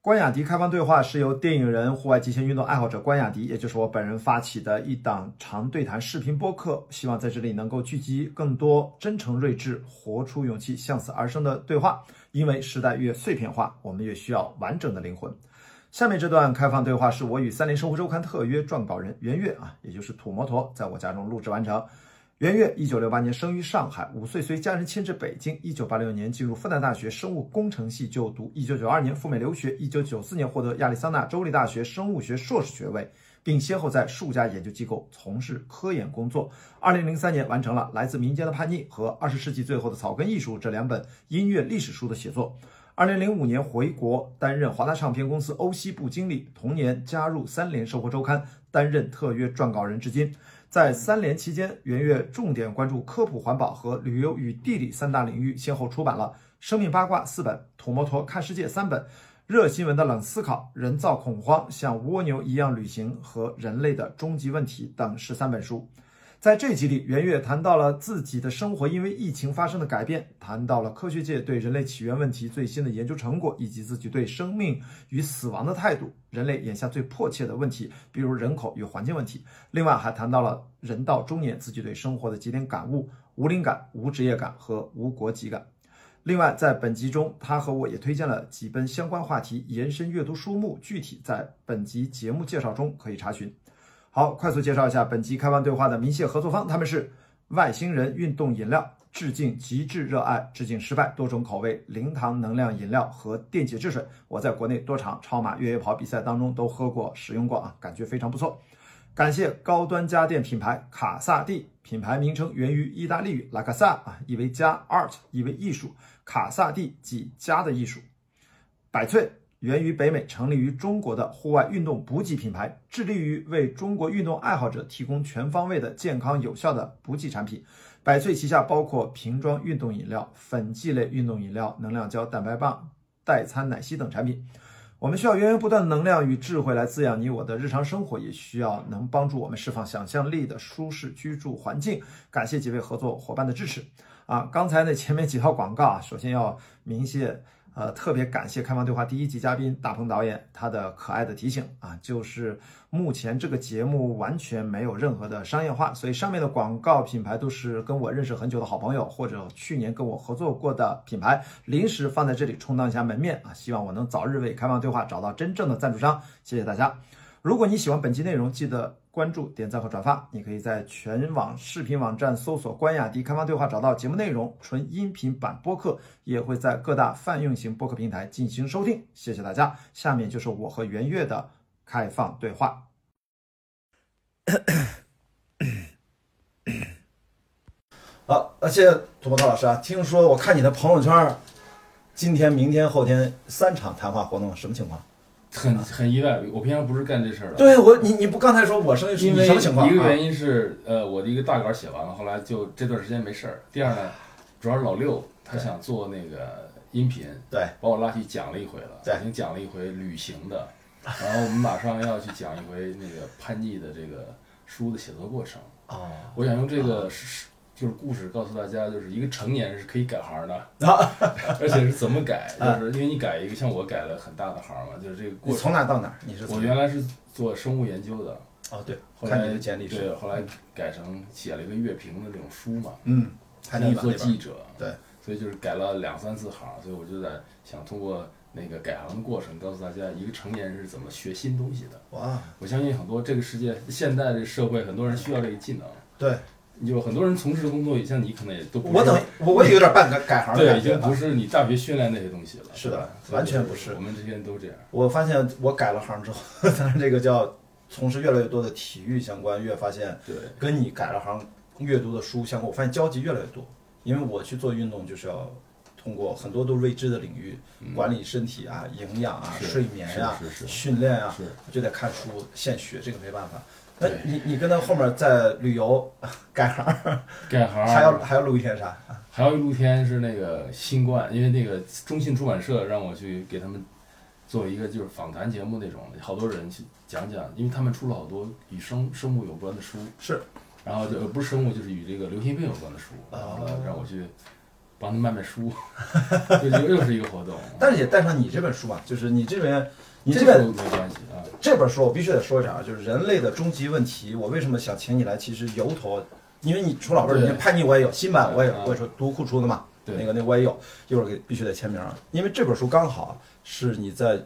关雅迪开放对话是由电影人、户外极限运动爱好者关雅迪，也就是我本人发起的一档长对谈视频播客，希望在这里能够聚集更多真诚、睿智、活出勇气、向死而生的对话。因为时代越碎片化，我们越需要完整的灵魂。下面这段开放对话是我与《三联生活周刊》特约撰稿人袁岳啊，也就是土摩托，在我家中录制完成。袁岳，一九六八年生于上海，五岁随家人迁至北京。一九八六年进入复旦大学生物工程系就读，一九九二年赴美留学，一九九四年获得亚利桑那州立大学生物学硕士学位，并先后在数家研究机构从事科研工作。二零零三年完成了《来自民间的叛逆》和《二十世纪最后的草根艺术》这两本音乐历史书的写作。二零零五年回国，担任华纳唱片公司欧西部经理。同年加入《三联生活周刊》，担任特约撰稿人，至今。在三联期间，袁岳重点关注科普、环保和旅游与地理三大领域，先后出版了《生命八卦》四本，《土摩托看世界》三本，《热新闻的冷思考》、《人造恐慌：像蜗牛一样旅行》和《人类的终极问题》等十三本书。在这集里，袁岳谈到了自己的生活因为疫情发生的改变，谈到了科学界对人类起源问题最新的研究成果，以及自己对生命与死亡的态度，人类眼下最迫切的问题，比如人口与环境问题。另外还谈到了人到中年自己对生活的几点感悟：无灵感、无职业感和无国籍感。另外，在本集中，他和我也推荐了几本相关话题延伸阅读书目，具体在本集节目介绍中可以查询。好，快速介绍一下本集开放对话的明谢合作方，他们是外星人运动饮料，致敬极致热爱，致敬失败，多种口味零糖能量饮料和电解质水。我在国内多场超马越野跑比赛当中都喝过、使用过啊，感觉非常不错。感谢高端家电品牌卡萨帝，品牌名称源于意大利语拉卡萨啊，意为家，art 意为艺术，卡萨帝即家的艺术。百翠。源于北美，成立于中国的户外运动补给品牌，致力于为中国运动爱好者提供全方位的健康有效的补给产品。百岁旗下包括瓶装运动饮料、粉剂类运动饮料、能量胶、蛋白棒、代餐奶昔等产品。我们需要源源不断的能量与智慧来滋养你我的日常生活，也需要能帮助我们释放想象力的舒适居住环境。感谢几位合作伙伴的支持。啊，刚才那前面几套广告啊，首先要鸣谢。呃，特别感谢《开放对话》第一集嘉宾大鹏导演他的可爱的提醒啊，就是目前这个节目完全没有任何的商业化，所以上面的广告品牌都是跟我认识很久的好朋友，或者去年跟我合作过的品牌，临时放在这里充当一下门面啊。希望我能早日为《开放对话》找到真正的赞助商，谢谢大家。如果你喜欢本期内容，记得关注、点赞和转发。你可以在全网视频网站搜索“关雅迪开放对话”找到节目内容，纯音频版播客也会在各大泛用型播客平台进行收听。谢谢大家，下面就是我和袁岳的开放对话。好，那谢谢土木涛老师啊！听说我看你的朋友圈，今天、明天、后天三场谈话活动，什么情况？很 很意外，我平常不是干这事儿的。对我，你你不刚才说我生意因你为什么情况？一个啊原因是，呃，我的一个大稿写完了，后来就这段时间没事儿。第二呢，主要是老六他想做那个音频，对，把我拉去讲了一回了，对已经讲了一回旅行的，然后我们马上要去讲一回那个叛逆的这个书的写作过程。哦，我想用这个是是就是故事告诉大家，就是一个成年人是可以改行 的，而且是怎么改，啊就是因为你改一个像我改了很大的行嘛，就是这个你过程。从哪到哪儿？你是从我原来是做生物研究的，哦对，后来看你的简历是对，后来改成写了一个乐评的那种书嘛，嗯，看现你在吧做那边记者，对，所以就是改了两三次行，所以我就在想通过那个改行的过程，告诉大家一个成年人是怎么学新东西的。哇，我相信很多这个世界现在这社会，很多人需要这个技能。对有很多人从事的工作，像你可能也都不是我等于我我也有点半改改行的对，已感觉啊经了不是你大学训练那些东西了，是的对吧完全不是我们这些人都这样。我发现我改了行之后， 当然这个叫从事越来越多的体育相关，越发现对，跟你改了行阅读的书相关，我发现交集越来越多。因为我去做运动就是要通过很多都未知的领域，管理身体啊、营养啊、嗯是睡眠啊是是、是训练啊是，就得看书现学，这个没办法。那对你你跟他后面在旅游改行，改行还要还要录一天啥？还有一露天是那个新冠，因为那个中信出版社让我去给他们做一个就是访谈节目那种，好多人去讲讲，因为他们出了好多与生生物有关的书，是然后就呃不是生物就是与这个流行病有关的书，然后呢让我去帮他卖卖书， 就又又是一个活动。但是也带上你这本书吧，就是你这边，你这这个本没关系啊，这本书我必须得说一下啊，就是人类的终极问题。我为什么想请你来？其实由头，因为你出老味儿，对你叛逆我也有，新版我也有啊，我也说读库出的嘛，对那个那个我也有，一会儿给必须得签名啊。因为这本书刚好是你在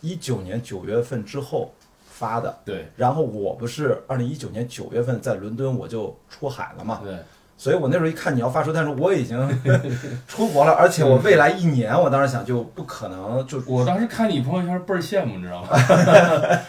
一九年九月份之后发的，对然后我不是二零一九年九月份在伦敦我就出海了嘛，对，所以我那时候一看你要发书，但是我已经 出国了，而且我未来一年，我当时想就不可能就我当时看你朋友圈倍儿羡慕，你知道吗？啊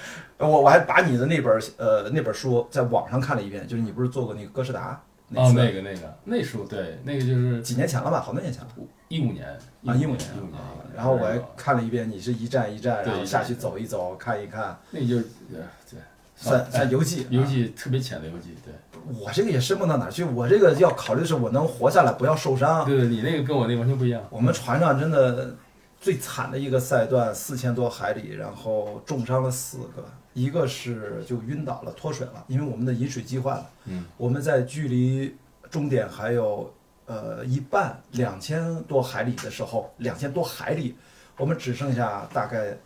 我我还把你的那本呃那本书在网上看了一遍，就是你不是做过那个哥斯达那哦，次、那个那个那时候对，那个就是几年前了吧，好多年前了一五年啊，一五一五年年啊。然后我还看了一遍，你是一站一站，对然后一下站去一站走一走，看一看，那个就是呃对，算哎算游记。游记特别浅的游记，对我这个也深不到哪儿去，我这个要考虑的是我能活下来，不要受伤。对对，你那个跟我那完全不一样。我们船上真的最惨的一个赛段，四千多海里，然后重伤了四个，一个是就晕倒了，脱水了，因为我们的饮水机坏了。嗯，我们在距离终点还有呃一半两千多海里的时候，两千多海里，我们只剩下大概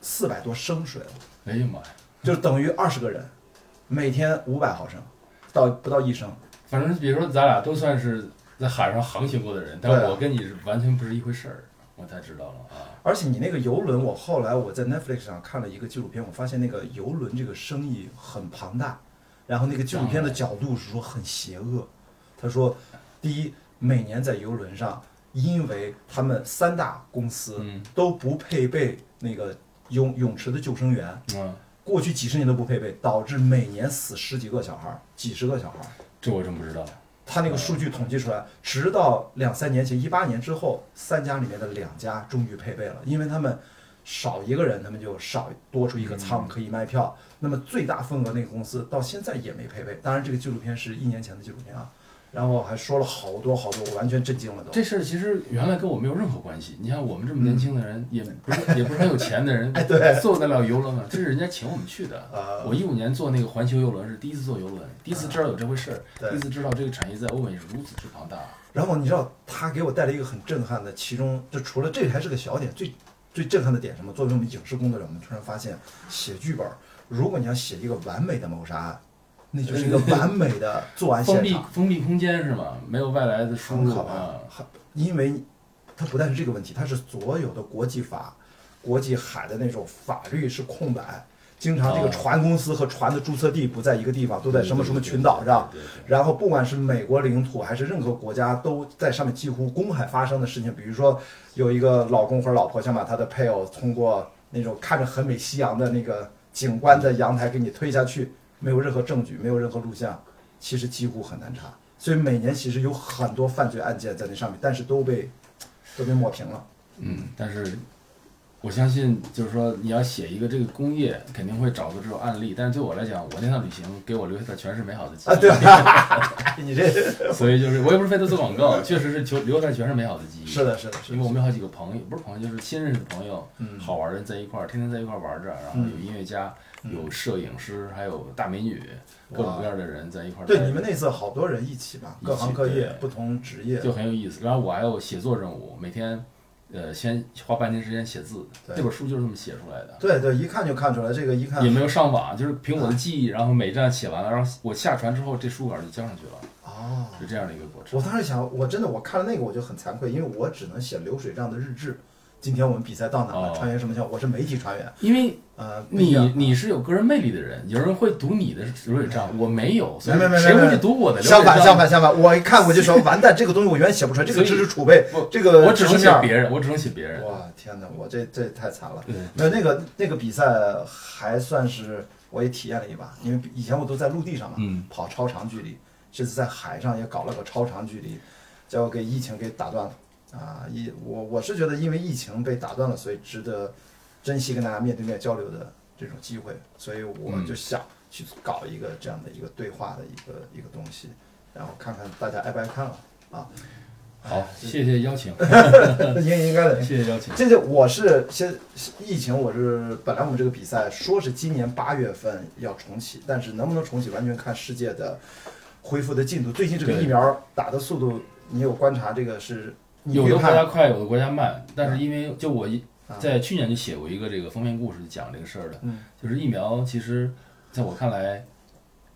四百多升水了，哎呀妈呀，就等于二十个人，每天五百毫升，到不到一升。反正别说咱俩都算是在海上航行过的人，但对啊我跟你是完全不是一回事儿，我才知道了啊。而且你那个游轮，我后来我在 Netflix 上看了一个纪录片，我发现那个游轮这个生意很庞大，然后那个纪录片的角度是说很邪恶。他说，第一，每年在游轮上，因为他们三大公司嗯都不配备那个泳泳池的救生员，嗯，过去几十年都不配备，导致每年死十几个小孩儿，几十个小孩儿。这我真不知道。他那个数据统计出来，直到两三年前，一八年之后，三家里面的两家终于配备了，因为他们少一个人，他们就少多出一个舱可以卖票。那么最大份额那个公司到现在也没配备。当然，这个纪录片是一年前的纪录片啊，然后还说了好多好多，我完全震惊了都。这事儿其实原来跟我没有任何关系。你看我们这么年轻的人，也不是也不是很有钱的人，嗯哎对坐得了游轮吗？这是人家请我们去的。啊我一五年坐那个环球游轮是第一次坐游轮，第一次知道有这回事儿，对第一次知道这个产业在欧美是如此之庞大。啊然后你知道他给我带来一个很震撼的，其中就除了这还是个小点，最最震撼的点是什么？作为我们影视工作者，我们突然发现写剧本，如果你要写一个完美的谋杀案，那就是一个完美的作案封现闭场，封闭空间是吗？没有外来的输很入可怕啊。。很因为它不但是这个问题，它是所有的国际法、国际海的那种法律是空白，经常这个哦船公司和船的注册地不在一个地方，都在什么什么群岛上。对对对然后不管是美国领土还是任何国家，都在上面几乎公海发生的事情，比如说有一个老公或者老婆想把他的配偶通过那种看着很美夕阳的那个景观的阳台给你推下去，没有任何证据，没有任何录像，其实几乎很难查。所以每年其实有很多犯罪案件在那上面，但是都被都被抹平了。嗯，但是我相信，就是说你要写一个这个工业，肯定会找到这种案例。但是对我来讲，我那趟旅行给我留下的全是美好的记忆。啊，对啊， 你这所以就是我也不是非得做广告，确实是求留下的全是美好的记忆。是的，是的，是因为的。我们有好几个朋友，不是朋友就是新认识的朋友，嗯好玩的人在一块儿，天天在一块儿玩着，然后有音乐家，嗯有摄影师，还有大美女，各种各样的人在一块儿待着。对，你们那次好多人一起嘛，各行各业、不同职业，就很有意思。然后我还有写作任务，每天，呃，先花半天时间写字，对这本书就是这么写出来的。对对，一看就看出来，这个一看也没有上网，就是凭我的记忆，然后每站写完了，然后我下传之后，这书稿就交上去了，哦，是这样的一个过程。我当时想，我真的我看了那个我就很惭愧，因为我只能写流水账的日志。今天我们比赛到哪了？哦船员什么项目？我是媒体船员，因为呃，不一你样你是有个人魅力的人，有人会读你的流水账，我没有，所以没没没谁没会没去读我的流相水反账？相反相反，我一看我 就说完蛋，这个东西我永远写不出来，这个所以知识储备不，这个我只能知识写面儿别人，我只能写别人。哇，天哪，我这这太惨了。对没有那个那个比赛还算是我也体验了一把，因为以前我都在陆地上嘛，嗯跑超长距离，这次在海上也搞了个超长距离，结果给疫情给打断了啊！疫我我是觉得因为疫情被打断了，所以值得珍惜跟大家面对面交流的这种机会，所以我就想去搞一个这样的一个对话的一个一个东西，然后看看大家爱不爱看了 啊！好，谢谢邀请，应应该的，谢谢邀请。这就我是先疫情，我是本来我们这个比赛说是今年八月份要重启，但是能不能重启完全看世界的恢复的进度。最近这个对疫苗打的速度，你有观察这个是你有预的啊国家判快，有的国家慢，但是因为就我一啊在去年就写过一个这个封面故事，讲这个事儿的，嗯就是疫苗，其实在我看来，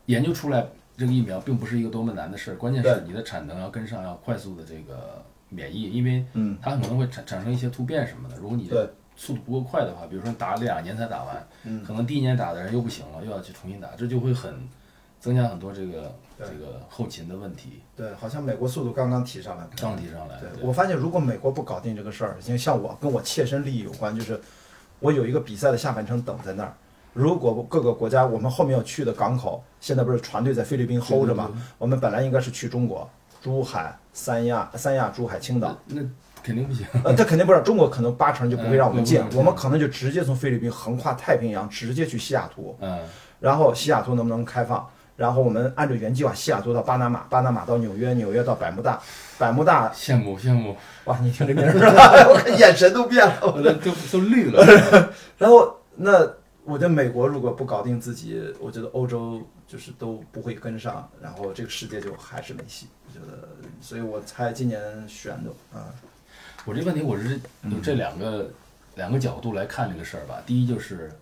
研究出来这个疫苗并不是一个多么难的事儿，关键是对你的产能要跟上，要快速的这个免疫，因为嗯它可能会产产生一些突变什么的，如果你对速度不够快的话，比如说打两年才打完，嗯可能第一年打的人又不行了，又要去重新打，这就会很增加很多这个这对个后勤的问题，对，好像美国速度刚刚提上来。刚提上来，对哎对，我发现，如果美国不搞定这个事儿，因为像我跟我切身利益有关，就是我有一个比赛的下半程等在那儿。如果各个国家我们后面要去的港口，现在不是船队在菲律宾 hold 着吗？我们本来应该是去中国、珠海、三亚、三亚、珠海、青 岛，那肯定不行。呃，他肯定不是中国，可能八成就不会让我们嗯进对，对我们可能就直接从菲律宾横跨太平洋，直接去西雅图，嗯，然后西雅图能不能开放？然后我们按照原计划，西雅图到巴拿马，巴拿马到纽约，纽约到百慕大，百慕大，羡慕羡慕，哇，你听这 名儿，我看眼神都变了。我都都都绿了。 然后那我觉得美国如果不搞定自己，我觉得欧洲就是都不会跟上，然后这个世界就还是没戏。我觉得，所以我猜今年选的啊，我这问题我是嗯有这两个两个角度来看这个事儿吧。第一就是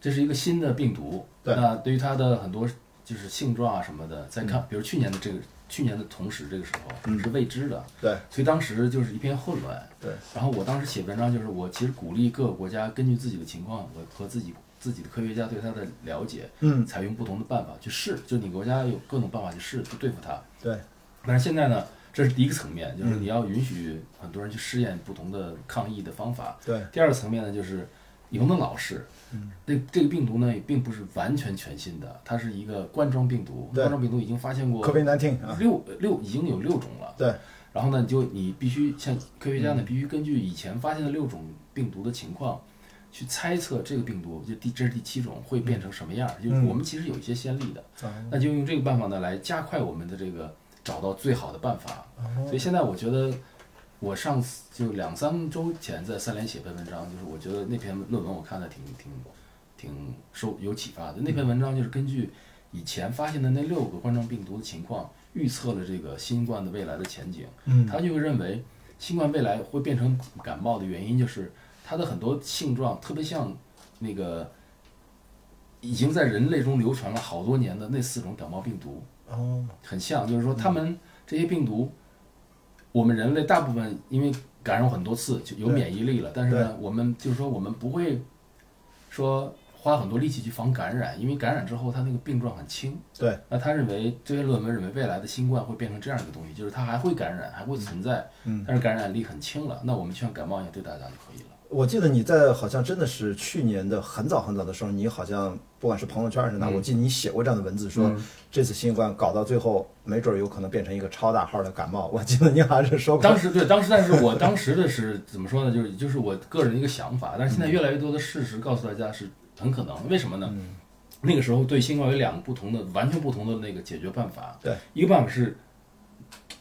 这是一个新的病毒，对那对于它的很多就是性状啊什么的，再看，比如去年的这个去年的同时这个时候嗯是未知的，对所以当时就是一片混乱。对，然后我当时写文章就是我其实鼓励各个国家根据自己的情况和和自己自己的科学家对它的了解，嗯，采用不同的办法去试，就你国家有各种办法去试去对付它。对，但是现在呢，这是第一个层面，嗯就是你要允许很多人去试验不同的抗疫的方法。对，第二个层面呢，就是你不能老试。嗯这这个病毒呢，也并不是完全全新的，它是一个冠状病毒。对冠状病毒已经发现过科威难听啊，六六，已经有六种了。对。嗯然后呢，你就你必须像科学家呢，必须根据以前发现的六种病毒的情况，去猜测这个病毒就第这是第七种会嗯变成什么样儿。就是我们其实有一些先例的，那就用这个办法呢来加快我们的这个找到最好的办法。所以现在我觉得，我上次就两三周前在三联写篇文章，就是我觉得那篇论文我看的挺挺挺受有启发的。那篇文章就是根据以前发现的那六个冠状病毒的情况，预测了这个新冠的未来的前景。嗯，他就会认为新冠未来会变成感冒的原因就是它的很多性状特别像那个已经在人类中流传了好多年的那四种感冒病毒，哦，很像，就是说他们这些病毒，我们人类大部分因为感染过很多次就有对免疫力了，但是呢，我们就是说我们不会说花很多力气去防感染，因为感染之后它那个病状很轻。对，那他认为这些论文认为未来的新冠会变成这样一个东西，就是它还会感染，还会存在，嗯但是感染力很轻了。那我们就像感冒一样对大家就可以了。我记得你在好像真的是去年的很早很早的时候，你好像不管是朋友圈还是哪，我记得你写过这样的文字说，这次新冠搞到最后，没准儿有可能变成一个超大号的感冒。我记得你好像是说过，当时对，当时但是我当时的是怎么说呢？就是就是我个人的一个想法，但是现嗯在越来越多的事实告诉大家是很可能。为什么呢？嗯那个时候对新冠有两个不同的、完全不同的那个解决办法。对，一个办法是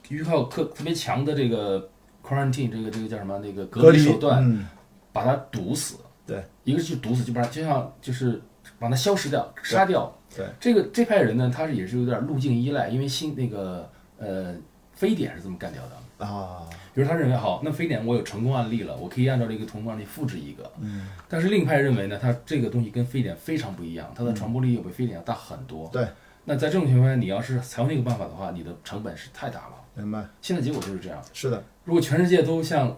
依靠特特别强的这个 quarantine 这个这个叫什么那个隔离手段，嗯，把它堵死。对，一个是堵死，就把它就像就是把它消失掉、杀掉。对，这个这派人呢，他是也是有点路径依赖，因为新那个呃非典是这么干掉的。啊，比如他认为好，那非典我有成功案例了，我可以按照这个成功案例复制一个。嗯，但是另一派认为呢，它这个东西跟非典非常不一样，它的传播力又比非典要大很多。对，那在这种情况下，你要是采用那个办法的话，你的成本是太大了。明白，现在结果就是这样，是的，如果全世界都像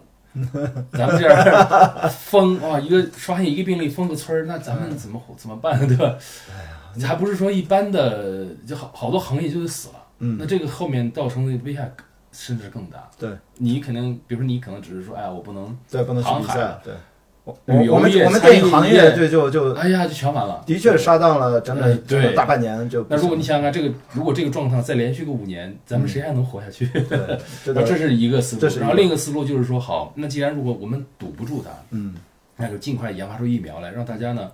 咱们这样封啊，一个发现一个病例封个村儿，那咱们怎么活怎么办呢？对吧？还不是说一般的，就好好多行业就死了。嗯那这个后面造成的危害甚至更大。对你可能，比如说你可能只是说，哎呀，我不能，对，不能去航比海赛，对，我旅游我们业我们餐电饮影行业业对就就哎呀，就全完了。的确是杀当了整呃整对整整大半年就不那行。如果你想想看，这个如果这个状况再连续个五年，咱们谁还能活下去？对，这个那 这是一个思嗯这是一路。个然后另一个思路就是说，好，那既然如果我们堵不住它，嗯，那就尽快研发出疫苗来，让大家呢，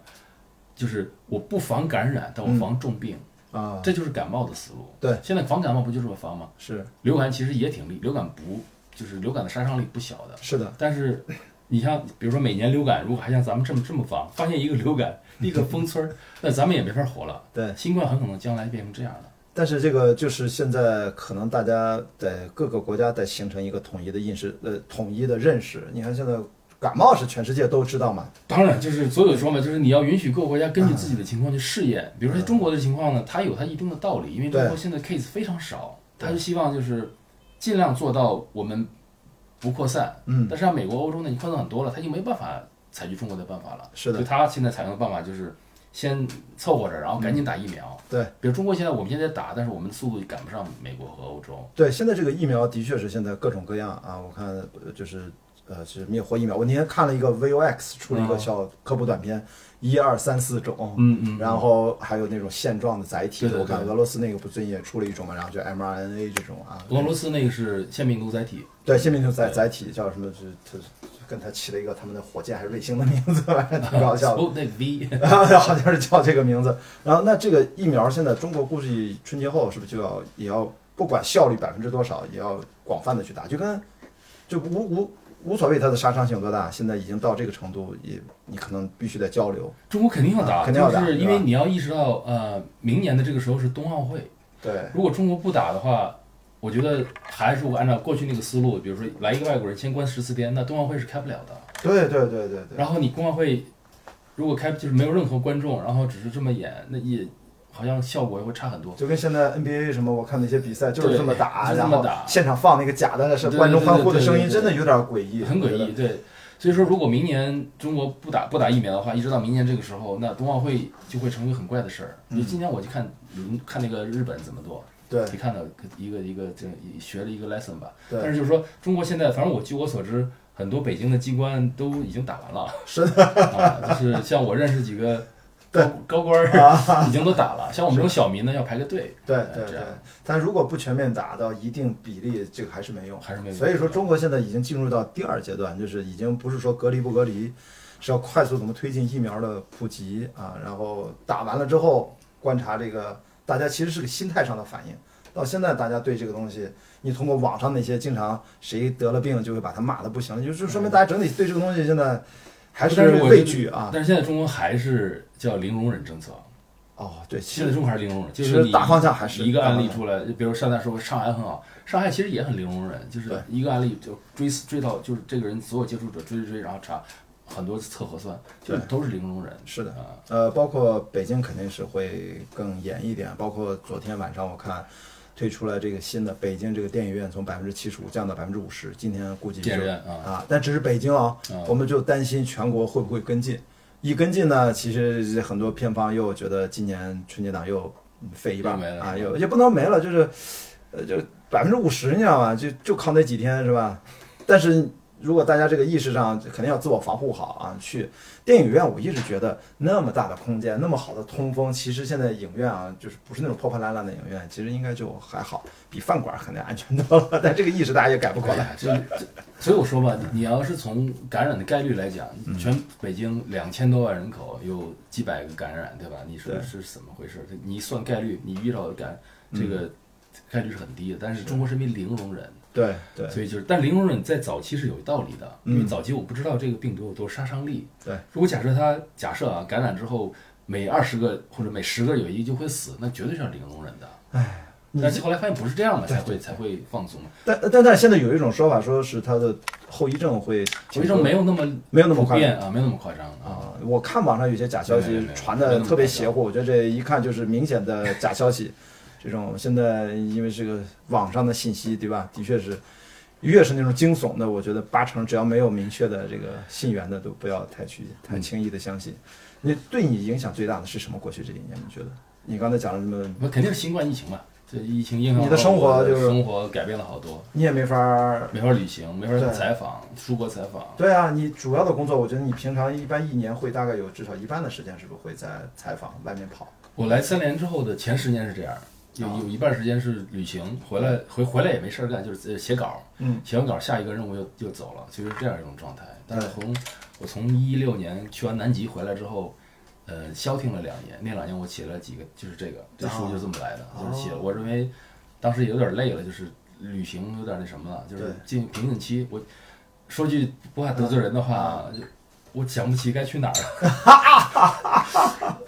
就是我不防感染，但我防重病，啊，这就是感冒的思路。对，现在防感冒不就这么防吗？是流感其实也挺厉，流感不就是流感的杀伤力不小的，是的，但是你像比如说每年流感，如果还像咱们这么这么防，发现一个流感立刻封村儿，那咱们也没法活了。对新冠很可能将来变成这样的，但是这个就是现在可能大家在各个国家在形成一个统一的认识，呃，统一的认识。你看现在感冒是全世界都知道嘛，当然，就是所有说嘛，就是你要允许各个国家根据自己的情况去试验。比如说中国的情况呢，它有它一定的道理，因为中国嗯对现在 case 非常少，它是希望就是尽量做到我们不扩散。嗯，但是像美国、欧洲呢，你扩散很多了，它就没办法采取中国的办法了。是的所以它现在采用的办法就是先凑合着，然后赶紧打疫苗。嗯对，比如中国现在我们现在打，但是我们的速度赶不上美国和欧洲。对，现在这个疫苗的确是现在各种各样啊，我看呃就是呃是灭活疫苗，我那天看了一个 VOX 出了一个哦小科普短片，一二三四种，嗯嗯然后还有那种线状的载体对的，对我看对俄罗斯那个不最近也出了一种嘛，然后就 mRNA 这种啊，俄罗斯那个是腺病毒载体，对，新病毒载载体叫什么？就是它就跟它起了一个他们的火箭还是卫星的名字，反正挺搞笑的。那 V 啊， 好像是叫这个名字。然后那这个疫苗现在中国估计春节后是不是就要也要不管效率百分之多少，也要广泛的去打，就跟就无无无所谓它的杀伤性有多大，现在已经到这个程度，也你可能必须得交流。中国肯定要打，啊肯定要打就是因对为吧你要意识到，呃，明年的这个时候是冬奥会，对，如果中国不打的话，我觉得还是我按照过去那个思路，比如说来一个外国人先关十四天，那冬奥会是开不了的。对对对对对，然后你冬奥会如果开就是没有任何观众，然后只是这么演，那也好像效果也会差很多。就跟现在 NBA 什么，我看那些比赛就是对这么打，就是这然么后打现场放那个假的是对对观众欢呼的对对声音，对对真的有点诡异，很我诡觉得异，对。所以说，如果明年中国不打不打疫苗的话，一直到明年这个时候，那冬奥会就会成为很怪的事儿。嗯你今年我就看嗯看那个日本怎么做，对你看到一个一个这学了一个 lesson 吧。但对，是就是说，中国现在，反正我据我所知，很多北京的机关都已经打完了。是的，啊，就是像我认识几个高高官啊 儿，已经都打了。像我们这种小民呢，要排个队，对呃对这对样，但如果不全面打到一定比例，这个还是没用。还是没有。所以说，中国现在已经进入到第二阶段，就是已经不是说隔离不隔离，是要快速怎么推进疫苗的普及啊，然后打完了之后观察这个大家其实是个心态上的反应。到现在大家对这个东西，你通过网上那些经常谁得了病就会把他骂的不行，就是说明嗯大家整体对这个东西现在还但是我畏惧啊。但是现在中国还是叫零容忍政策。哦，对，其现在实中国还是零容忍，其就实是你大方向还是一个案例大出来，就比如上代说上海很好，上海其实也很零容忍，就是对一个案例就追思追到就是这个人所有接触者追追追，然后查很多次测核酸，就对都是零容忍。是的，啊，呃，包括北京肯定是会更严一点，包括昨天晚上我看推出了这个新的北京这个电影院从百分之七十五降到百分之五十，今天估计就电影院啊啊，但只是北京啊、啊我们就担心全国会不会跟进，一跟进呢，其实很多片方又觉得今年春节档又嗯废一半又没了啊，又也不能没了，就是呃，就百分之五十，你知道吗？就就靠那几天是吧？但是如果大家这个意识上肯定要自我防护好啊，去电影院，我一直觉得那么大的空间，那么好的通风，其实现在影院啊，就是不是那种破破烂烂的影院，其实应该就还好，比饭馆肯定安全多了。但这个意识大家也改不过哎来。呀，就是这，所以我说吧，你你要是从感染的概率来讲，嗯全北京两千多万人口有几百个感染，对吧？你说对是怎么回事？这你一算概率，你遇到的感这嗯个概率是很低的，但是中国是因为零容忍。对对所以就是，但零容忍在早期是有道理的，因为嗯早期我不知道这个病毒有多杀伤力。对，如果假设它假设啊感染之后，每二十个或者每十个有一个就会死，那绝对是要零容忍的。哎，你但是后来发现不是这样的，才会才会放松。但但但现在有一种说法，说是它的后遗症会后遗症没有那么没有那么普快遍啊，没有那么夸张啊。啊，我看网上有些假消没有息没有传没有的那么特别邪乎，我觉得这一看就是明显的假消息。这种现在因为这个网上的信息，对吧？的确是，越是那种惊悚的，我觉得八成只要没有明确的这个信源的，都不要太去太轻易的相信。你对你影响最大的是什么？过去这一年，你觉得？你刚才讲了什么？那肯定是新冠疫情嘛，这疫情影响你的生活就是生活改变了好多，你也没法儿没法旅行，没法对采访，出国采访。对啊，你主要的工作，我觉得你平常一般一年会大概有至少一半的时间，是不是会在采访外面跑？我来三联之后的前十年是这样，有啊有一半时间是旅行，回来回回来也没事儿干，就是呃写稿，嗯，写完稿下一个任务又又走了，就是这样一种状态。但是对从我从一六年去完南极回来之后，呃，消停了两年，那两年我写了几个，就是这个这书就这么来的，哦就是写了。我认为当时也有点累了，就是旅行有点那什么了，就是对进瓶颈期。我说句啊 不怕得罪人的话，就我想不起该去哪儿了。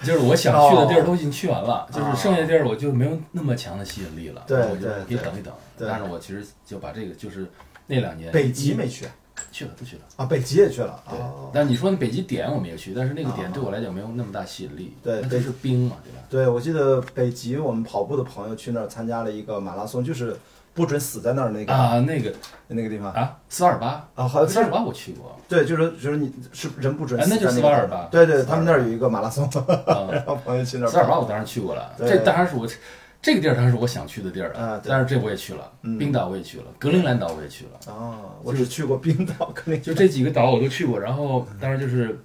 就是我想去的地儿都已经去完了，就是剩下地儿我就没有那么强的吸引力了，啊对我就对可以等一等。对但是我其实就把这个就是那两年北极没去去了都去了。啊，北极也去了对啊，。但你说那北极点我们也去，但是那个点啊对我来讲没有那么大吸引力，对那北就是冰嘛，对吧？对，我记得北极我们跑步的朋友去那儿参加了一个马拉松，就是不准死在那儿那个、啊，那个那个地方啊，四二八，啊，好四像二是八我去过，对，就是就是你是人不准哎死那在就个地428方吧对对，他428们那儿有一个马拉松，啊，然后朋友去那儿四二跑。八我当然去过了，对这当然是我这个地儿当然是我想去的地儿了啊，对嗯但是这我也去了，冰岛我也去了，格陵兰岛我也去了，啊，我只去过冰岛跟那就这几个岛我都去过，然后当然就是，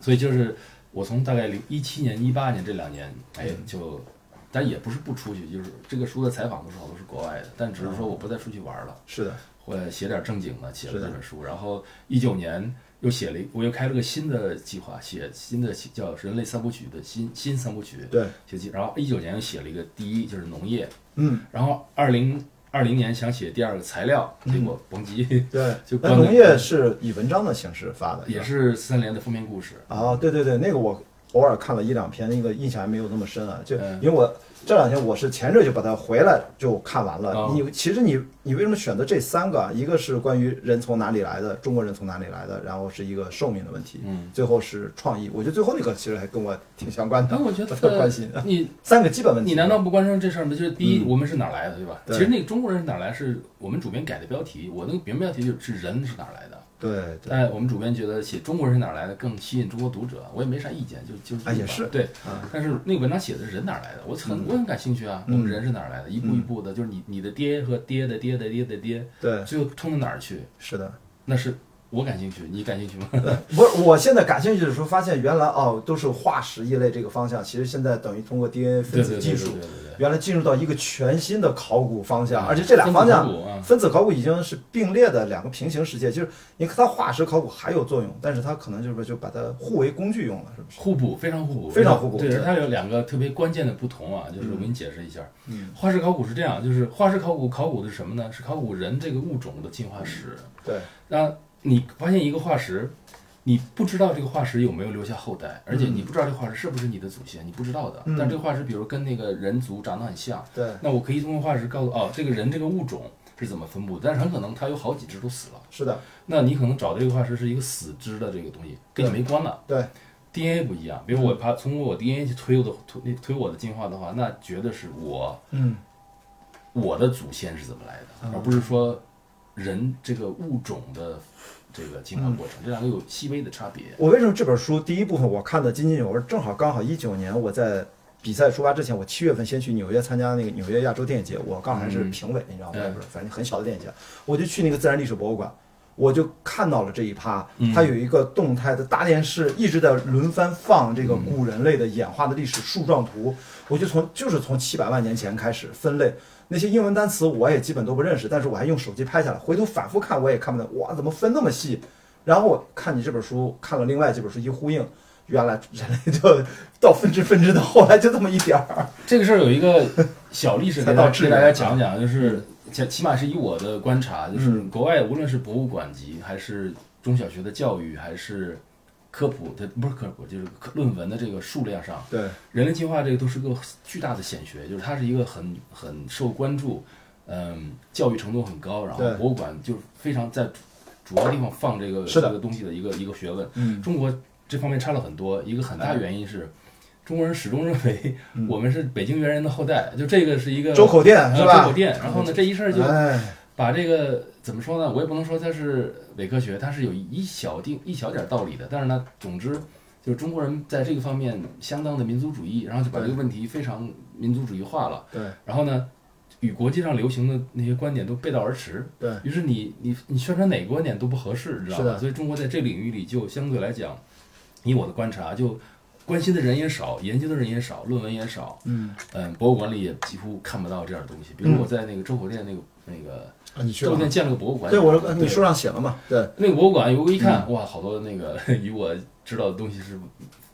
所以就是我从大概零一七年、一八年这两年，哎，嗯就但也不是不出去，就是这个书的采访都是好多是国外的，但只是说我不再出去玩了。是的，后来写点正经的，写是了的这本书。然后一九年又写了一，我又开了个新的计划，写新的叫《人类三部曲》的新新三部曲对，写计。然后一九年又写了一个，第一就是农业，嗯，然后二零二零年想写第二个材料，嗯结果甭急，对，就那关农了业是以文章的形式发的，也吧是三联的封面故事。啊，对对对，那个我偶尔看了一两篇，那个印象还没有那么深啊。就嗯因为我这两天我是前阵就把它回来就看完了哦。你其实你你为什么选择这三个啊？一个是关于人从哪里来的，中国人从哪里来的，然后是一个寿命的问题，嗯，最后是创意。我觉得最后那个其实还跟我挺相关的哎但，我觉 得我特关心你三个基本问题。你难道不关心这事儿吗？就是第一，我们是哪儿来的，对吧？嗯对其实那个中国人是哪儿来，是我们主编改的标题，我那个原标题就是“人是哪儿来的”。对对但我们主编觉得写中国人是哪儿来的更吸引中国读者，我也没啥意见，就就是这啊么也吧是对。啊，但是那个文章写的是人哪儿来的，我很我很感兴趣啊。嗯我们人是哪儿来的？一步一步的，就是你你的爹和爹的爹的爹的爹，对，最后通到哪儿去？是的。那是我感兴趣，你感兴趣吗？不是，我现在感兴趣的时候发现，原来哦都是化石一类这个方向，其实现在等于通过 DNA 对分对子对技对对术对，对原来进入到一个全新的考古方向，嗯而且这俩方分子考古向，嗯分子考古已经是并列的两个平行世界，就是你看它化石考古还有作用，但是它可能就是说就把它互为工具用了，是不是？互补，非常互补，非常互补对，对而它有两个特别关键的不同啊，就是我给你解释一下。嗯，化石考古是这样，就是化石考古考古的是什么呢？是考古人这个物种的进化史。对，那你发现一个化石，你不知道这个化石有没有留下后代，而且你不知道这个化石是不是你的祖先，你不知道的。嗯但这个化石，比如跟那个人族长得很像，对，那我可以通过化石告诉哦，这个人这个物种是怎么分布的，但是很可能它有好几只都死了。是的，那你可能找的这个化石是一个死肢的这个东西，跟你没关了。对， DNA 不一样，比如我把通过我 DNA 去推我的推推我的进化的话，那绝对是我嗯，我的祖先是怎么来的，嗯而不是说人这个物种的这个进化过程，这两个有细微的差别。我为什么这本书第一部分我看的津津有味？正好刚好一九年我在比赛出发之前，我七月份先去纽约参加那个纽约亚洲电影节，我刚好还是评委，你知道吗？嗯我也不是，反正很小的电影节，我就去那个自然历史博物馆。我就看到了这一趴，它有一个动态的大电视，一直在轮番放这个古人类的演化的历史树状图。我就从就是从七百万年前开始分类那些英文单词，我也基本都不认识，但是我还用手机拍下来，回头反复看我也看不懂，哇，怎么分那么细？然后我看你这本书，看了另外这本书一呼应，原来人类就 到分支分支的，后来就这么一点儿。这个事儿有一个小 历史才给到大智给人嗯大家讲讲，就是起起码是以我的观察，就是国外无论是博物馆级，还是中小学的教育，还是科普的不是科普，就是科论文的这个数量上，对，人类进化这个都是个巨大的显学，就是它是一个很很受关注，嗯，教育程度很高，然后对博物馆就是非常在主主要地方放这个是这的个东西的一个一个学问。嗯，中国这方面差了很多，一个很大原因是。中国人始终认为哎嗯我们是北京猿人的后代，就这个是一个周口店呃是吧？嗯周口店。然后呢，这一事儿就哎，把这个怎么说呢？我也不能说它是伪科学，它是有一小定一小点道理的。但是呢，总之就是中国人在这个方面相当的民族主义，然后就把这个问题非常民族主义化了。对然后呢，与国际上流行的那些观点都背道而驰。对，于是你你你宣传哪个观点都不合适，知道是吧？的所以中国在这领域里就相对来讲，以我的观察，啊就关心的人也少，研究的人也少，论文也少，嗯，嗯，博物馆里也几乎看不到这样的东西。比如我在那个周口店那个那个啊你去周口了店？建了个博物馆，对，我说嗯你对书上写了嘛？对，那个博物馆，我一看，哇，好多那个 与我知道的东西是嗯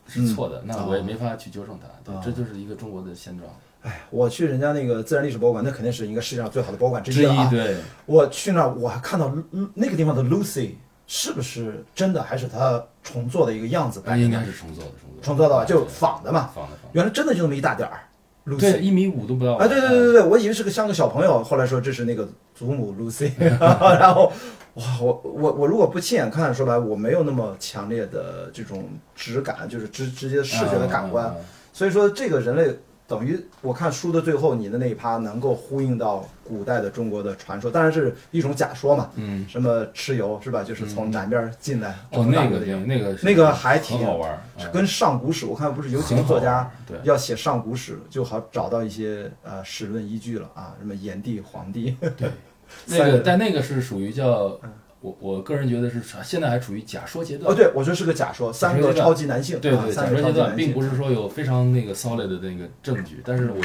是错的，那我也没法去纠正它。哦对，这就是一个中国的现状哎，我去人家那个自然历史博物馆，那肯定是应该世界上最好的博物馆之之一了一。啊。对，我去那儿，我还看到嗯那个地方的 Lucy，是不是真的，还是他重做的一个样子那搬进啊应来该？是啊重做的，重做的，重做的吧，就对仿的嘛。仿的仿的。原来真的就那么一大点儿对， ，Lucy。一米五都不到啊，对对对对对，我以为是个像个小朋友，后来说这是那个祖母 Lucy，然 后哇，我我我如果不亲眼看，说白，我没有那么强烈的这种质感，就是直直接视觉的感官，嗯嗯嗯所以说，这个人类等于我看书的最后，你的那一趴能够呼应到古代的中国的传说，当然是一种假说嘛。嗯，什么蚩尤是吧？就是从南边进来，哦，从大那陆个这边那个是那个还挺很好玩儿，嗯跟上古史，我看不是有几个很好作家玩对要写上古史，就好找到一些呃史论依据了啊，什么炎帝、黄帝，对， 三那人嗯个但那个是属于叫我我个人觉得是处现在还处于假说阶哦，段，对我说是个假说，三个超级男性，对啊对，三假个说超阶级段，男并不性，是说有非常那个 solid 的那个证据，但是我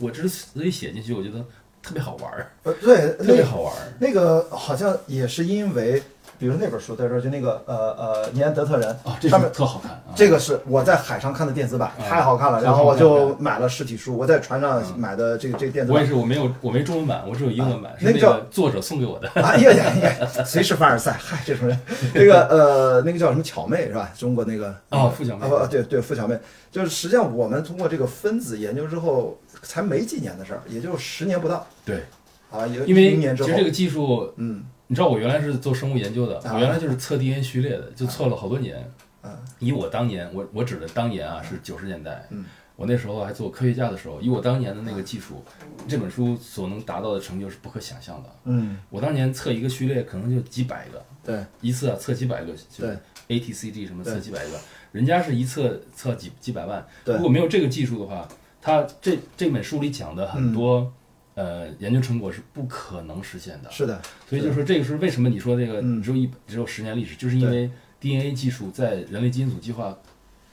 我之所以写进去，我觉得特别好玩儿，呃，对，特那别个好玩儿，那个好像也是因为，比如那本书，他说就那个呃呃尼安德特人啊，这上个面特好看啊，这个是我在海上看的电子版，嗯太好看了。很然好看后我就买了实体书，我在船上嗯买的这个这个电子我也版。是我没有我没中文版，我只有英文版，是啊那那个叫个作者送给我的，哎呀呀呀！随时凡尔赛，嗨，这 种人，这个呃，那个叫什么巧妹是吧？中国那个哦傅巧妹啊不对对，傅巧妹，就是实际上我们通过这个分子研究之后，才没几年的事儿，也就十年不到对，啊，也就因10为年之其后实，这个技术嗯你知道我原来是做生物研究的，啊我原来就是测 DNA 序列的，就测了好多年。啊以我当年，我我指的当年啊是九十年代，嗯我那时候还做科学家的时候，以我当年的那个技术，这本书所能达到的成就是不可想象的。嗯，我当年测一个序列可能就几百个，对，一次啊测几百个，就对是 A T C G 什么测对几百个，人家是一测测几几百万。对如果没有这个技术的话，他这这本书里讲的嗯很多、呃研究成果是不可能实现的。是的，所以就是说，这个是为什么你说这个嗯只有一、只有十年历史，就是因对为 DNA 技术在人类基因组计划，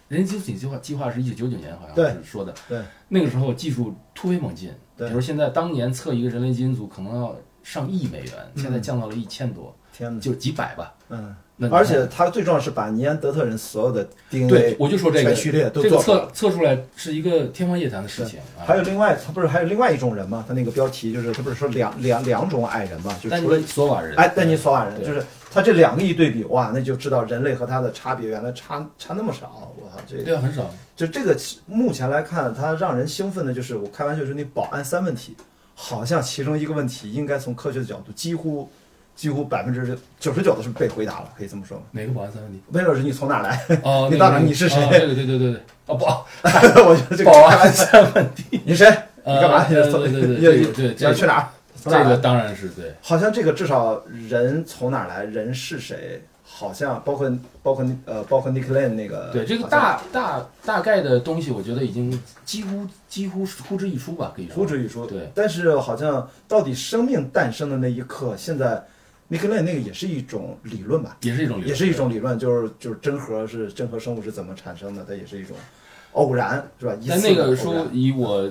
人类基因组计划计划是一九九九年好对像是说的，对那个时候技术突飞猛进，比对如现在当年测一个人类基因组可能要上亿美元，现在嗯降到了一千多，天哪，就几百吧。嗯，那你看而且他最重要是把尼安德特人所有的 DNA 对，我就说这个全序列都这个做出来测测出来是一个天方夜谭的事情啊。还有另外，他不是还有另外一种人吗？他那个标题就是，他不是说两两两种矮人吗？就丹除了尼索瓦人，哎，丹尼索瓦人，对就是他这两个一对比，哇，那就知道人类和他的差别原来差差那么少，我操，这对啊，很少。就这个目前来看，他让人兴奋的就是，我开玩笑说那保安三问题，好像其中一个问题应该从科学的角度几乎几乎百分之九十九的是被回答了，可以这么说吗？哪个保安三问 题？魏老师，你从哪儿来？哦，你那到个底你是谁哦对对对对对对，哦不，我觉得 这个保开 玩安笑，三问题。你谁？你干嘛？呃对对对对你这个对你要去哪儿？从哪儿这来个当然是对，好像这个至少人从哪儿来，人是谁，好像包括包括呃包括 Nick Lane 那个对这个呃好像大大大概的东西，我觉得已经几乎几乎是呼之欲出吧，可以说呼之欲出，对但是好像到底生命诞生的那一刻，现在 Nick Lane 那个也是一种理论吧，也是一种理论也是一种理论，就是就是真核是真核生物是怎么产生的，它也是一种偶然是吧？一但次那个的偶书然以我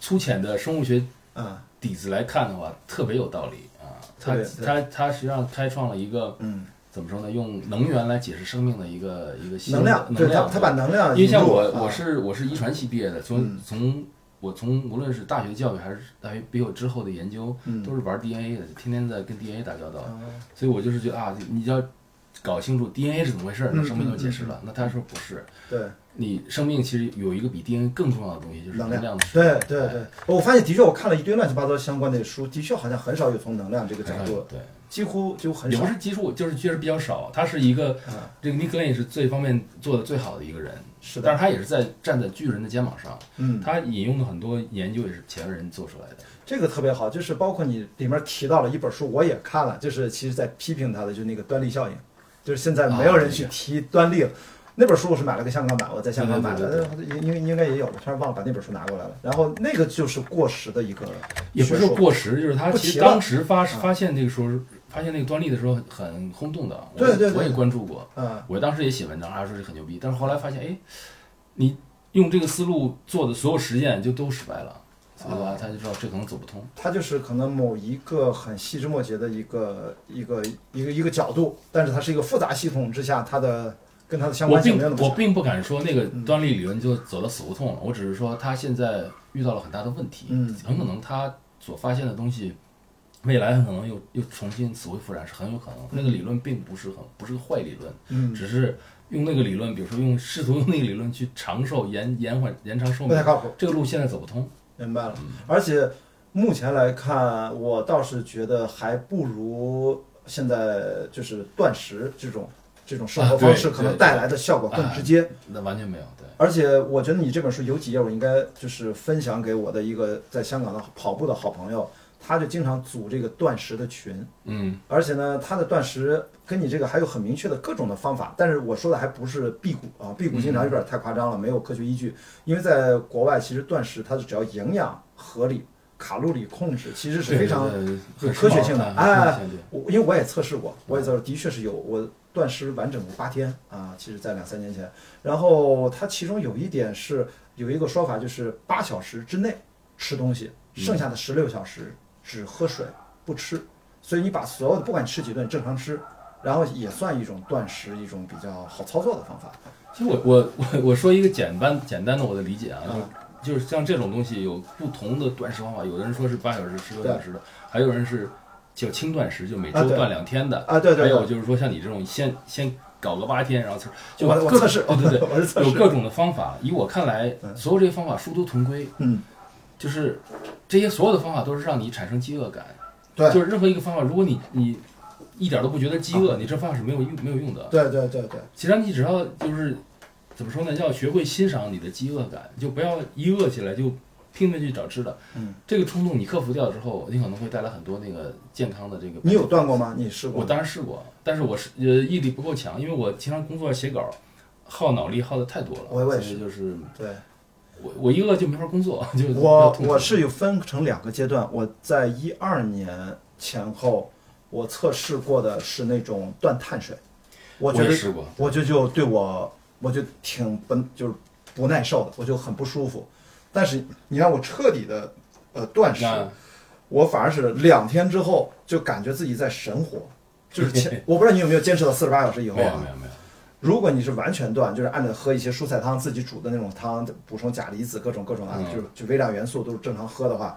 粗浅的生物学啊底子来看的话，特别有道理啊。特它别对它它实际上开创了一个嗯，怎么说呢？用能源来解释生命的一个一个新的能量，能对他量。他把能量因为像我引入啊我是我是遗传系毕业的，从嗯从我从无论是大学教育还是大学毕业之后的研究，嗯都是玩 DNA 的，天天在跟 DNA 打交道。啊所以我就是觉得啊，你要搞清楚 DNA 是怎么回事儿，嗯那生命就解释了。那他说不是，对。你生命其实有一个比 DNA 更重要的东西，就是能能量的释对放。哎对对，我发现的确，我看了一堆乱七八糟相关的书，的确好像很少有从能量这个角很少有度，对，几乎就很哎也少不。是接触，就是确实比较少。他是一个啊，这个 Nick Lane 是这方面做的最好的一个人，是但的，是他也是在站在巨人的肩膀上，嗯，他引用的很多研究也是前人做出来的。这个特别好，就是包括你里面提到了一本书，我也看了，就是其实在批评他的，就是那个端粒效应，就是现在没有人去提端粒了。那本书我是买了个香港版，我在香港买对的，应应应该也有了，突然忘了把那本书拿过来了。然后那个就是过时的一个也不学是说说过时，就是他不提其实了当时发啊发现这个时候，发现那个端粒的时候很轰动的，我对对对我也关注过，啊，我当时也写文章啊，说这很牛逼，但是后来发现，哎，你用这个思路做的所有实验就都失败了，所以吧，哦他就知道这可能走不通。它就是可能某一个很细枝末节的一个一个一个一个角度，但是它是一个复杂系统之下，它的跟它的相我关性并没有那我么嗯并不敢说那个端粒理论就走到死胡同了，我只是说他现在遇到了很大的问题，嗯很可能他所发现的东西未来可能又又重新死灰复燃是很有可能。那个理论并不是很不是个坏理论，嗯只是用那个理论，比如说用试图用那个理论去长寿、延延缓、延长寿不命太，靠谱。这个路现在走不通。明白了，而且目前来看，我倒是觉得还不如现在就是断食这种这种生活啊对方式可能对带来的效果更直接。那完全没有，对，而且我觉得你这本书有几页，我应该就是分享给我的一个在香港的跑步的好朋友，他就经常组这个断食的群，嗯，而且呢，他的断食跟你这个还有很明确的各种的方法，但是我说的还不是辟谷啊，辟谷经常有点太夸张了，没有科学依据。因为在国外，其实断食它是只要营养合理、卡路里控制，其实是非常对对对有很科学时髦性的。很科哎学性对，我因为我也测试过，我也测试，的确是有我断食完整八天啊，其实在两三年前。然后它其中有一点是有一个说法，就是八小时之内吃东西，嗯剩下的十六小时只喝水不吃。所以你把所有的不管吃几顿正常吃，然后也算一种断食，一种比较好操作的方法。其实我我我我说一个简单简单的我的理解啊，就是就是像这种东西有不同的断食方法，有的人说是八小时、十六小时的，还有人是叫轻断食，就每啊周对断两天的啊对对对还有就是说像你这种先先搞个八天，然后测，就我我各测试，对对 我是嗯测对，有试，各种的方法。以我看来，所有这些方法殊途同归，嗯，就是这些所有的方法都是让你产生饥饿感，对就是任何一个方法，如果你你一点都不觉得饥饿，啊你这方法是没有用没有用的，对对对对，其实你只要就是怎么说呢，要学会欣赏你的饥饿感，就不要一饿起来就拼命去找吃的。嗯，这个冲动你克服掉之后，你可能会带来很多那个健康的这个。你有断过？吗？你试过我吗？当然试过，但是我是呃毅力不够强，因为我经常工作写稿，耗脑力耗的太多了。我我也是所以就是对。我我一饿就没法工作， 就比较我痛苦我是有分成两个阶段，我在一二年前后，我测试过的是那种断碳水，我我觉也得试过，我就就对我我就挺不就是不耐受的，我就很不舒服。但是你让我彻底的呃断食，那我反而是两天之后就感觉自己在神活，就是前我不知道你有没有坚持到四十八小时以后没有啊没。有没 有，如果你是完全断，就是按照喝一些蔬菜汤自己煮的那种汤，补充钾离子各种各种啊，嗯就是就微量元素都是正常喝的话，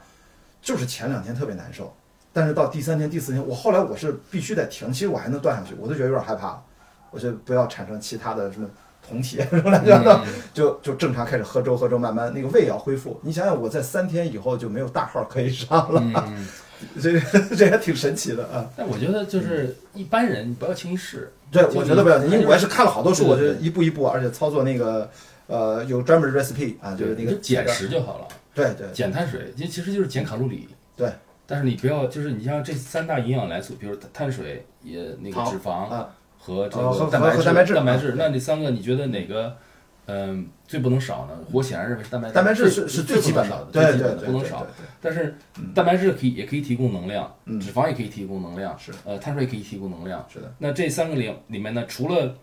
就是前两天特别难受，但是到第三天、第四天，我后来我是必须得停，其实我还能断下去，我都觉得有点害怕了，我就不要产生其他的什么酮体 什么乱七八嗯糟，就就正常开始喝粥，喝粥慢慢那个胃要恢复。你想想，我在三天以后就没有大号可以上了，这 这也挺神奇的啊。嗯但我觉得就是一般人不要轻易试。对，就我是觉得不要你紧，因为我也是看了好多书，我对就对对一步一步，而且操作那个呃有专门的 recipe 啊，就是那你个就减，食就好了。对对减碳水，其其实就是减卡路里。对。但是你不要，就是你像这三大营养来素，比如碳水、也那个糖脂肪啊，和这哦和个蛋白和质。蛋白质蛋白啊质，那这三个你觉得哪个，嗯，最不能少呢？我显然认为是蛋白质。蛋白质最是是最最基不本能的少的，，对对最基对本的，对不能对少对。对但是蛋白质可以也可以提供能量，嗯脂肪也可以提供能量，是呃，碳水也可以提供能量。是的，那这三个里里面呢，除了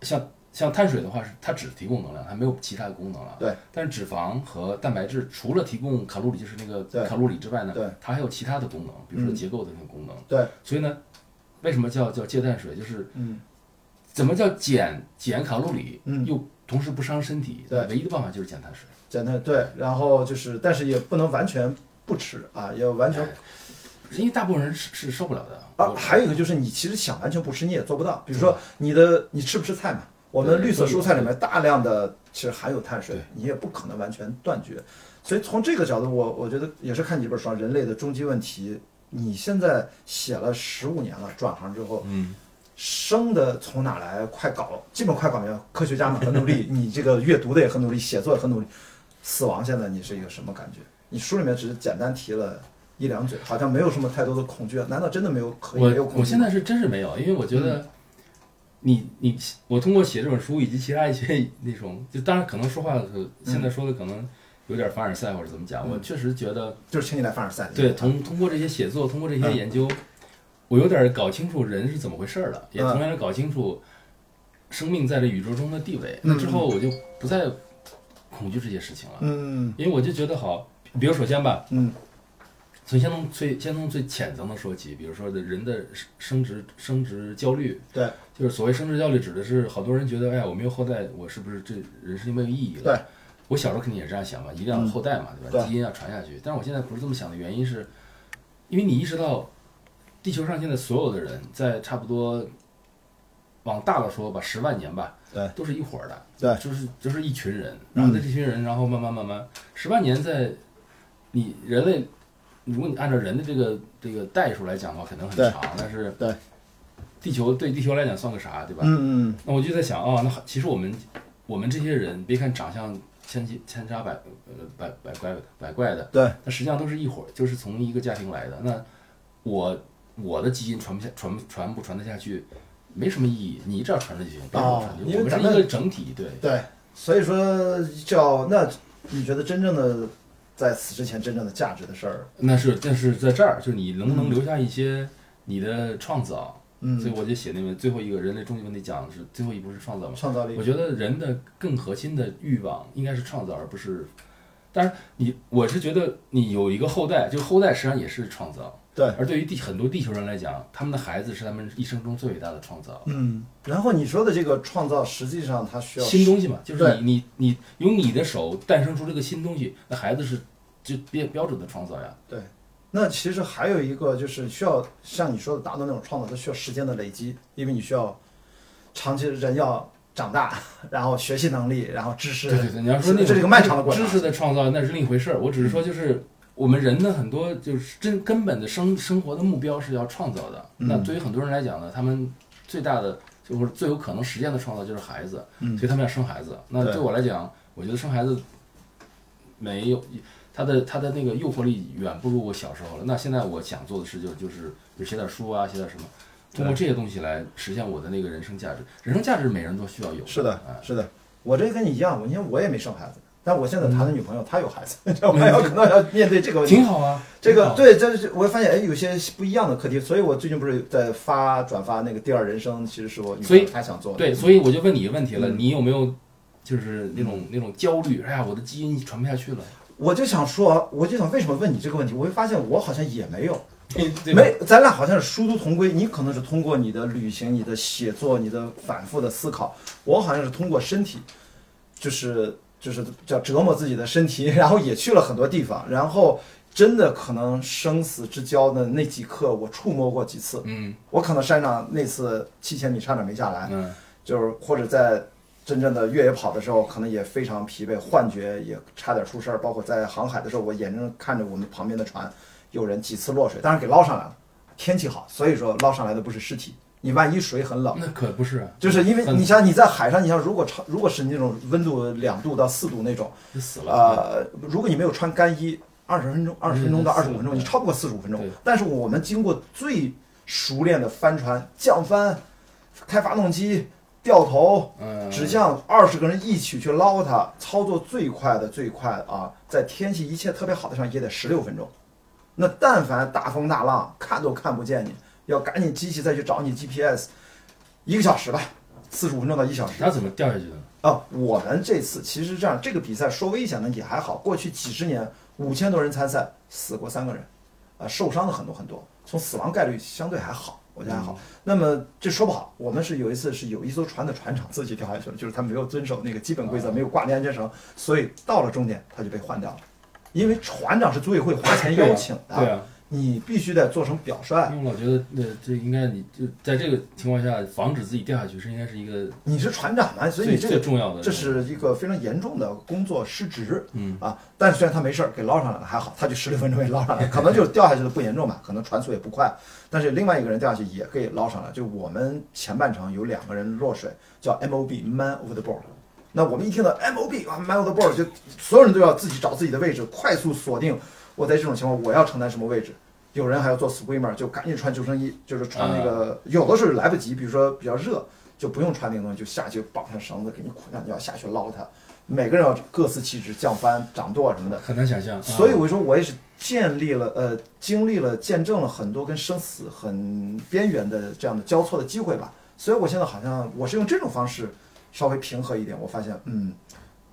像像碳水的话，是它只提供能量，它没有其他的功能了。对。但是脂肪和蛋白质除了提供卡路里，就是那对个卡路里之外呢，对它还有其他的功能，比如说嗯结构的那个功能。对，所以呢，为什么叫叫戒碳水？就是嗯怎么叫减减卡路里，嗯又同时不伤身体？对唯一的办法就是减碳水。真的对，然后就是，但是也不能完全不吃啊，也完全因为大部分人是是受不了的。啊，我还有一个就是你其实想完全不吃你也做不到，比如说你的你吃不吃菜嘛？我们对绿色都有蔬菜里面大量的其实含有碳水对，你也不可能完全断绝。所以从这个角度，我我觉得也是看几本书，《啊人类的终极问题》，你现在写了十五年了，转行之后，嗯，生的从哪来？快搞，基本快搞明白。科学家们很努 力，你这个阅读的也很努力，写作也很努力。死亡现在你是一个什么感觉？你书里面只是简单提了一两嘴，好像没有什么太多的恐惧。啊难道真的没有可以没有我恐惧吗？我现在是真是没有，因为我觉嗯得你你我通过写这本书以及其他一些那种，就当然可能说话的时候，现嗯在说的可能有点凡尔赛或者怎么讲，我确实觉得就是请你来凡尔赛。对，通通过这些写作，通过这嗯些研究，我有点搞清楚人是怎么回事儿了，也嗯同样的搞清楚生命在这宇宙中的地位。嗯那之后我就不再恐惧这些事情了，嗯因为我就觉得好，比如首先吧，嗯从先从最先从最浅层的说起，比如说人的生生殖生殖焦虑，对，就是所谓生殖焦虑，指的是好多人觉得，哎呀，我没有后代，我是不是这人生就没有意义了？对，嗯我小时候肯定也是这样想嘛，一定要有后代嘛，对吧？对基因要传下去。但是我现在不是这么想的原因是，因为你意识到地球上现在所有的人，在差不多往大了说吧，十万年吧，对，都是一伙儿的，对嗯就是就是一群人，然后在这群人，然后慢慢慢慢，十万年在你人类，如果你按照人的这个这个代数来讲的话，可能很对长，但是对地球对地球来讲算个啥，对吧？嗯嗯那我就在想啊，那其实我们我们这些人，别看长相千奇千差百呃百百怪的百怪的，对，但实际上都是一伙儿，就是从一个家庭来的。那我我的基因传不下传传不传得下去，没什么意义。你只要传了就行，别给我哦传就因为行。我们是咱一们个整体，对，对，所以说叫那你觉得真正的在死之前真正的价值的事儿，那是但是在这儿，就是你能不能留下一些你的创造？所以嗯，我就写那本最后一个人类终极问题讲的是最后一步是创造嘛。创造力我觉得人的更核心的欲望应该是创造，而不是。当然你，我是觉得你有一个后代，就后代实际上也是创造。对而对于地很多地球人来讲，他们的孩子是他们一生中最伟大的创造。嗯，然后你说的这个创造，实际上它需要新东西嘛，就是对你你你用你的手诞生出这个新东西，那孩子是就标标准的创造呀。对。那其实还有一个就是需要像你说的达到那种创造，它需要时间的累积，因为你需要长期人要长大，然后学习能力，然后知识对，对对，你要说那种这是一个漫长的嗯过程知识的创造，那是另一回事儿。我只是说，就是我们人的很多就是真根本的生生活的目标是要创造的。嗯那对于很多人来讲呢，他们最大的就或者最有可能实现的创造就是孩子，嗯所以他们要生孩子。那对对我来讲，我觉得生孩子没有他的他的那个诱惑力远不如我小时候了。那现在我想做的事就就是比如写点书啊，写点什么。通过这些东西来实现我的那个人生价值，人生价值每人都需要有。是的哎，是的，我这跟你一样，我因为我也没生孩子，但我现在谈的女朋友、她有孩子， 你知道吗？我有可能要面对这个问题嗯挺。好啊，这挺个好对，这是我发现哎，有些不一样的课题，所以我最近不是在发转发那个《第二人生》，其实是我女朋所以友她想做的。对，所以我就问你一个问题了，嗯你有没有就是那种那种焦虑？哎呀，我的基因传不 下去了，我就想说，我就想为什么问你这个问题？我会发现我好像也没有，对吧没，咱俩好像是殊途同归。你可能是通过你的旅行、你的写作、你的反复的思考，我好像是通过身体，就是就是叫折磨自己的身体，然后也去了很多地方，然后真的可能生死之交的那几刻，我触摸过几次。嗯我可能山上那次七千米差点没下来，嗯，就是或者在真正的越野跑的时候，可能也非常疲惫，幻觉也差点出事儿。包括在航海的时候，我眼睁睁看着我们旁边的船有人几次落水，当然给捞上来了。天气好，所以说捞上来的不是尸体。你万一水很冷， 那可不是啊，就是因为嗯你像你在海上，你像如果超如果是那种温度两度到四度那种，就死了。呃，如果你没有穿干衣，二十分钟、二十分钟到二十五分钟，你超不过嗯四十五分钟对。但是我们经过最熟练的帆船、降帆、开发动机、掉头、嗯，指向二十个人一起去捞它，操作最快的最快啊，在天气一切特别好的上也得十六分钟。那但凡大风大浪，看都看不见你，要赶紧机器再去找你 GPS，一个小时吧，四十五分钟到一小时。他怎么掉下去的？啊，我们这次其实这样，这个比赛说危险呢也还好，过去几十年五千多人参赛，死过三个人，啊、受伤的很多很多，从死亡概率相对还好，我觉得还嗯好。那么这说不好，我们是有一次是有一艘船的船长自己掉下去了，就是他没有遵守那个基本啊规则，没有挂连安全绳，所以到了终点他就被换掉了，因为船长是组委会花钱邀请的，对啊，你必须得做成表率。因为我老觉得呃，这应该你就在这个情况下防止自己掉下去是应该是一个你是船长嘛，所以最你这个最重要的。这是一个非常严重的工作失职，嗯啊，但是虽然他没事儿给捞上来了，还好，他就十六分钟给捞 上来了，可能就是掉下去的不严重吧，可能船速也不快，但是另外一个人掉下去也可以捞上来。就我们前半程有两个人落水，叫 MOB Man Over the Board。那我们一听到 MOB 啊，Man Over the Board，就所有人都要自己找自己的位置，快速锁定我在这种情况我要承担什么位置。有人还要做 swimmer，就赶紧穿救生衣，就是穿那个，有的时候来不及，比如说比较热，就不用穿那个东西，就下去绑上绳子给你捆上，你要下去捞它。每个人要各司其职，降帆、掌舵什么的。很难想象。啊所以我说，我也是建立了呃，经历了、见证了很多跟生死很边缘的这样的交错的机会吧。所以我现在好像我是用这种方式稍微平和一点，我发现嗯，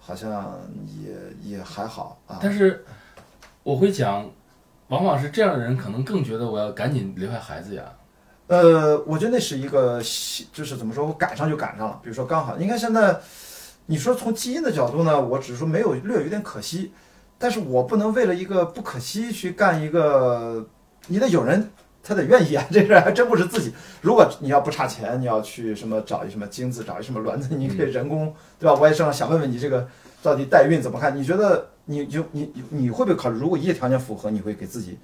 好像也也还好啊。但是我会讲，往往是这样的人可能更觉得我要赶紧留下孩子呀。呃，我觉得那是一个细，就是怎么说，我赶上就赶上了。比如说刚好，你看现在，你说从基因的角度呢，我只是说没有略有点可惜，但是我不能为了一个不可惜去干一个，你得有人他得愿意啊，这事儿还真不是自己。如果你要不差钱，你要去什么找一什么精子，找一什么卵子，你可以人工，对吧？我也正想问问你这个到底代孕怎么看？你觉得你就你你你会不会考虑，如果一切条件符合，你会给自己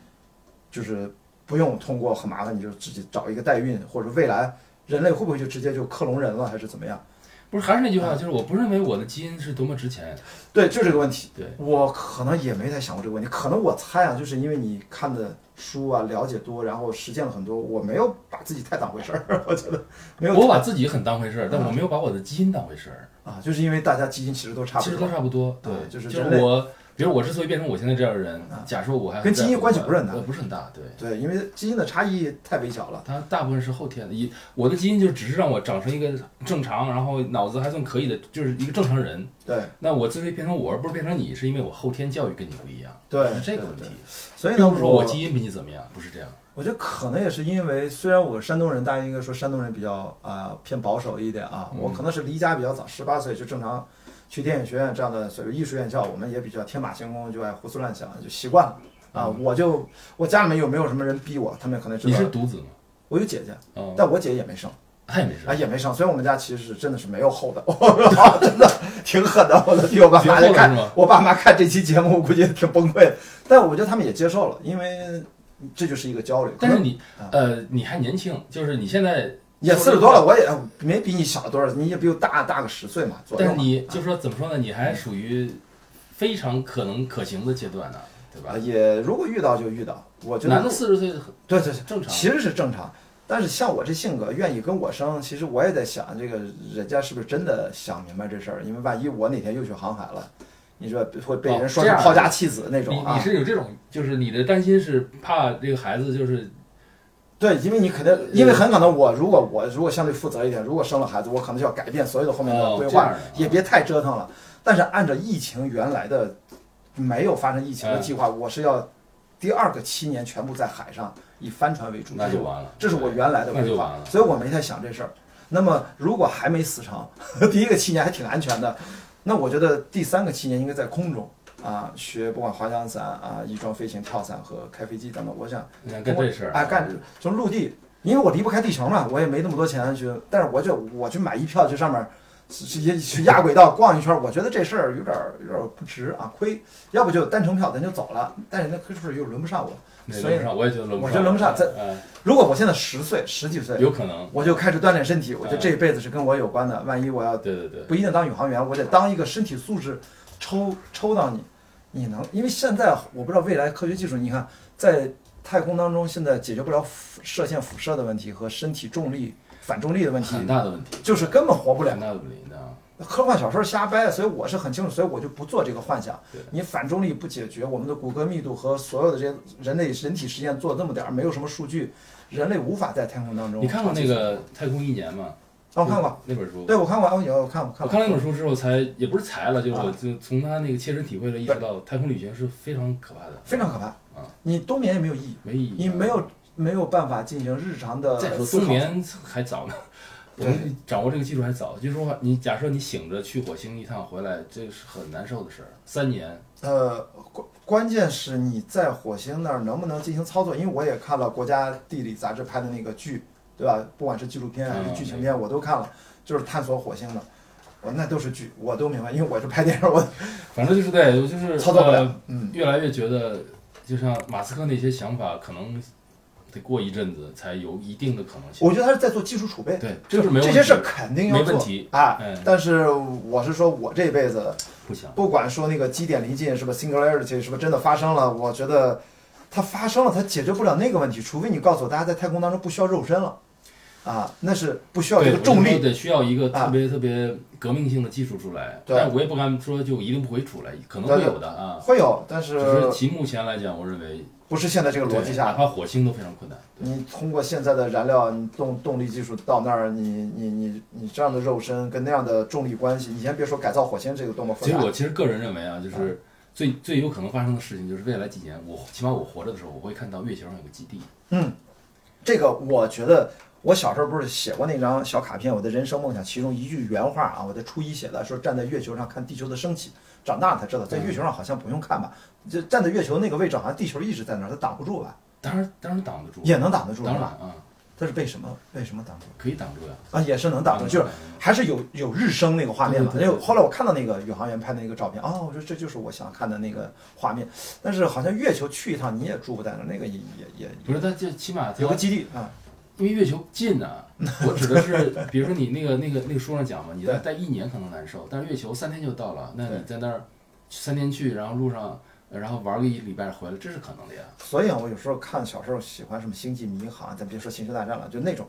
就是不用通过很麻烦，你就自己找一个代孕，或者未来人类会不会就直接就克隆人了，还是怎么样？不是还是那句啊话，就是我不认为我的基因是多么值钱，对，就这个问题。对，我可能也没太想过这个问题，可能我猜啊，就是因为你看的书啊，了解多，然后实践了很多，我没有把自己太当回事儿， 我觉得没有我把自己很当回事儿，但我没有把我的基因当回事儿，啊，就是因为大家基因其实都差其不实都多，差不多。对对，就就是是人类嗯我，比如我之所以变成我现在这样的人，假设我还跟基因在乎关系我不是很大呃不是很大，对。对，因为基因的差异太微小了。它大部分是后天的，一我的基因就只是让我长成一个正常，然后脑子还算可以的，就是一个正常人。对那我之所以变成我，而不是变成你，是因为我后天教育跟你不一样，对，是这个对问题对。所以呢，并不是说我我基因比你怎么样，不是这样。我觉得可能也是因为，虽然我是山东人，大家应该说山东人比较啊、偏保守一点啊。嗯我可能是离家比较早，十八岁就正常去电影学院这样的所谓艺术院校，我们也比较天马行空，就爱胡思乱想，就习惯了啊。我就我家里面有没有什么人逼我，他们可能知嗯你道是独子吗？我有姐姐，嗯，但我姐也没生他也没事啊，。也没生。所以我们家其实是真的是没有后的， 我真的挺狠的。我的替我爸妈来绝后了看是吗，我爸妈看这期节目，我估计挺崩溃的。但我觉得他们也接受了，因为这就是一个交流。可但能是你，呃，你还年轻，就是你现在也四十多了，，我也没比你小多少，你也比我大大个十岁嘛左右但嘛。嗯是你就说怎么说呢？你还属于非常可能可行的阶段呢，对吧啊，？也如果遇到就遇到，我觉男得的四十岁很对对对，正常，其实是正常。但是像我这性格，愿意跟我生，其实我也在想，这个人家是不是真的想明白这事儿？因为万一我哪天又去航海了，你说会被人说哦这是样啊抛家弃子那你种你啊？是有这种，就是你的担心是怕这个孩子就是对，因为你肯定，因为很可能我如果我如果相对负责一点，如果生了孩子，我可能就要改变所有的后面的哦规这划样，的也别太折腾了。但是按照疫情原来的没有发生疫哎情的计划，我是要第二个七年全部在海上以帆船为主，那就完了。这是我原来的那规就划完，了所以我没太想这事儿。那么如果还没死成， 第一个七年还挺安全的，那我觉得第三个七年应该在空中啊学，不管滑翔伞啊、翼装飞行、跳伞和开飞机等等，我想。你想干这事儿啊，干从陆地，因为我离不开地球嘛，我也没那么多钱去，但是我就我去买一票去上面去去去亚轨道逛一圈，我觉得这事儿有点儿有点儿不值啊，亏，要不就单程票咱就走了，但是那是不是又轮不上我？那所轮以不上，我也觉得轮不我上，觉得轮不上这嗯如果我现在十岁十几岁，有可能，我就开始锻炼身体，我觉得嗯这一辈子是跟我有关的，万一我要对对对，不一定当宇航员，我得当一个身体素质抽抽到你，你能，因为现在我不知道未来科学技术，你看在太空当中现在解决不了辐射线辐射的问题和身体重力反重力的问题很，大的问题，就是根本活不了很。大的问题，你知道吗？科幻小说瞎掰，所以我是很清楚，所以我就不做这个幻想对。你反重力不解决，我们的骨骼密度和所有的这些人类人体实验做那么点儿，没有什么数据，人类无法在太空当中。你看过那个《太空一年》吗？啊？我看过，那本书，对我看过，啊，有我看过，看我看过了那本书之后才，也不是才了，就是啊我就从他那个切身体会了，意识到太空旅行是非常可怕的，非常可怕啊。你冬眠也没有意义。没意义。啊你没有没有办法进行日常的再说思冬考。眠还早呢，我们掌握这个技术还早。就说你假设你醒着去火星一趟回来，这是很难受的事儿，三年。呃，关关键是你在火星那儿能不能进行操作？因为我也看了国家地理杂志拍的那个剧，对吧？不管是纪录片哦还是剧情片，我都看了，就是探索火星的。我那都是剧，我都明白，因为我是拍电影，我反正就是对，我就是操作不呃了。嗯，越来越觉得，就像马斯克那些想法，可能得过一阵子才有一定的可能性。我觉得他是在做技术储备，对，这是没有这问些题，事儿肯定要没做问题啊。嗯但是我是说，我这辈子不想。不管说那个基点离近是吧，singularity 是不是真的发生了，我觉得它发生了，它解决不了那个问题，除非你告诉我大家在太空当中不需要肉身了，啊，那是不需要一对，个重我就力说得需要一个啊特别特别革命性的技术出来，对但我也不敢说就一定不会出来，可能会有的啊。会有，但只是是其目前来讲，我认为不是现在这个逻辑对下哪，怕火星都非常困难。对你通过现在的燃料、你动动力技术到那儿，你你你你这样的肉身跟那样的重力关系，你先别说改造火星这个多么复其实杂，我其实个人认为啊，就是最最有可能发生的事情，就是未来几年，我起码我活着的时候，我会看到月球上有个基地。这个我觉得，我小时候不是写过那张小卡片《我的人生梦想》，其中一句原话啊，我在初一写的，说站在月球上看地球的升起。长大了才知道，在月球上好像不用看吧，就站在月球那个位置，好像地球一直在那儿，它挡不住吧？当然当然挡得住，也能挡得住当然是吧啊，它是被什么被什么挡住了？可以挡住呀。嗯啊，也是能挡住，就是还是有有日升那个画面嘛。因对对为对后来我看到那个宇航员拍的那个照片，哦，我说这就是我想看的那个画面。但是好像月球去一趟你也住不在那儿，那个也也也不是，但这起码它有个基地啊，因为月球近啊，我指的是，比如说你那个那个那个书上讲嘛，你在对待一年可能难受，但是月球三天就到了，那对你在那儿三天去，然后路上呃然后玩个一礼拜回来，这是可能的呀。所以啊，我有时候看小时候喜欢什么《星际迷航》，咱别说《星球大战》了，就那种，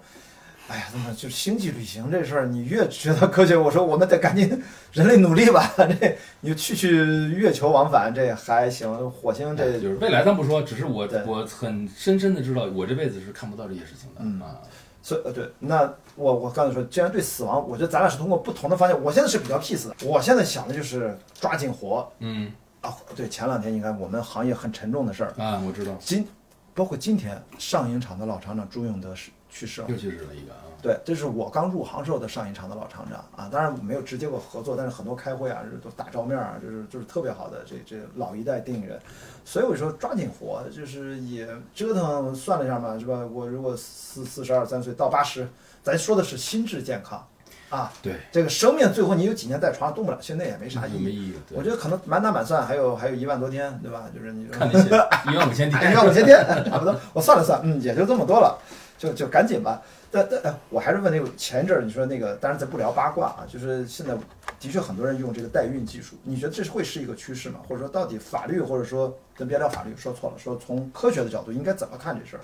哎呀，怎么就是星际旅行这事儿，你越觉得科学，我说我们得赶紧人类努力吧， 这你去去月球往返这还行，火星这哎就是未来咱不说，只是我对我很深深的知道，我这辈子是看不到这些事情的、嗯啊。所以呃对，那我我刚才说，既然对死亡，我觉得咱俩是通过不同的方向。我现在是比较 peace 的，我现在想的就是抓紧活嗯啊。对，前两天你看我们行业很沉重的事儿，啊，我知道，今包括今天上影厂的老厂长朱永德是去世了。又去世了一个啊。对，这是我刚入行时候的上影厂的老厂长啊，当然我没有直接过合作，但是很多开会啊，就是都打照面啊，就是就是特别好的这这老一代电影人，所以我说抓紧活，就是也折腾算了一下嘛，是吧？我如果四四十二三岁到八十，咱说的是心智健康啊，对，这个生命最后你有几年在床上动不了，现在也没啥意就嗯没义。意义了。对我觉得可能满打满算还有还有一万多天，对吧？就是你说看那些一万 五千哎，天，让我今天差不多，我算了算，嗯，也就这么多了，就就赶紧吧。但但哎我还是问那个前一阵儿你说那个，当然咱不聊八卦啊，就是现在的确很多人用这个代孕技术，你觉得这是会是一个趋势吗？或者说到底法律，或者说咱别聊法律，说错了，说从科学的角度应该怎么看这事儿？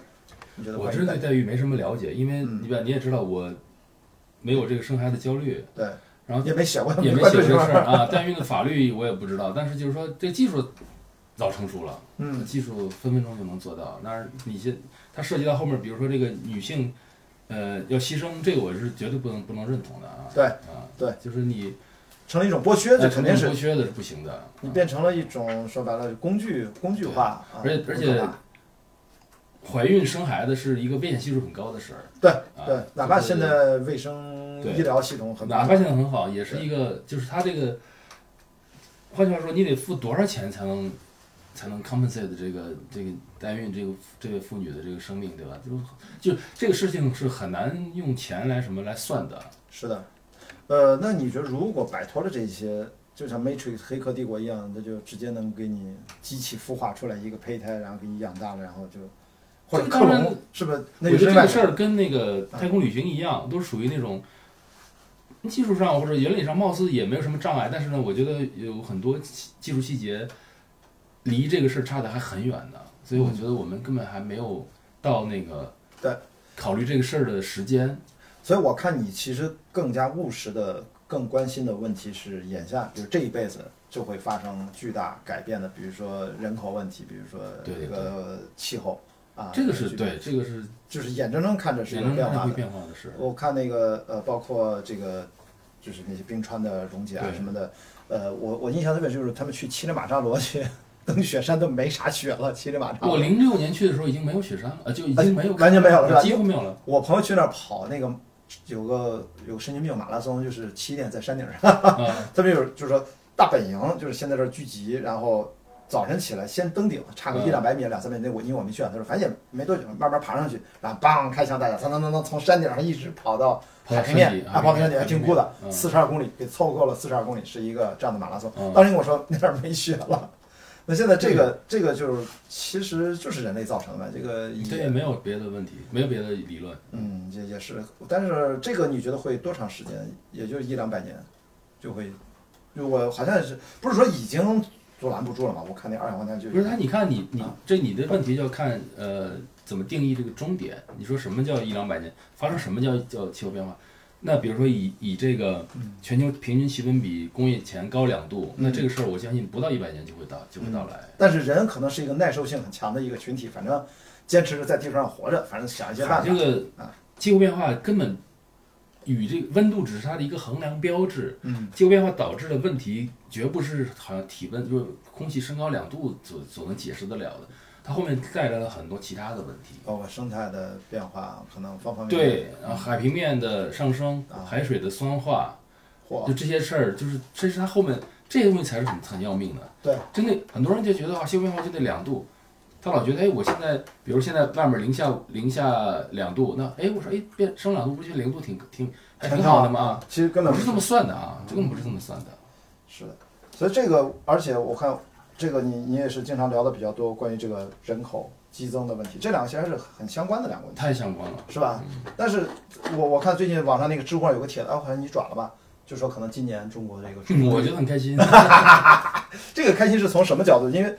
你觉得 我关真于代孕对待遇没什么了解，因为嗯你吧，你也知道我没有这个生孩子焦虑， 对，然后也没写过，也没关写注这事这 儿啊。代孕的法律我也不知道，但是就是说这技术早成熟了，嗯技术分分钟就能做到。但是你现它涉及到后面，比如说这个女性，呃，要牺牲，这个我是绝对不能不能认同的啊。对啊，对，就是你成了一种剥削，这呃肯定是嗯剥削的是不行的。你啊变成了一种说白了工具工具化，啊而且而且工具化怀孕生孩子是一个危险系数很高的事儿，对啊对，哪怕就是现在卫生对医疗系统很哪怕现在很好，也是一个，就是他这个，换句话说，你得付多少钱才能才能 compensate 这个这个代孕这个这位妇女的这个生命，对吧？就就这个事情是很难用钱来什么来算的。啊是的，呃，那你觉得如果摆脱了这些，就像《Matrix》黑客帝国一样，那就直接能给你机器孵化出来一个胚胎，然后给你养大了，然后就或者这个克当然隆，是不是？那我就嗯是觉得这另个外事儿跟那个太空旅行一样，都是属于那种技术上或者原理上貌似也没有什么障碍，但是呢，我觉得有很多技技术细节离这个事儿差的还很远呢，所以我觉得我们根本还没有到那个嗯对考虑这个事儿的时间。所以我看你其实更加务实的、更关心的问题是眼下，比如这一辈子就会发生巨大改变的，比如说人口问题，比如说对对这个气候啊，这个是就，对，这嗯个是就是眼睁睁看着是谁有能变化会的。变化的事。我看那个呃，包括这个就是那些冰川的溶解啊对什么的，呃，我我印象特别深就是他们去乞力马扎罗去登雪山都没啥雪了，乞力马扎我罗。零六年去的时候已经没有雪山了，呃，就啊已哎经没有完全没有了是吧几乎没有了。我朋友去那儿跑那个有个有个神经病马拉松，就是起点在山顶上，啊，他们有就是说大本营，就是先在这儿聚集，然后。早晨起来先登顶，差个一嗯两百米、两三百米，那我因为我没去啊，他说反正也没多久，慢慢爬上去，然后梆开枪大家，噌噌噌噌从山顶上一直跑到海平面啊，跑平面也挺酷的，嗯四十二公里给凑够了，四十二公里是一个这样的马拉松。嗯当时跟我说那边没雪了，那现在这个这个就是其实就是人类造成的，这个对，也没有别的问题，没有别的理论。嗯也也是，但是这个你觉得会多长时间？也就一两百年就会，就我好像是不是说已经阻拦不住了嘛？我看那二氧化碳就不是他，你看你你啊这你的问题就要看呃怎么定义这个终点。你说什么叫一两百年？发生什么叫叫气候变化？那比如说以以这个嗯全球平均气温比工业前高两度，那这个事儿我相信不到一百年就会到就会到来。但是人可能是一个耐受性很强的一个群体，反正坚持着在地球上活着，反正想一些办这法。个啊气候变化根本与这个温度只是它的一个衡量标志。嗯，气候变化导致的问题，绝不是好像体温就是空气升高两度所所能解释得了的，它后面带来了很多其他的问题。包括生态的变化，可能方方面面。对，啊，海平面的上升啊，海水的酸化，嚯就这些事儿，就是这是它后面这些东西才是很很要命的。对，真的很多人就觉得啊，气候变化就那两度，他老觉得，哎，我现在，比如现在外面零下零下两度，那哎，我说，哎，变升两度，不就零度挺挺还挺好的嘛？其实根本不是这么算的啊，这根本不是这么算的。是的，所以这个，而且我看这个你你也是经常聊的比较多，关于这个人口激增的问题，这两个其实是很相关的两个问题，太相关了。是吧？但是我我看最近网上那个知乎上有个帖子，啊，好像你转了吧，就说可能今年中国这个出嗯我觉得很开心，这个开心是从什么角度？因为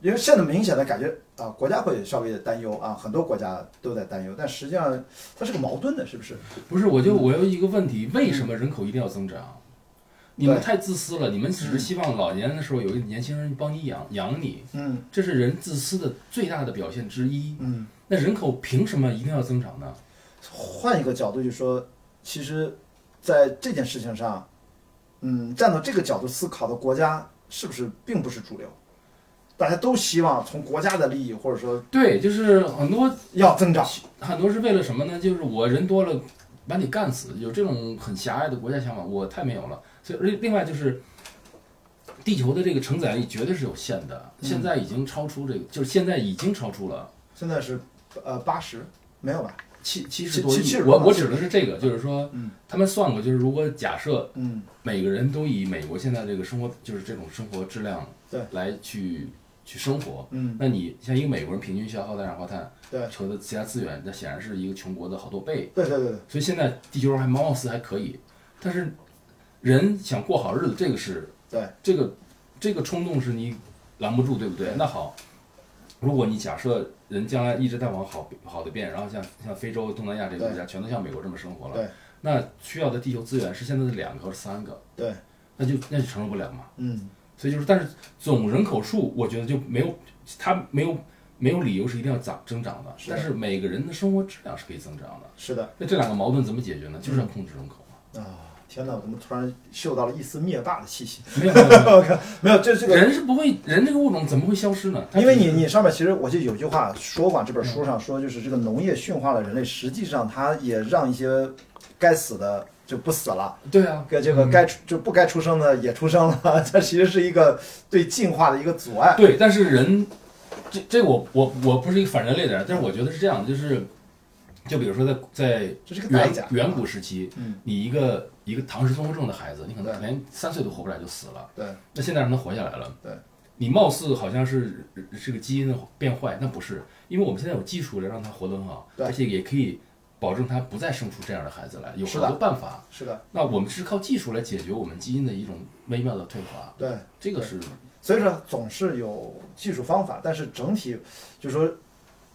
因为现在明显的感觉啊，国家会稍微的担忧啊，很多国家都在担忧，但实际上它是个矛盾的，是不是？不是，我就我有一个问题，为什么人口一定要增长？你们对太自私了，你们只是希望老年的时候有一个年轻人帮你养养你，嗯这是人自私的最大的表现之一。嗯。那人口凭什么一定要增长呢？换一个角度就说，其实，在这件事情上，嗯，站到这个角度思考的国家是不是并不是主流？大家都希望从国家的利益或者说对，就是很多要增长，很多是为了什么呢？就是我人多了，把你干死，有这种很狭隘的国家想法，我太没有了。所以，而另外就是，地球的这个承载力绝对是有限的，嗯现在已经超出这个，就是现在已经超出了现在是呃八十没有吧？七七七十多亿七十。多我吧我七指的是这个，就是说嗯，他们算过，就是如果假设嗯，每个人都以美国现在这个生活，就是这种生活质量，对，来去去生活，嗯，那你像一个美国人平均消耗的二氧化碳，对求的其他资源，那显然是一个穷国的好多倍。对对对对，所以现在地球还貌似还可以，但是人想过好日子，这个是对这个这个冲动是你拦不住，对不对？那好，如果你假设人将来一直在往好好的变，然后像像非洲、东南亚这个国家全都像美国这么生活对了，那需要的地球资源是现在的两个和三个，对，那就那就承受不了嘛。嗯，所以就是，但是总人口数，我觉得就没有它没有没有理由是一定要涨增长的，是的但是每个人的生活质量是可以增长的。是的那这两个矛盾怎么解决呢？就是要控制人口嘛。啊。天哪，我怎么突然嗅到了一丝灭霸的气息？ 没有没有没有我靠，没有，这这个人是不会，人这个物种怎么会消失呢？它因为只你是你上面其实我记得有句话说过，这本书嗯上说就是这个农业驯化了人类，实际上它也让一些该死的就不死了，对啊，该这个嗯该出就不该出生的也出生了， 这其实是一个对进化的一个阻碍。对，但是人这这我我我不是一个反人类的人，但是我觉得是这样的，就是就比如说在在这是个代远价远古时期，嗯，你一个一个唐氏综合症的孩子，你可能对连三岁都活不来就死了，对，那现在让他活下来了，对。你貌似好像是这个基因变坏，那不是，因为我们现在有技术了，让他活得很好，对而且也可以保证他不再生出这样的孩子来，有是很的多办法。是的，那我们是靠技术来解决我们基因的一种微妙的退化，对。这个 是所以说总是有技术方法，但是整体就说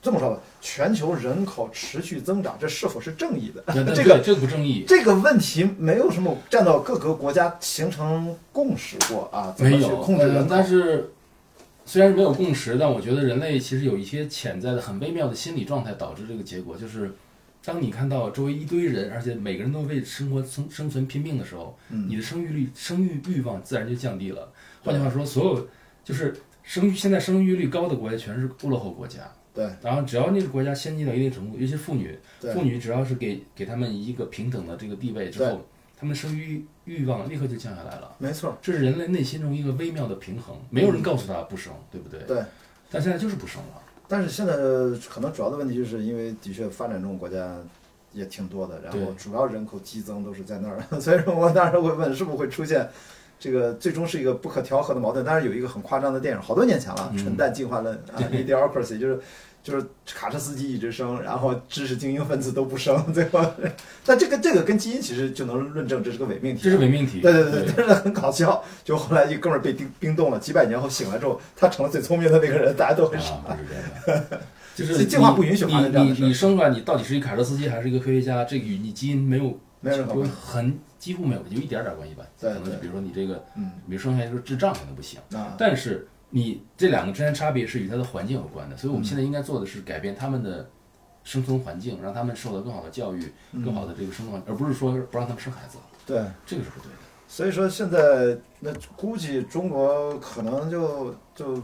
这么说吧，全球人口持续增长，这是否是正义的？那那 这个这个不正义，这个问题没有什么站到各个国家形成共识过啊，怎么没去有控制呃人口但是虽然没有共识，但我觉得人类其实有一些潜在的很微妙的心理状态导致这个结果，就是当你看到周围一堆人，而且每个人都为生活生生存拼命的时候，嗯你的生育率生育欲望自然就降低了。换句话说，所有就是生育现在生育率高的国家全是落后国家，对，然后只要那个国家先进到一定程度，尤其是妇女，对妇女只要是给给他们一个平等的这个地位之后，他们生育欲望立刻就降下来了。没错，这是人类内心中一个微妙的平衡，没有人告诉他不生，对不对？嗯对。但现在就是不生了。但是现在可能主要的问题就是因为的确发展中国家也挺多的，然后对主要人口激增都是在那儿， 所以说我当时会问是不是会出现这个最终是一个不可调和的矛盾。当然有一个很夸张的电影，好多年前了，嗯《蠢蛋进化论》啊，《对 Idiocracy》就是。就是卡车司机一直生，然后知识精英分子都不生， 最后，但这个这个跟基因其实就能论证这是个伪命题，这是伪命题。对对对，真的很搞笑。就后来一哥们儿被冰冰冻了，几百年后醒来之后，他成了最聪明的那个人，大家都很傻啊，。不是这样的。就是这你进化不允许你发生这样的你事你生出来，你到底是一卡车司机还是一个科学家？这个与你基因没有没有任何有关系很几乎没有，有一点点关系吧。对可能对就比如说你这个，嗯，比如生下来就是智障可能不行，啊，但是你这两个之间差别是与它的环境有关的，所以我们嗯现在应该做的是改变他们的生存环境，让他们受到更好的教育，更嗯好的这个生存环境，而不是说不让他们生孩子，对，这个是不对的。所以说现在那估计中国可能就就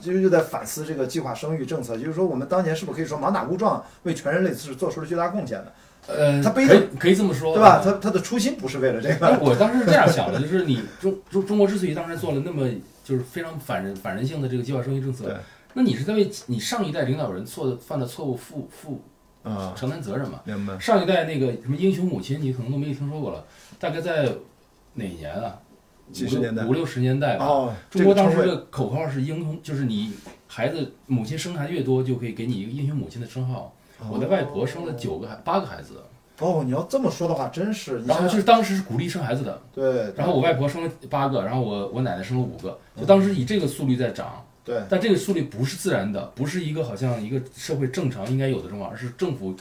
就又在反思这个计划生育政策，也就是说我们当年是不是可以说盲打误撞为全人类是做出了巨大贡献的，呃，他不一可定以可以这么说，啊对吧？他他的初心不是为了这但个，哎我当时是这样想的，就是你中中中国之所以当时做了那么就是非常反人反人性的这个计划生育政策对，那你是在为你上一代领导人错的犯的错误负负啊，承担责任嘛？明白。上一代那个什么英雄母亲，你可能都没听说过了，大概在哪年啊？几十五六年代五六十年代吧。哦，哎中国这个当称时谓的口号是“英雄”，就是你孩子母亲生孩子越多，就可以给你一个英雄母亲的称哦号。我的外婆生了九个孩八个孩子，哦，你要这么说的话，真是你然想后就想是当时是鼓励生孩子的。对，然后我外婆生了八个，然后我我奶奶生了五个，就当时以这个速率在涨。对但这个速率不是自然的，不是一个好像一个社会正常应该有的这种，而是政府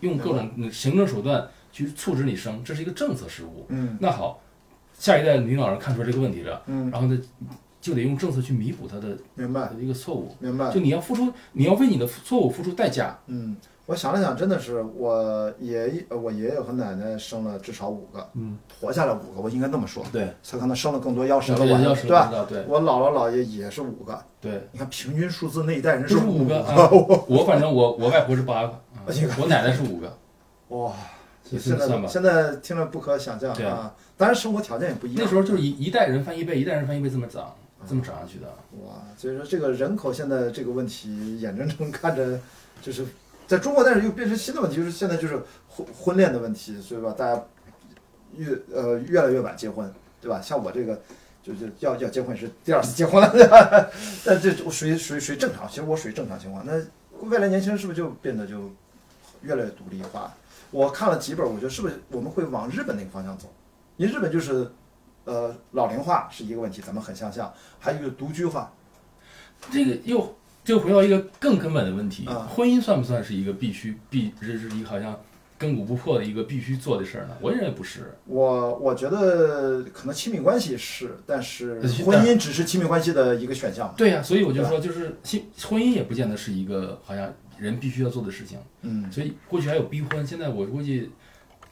用各种行政手段去促使你生，这是一个政策失误。嗯那好，下一代领导人看出来这个问题了，嗯，然后呢，就得用政策去弥补他的明白一个错误。明白。就你要付出，你要为你的错误付出代价。嗯，我想了想，真的是我爷呃我爷爷和奶奶生了至少五个，嗯，活下来五个，我应该这么说，对，他可能生了更多夭折了，要晚要上对是不知吧？道，对我姥姥姥爷也是五个，对，你看平均数字那一代人就是五五 个啊。我反正我我外婆是八个，啊哎呀我奶奶是五个，哇！也现是算在吧。现在听着不可想象对啊，当然生活条件也不一样。那时候就是一一代人翻一倍，一代人翻一倍这么涨，这么涨上去的。哇，所以说这个人口现在这个问题，眼睁睁看着就是在中国，但是又变成新的问题，就是现在就是婚婚恋的问题，所以吧，大家越呃越来越晚结婚，对吧？像我这个就是要要结婚也是第二次结婚了，对吧？但这我属于属于属于正常，其实我属于正常情况。那未来年轻人是不是就变得就越来越独立化？我看了几本，我觉得是不是我们会往日本那个方向走？因为日本就是，呃，老龄化是一个问题，咱们很相像，还有一个独居化，这个又就回到一个更根本的问题啊：婚姻算不算是一个必须必这是一个好像亘古不破的一个必须做的事儿呢？我认为不是。我我觉得可能亲密关系是，但是但是婚姻只是亲密关系的一个选项嘛。对呀、所以我啊就说，就是亲婚姻也不见得是一个好像人必须要做的事情。嗯，所以过去还有逼婚，现在我估计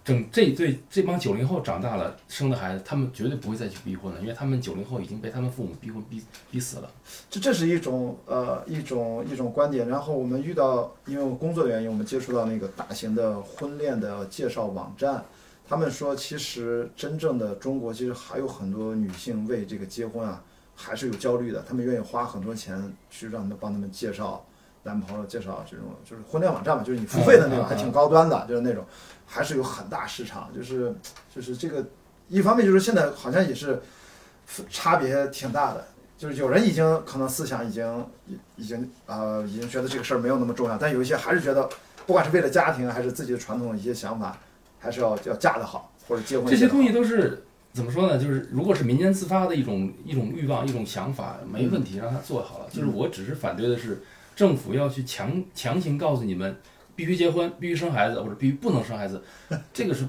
整这对这帮九零后长大了生的孩子，他们绝对不会再去逼婚了，因为他们九零后已经被他们父母逼婚逼逼死了。这这是一种呃一种一种观点。然后我们遇到，因为我工作原因，我们接触到那个大型的婚恋的介绍网站，他们说其实真正的中国其实还有很多女性为这个结婚啊还是有焦虑的，他们愿意花很多钱去让他们帮他们介绍男朋友，介绍这种就是婚恋网站嘛，就是你付费的那种，嗯嗯还挺高端的，就是那种还是有很大市场，就是就是这个一方面就是现在好像也是差别挺大的。就是有人已经可能思想已经已已经呃已经觉得这个事儿没有那么重要，但有一些还是觉得，不管是为了家庭还是自己的传统的一些想法，还是要要嫁得好或者结婚这些也好东西都是怎么说呢？就是如果是民间自发的一种一种欲望、一种想法，没问题，让他做好了。就是我只是反对的是，政府要去强强行告诉你们必须结婚、必须生孩子，或者必须不能生孩子， 这个是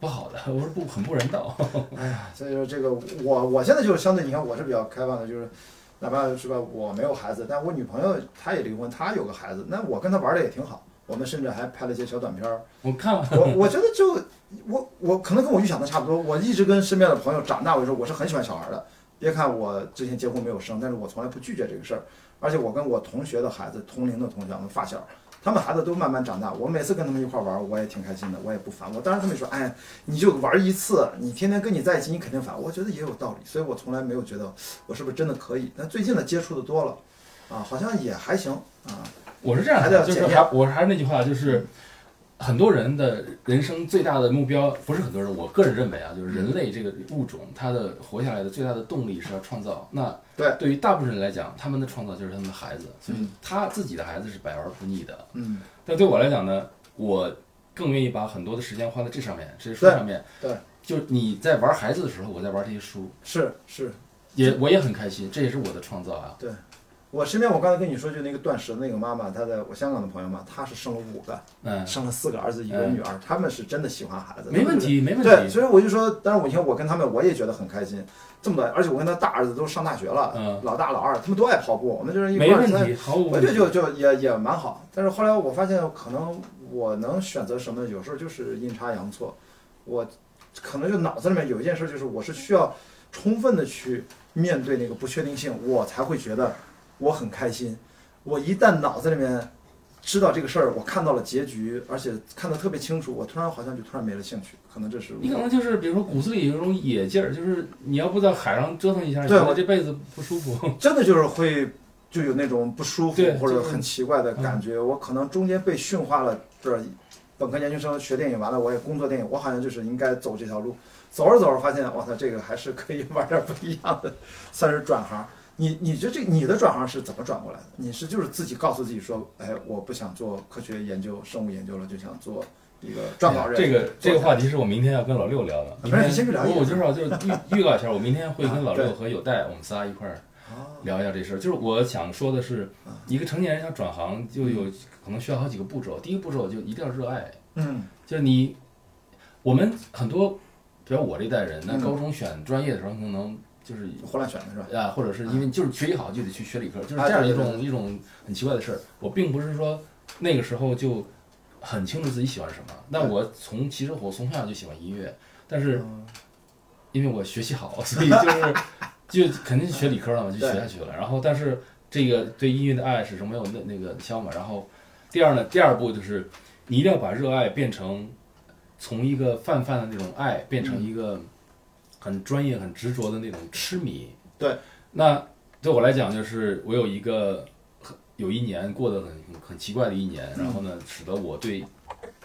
不好的，我说不很不人道。哎呀，所以说这个我我现在就是相对，你看我是比较开放的，就是哪怕是吧，我没有孩子，但我女朋友她也离婚，她有个孩子，那我跟她玩的也挺好，我们甚至还拍了一些小短片儿。我看了， 我我觉得就我我可能跟我预想的差不多，我一直跟身边的朋友长大，我就说我是很喜欢小孩的。别看我之前结婚没有生，但是我从来不拒绝这个事儿。而且我跟我同学的孩子、同龄的同学、我们发小，他们孩子都慢慢长大。我每次跟他们一块儿玩儿，我也挺开心的，我也不烦。我当时他们说：“哎，你就玩儿一次，你天天跟你在一起，你肯定烦。”我觉得也有道理，所以我从来没有觉得我是不是真的可以。但最近的接触的多了，啊，好像也还行啊。我是这样还得的，要就是检还我还是那句话，就是很多人的人生最大的目标，不是很多人，我个人认为啊，就是人类这个物种，它的活下来的最大的动力是要创造。那对对于大部分人来讲，他们的创造就是他们的孩子，所以嗯他自己的孩子是百玩不腻的。嗯，但对我来讲呢，我更愿意把很多的时间花在这上面，这些书上面。对对就是你在玩孩子的时候，我在玩这些书，是是，也我也很开心，这也是我的创造啊。我身边，我刚才跟你说，就那个断食的那个妈妈，她在我香港的朋友嘛，她是生了五个，嗯，生了四个儿子一个女儿，他们是真的喜欢孩子，没问。题，没问对，题。所以我就说，但是我你看，我跟他们我也觉得很开心，这么多，而且我跟他大儿子都上大学了，嗯老大老二他们都爱跑步，我们就是一没块儿问在，题，毫无我问就题。就就也也蛮好。但是后来我发现，可能我能选择什么，有时候就是阴差阳错，我可能就脑子里面有一件事，就是我是需要充分的去面对那个不确定性，我才会觉得我很开心。我一旦脑子里面知道这个事儿，我看到了结局，而且看得特别清楚，我突然好像就突然没了兴趣，可能这是你可我能就是比如说骨子里有一种野劲儿，就是你要不在海上折腾一下，你对觉得我这辈子不舒服。真的就是会就有那种不舒服对或者就是很奇怪的感觉。我可能中间被驯化了，不是嗯本科研究生学电影完了，我也工作电影，我好像就是应该走这条路。走着走着发现，我操，这个还是可以玩点不一样的，算是转行。你 你觉得这你的转行是怎么转过来的？你是就是自己告诉自己说，哎，我不想做科学研究、生物研究了，就想做一个撰稿 人。这个哎这个话题是我明天要跟老六聊的。啊没事你先去聊一聊我我就是 就是预预告一下，我明天会跟老啊六对和有代我们仨一块儿哦聊一下这事儿。就是我想说的是啊，一个成年人想转行，就有可能需要好几个步骤。第一个步骤就一定要热爱，嗯就是你，我们很多，比如我这代人，那嗯高中选专业的时候，可能就是胡乱选的是吧？啊，或者是因为就是学习好就得去学理科，就是啊这样对一对种一种很奇怪的事儿。我并不是说那个时候就很清楚自己喜欢什么，但嗯我从其实我从小就喜欢音乐，但是嗯因为我学习好，所以就是就肯定是学理科了嘛，就对学下去了。然后但是这个对音乐的爱始终没有那那个消嘛。然后第二呢，第二步就是你一定要把热爱变成从一个泛泛的那种爱，变成嗯一个很专业、很执着的那种痴迷。对，那对我来讲就是我有一个很有一年过得很很很奇怪的一年，然后呢，使得我对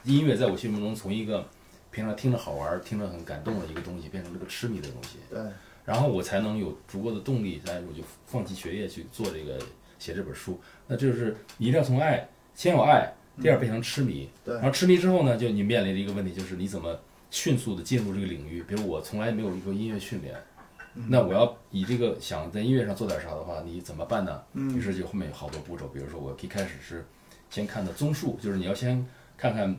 音乐在我心目中从一个平常听着好玩、听着很感动的一个东西，变成了个痴迷的东西。对，然后我才能有足够的动力，再我就放弃学业去做这个写这本书。那就是你一定要从爱，先有爱，第二变成痴迷。嗯对然后痴迷之后呢，就你面临的一个问题就是你怎么迅速的进入这个领域。比如我从来没有一个音乐训练，嗯那我要以这个想在音乐上做点啥的话，你怎么办呢？嗯于是就后面有好多步骤，比如说我一开始是先看的综述，就是你要先看看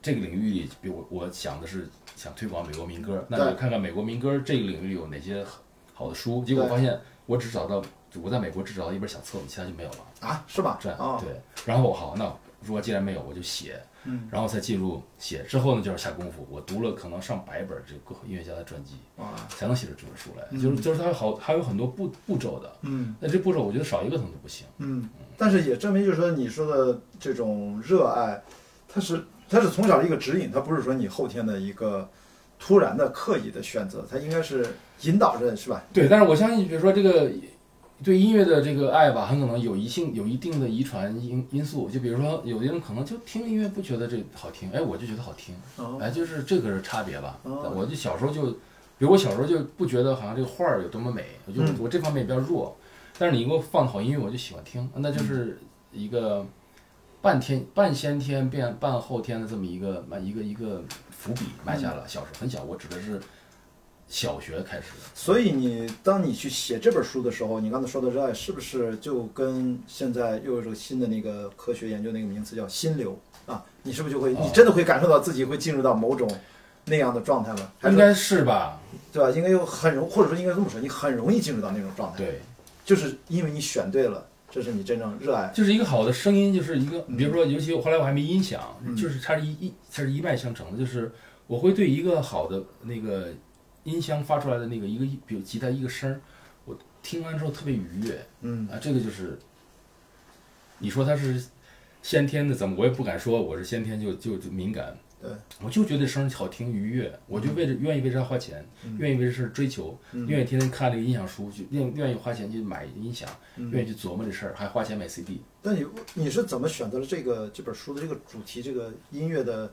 这个领域里，比如我我想的是想推广美国民歌，那对我看看美国民歌这个领域里有哪些好的书，结果对发现我只找到我在美国只找到一本小册子，其他就没有了。啊，是吧？这哦，对，然后我好，那如果既然没有，我就写，嗯，然后才进入写之后呢，就是下功夫，我读了可能上百本这个音乐家的传记，哇，才能写出这本书来。就是就是它好还有很多步步骤的，嗯。那这步骤我觉得少一个可能都不行。嗯，但是也证明，就是说你说的这种热爱，它是它是从小的一个指引，它不是说你后天的一个突然的刻意的选择，它应该是引导着，是吧？对，但是我相信，比如说这个对音乐的这个爱吧，很可能有一性有一定的遗传因因素。就比如说，有的人可能就听音乐不觉得这好听，哎，我就觉得好听，哦，哎，就是这个是差别吧。哦我就小时候就，比如我小时候就不觉得好像这个画儿有多么美，我就、嗯我这方面比较弱。但是你给我放好音乐，我就喜欢听，那嗯就是一个半天半先天变半后天的这么一个埋一个一个伏笔嗯埋下了。小时候很小，我指的是小学开始。所以你当你去写这本书的时候，你刚才说的热爱，是不是就跟现在又有一种新的那个科学研究那个名词叫心流啊？你是不是就会，哦你真的会感受到自己会进入到某种那样的状态吗？还应是该是吧？对吧？应该又很容，或者说应该这么说，你很容易进入到那种状态。对，就是因为你选对了，这是你真正热爱。就是一个好的声音，就是一个，比如说，尤其后来我还没音响嗯，就是它是一一它是一脉相承的，就是我会对一个好的那个音箱发出来的那个一个，比如吉他一个声儿，我听完之后特别愉悦嗯，啊，这个就是你说它是先天的，怎么我也不敢说我是先天就就就敏感，对，嗯我就觉得声儿好听愉悦，我就为这愿意为这花钱，愿意为这事儿追求，嗯愿意天天看这个音响书，就愿愿意花钱去买音响，嗯愿意去琢磨这事儿，还花钱买 CD。但你你是怎么选择了这个这本书的这个主题，这个音乐的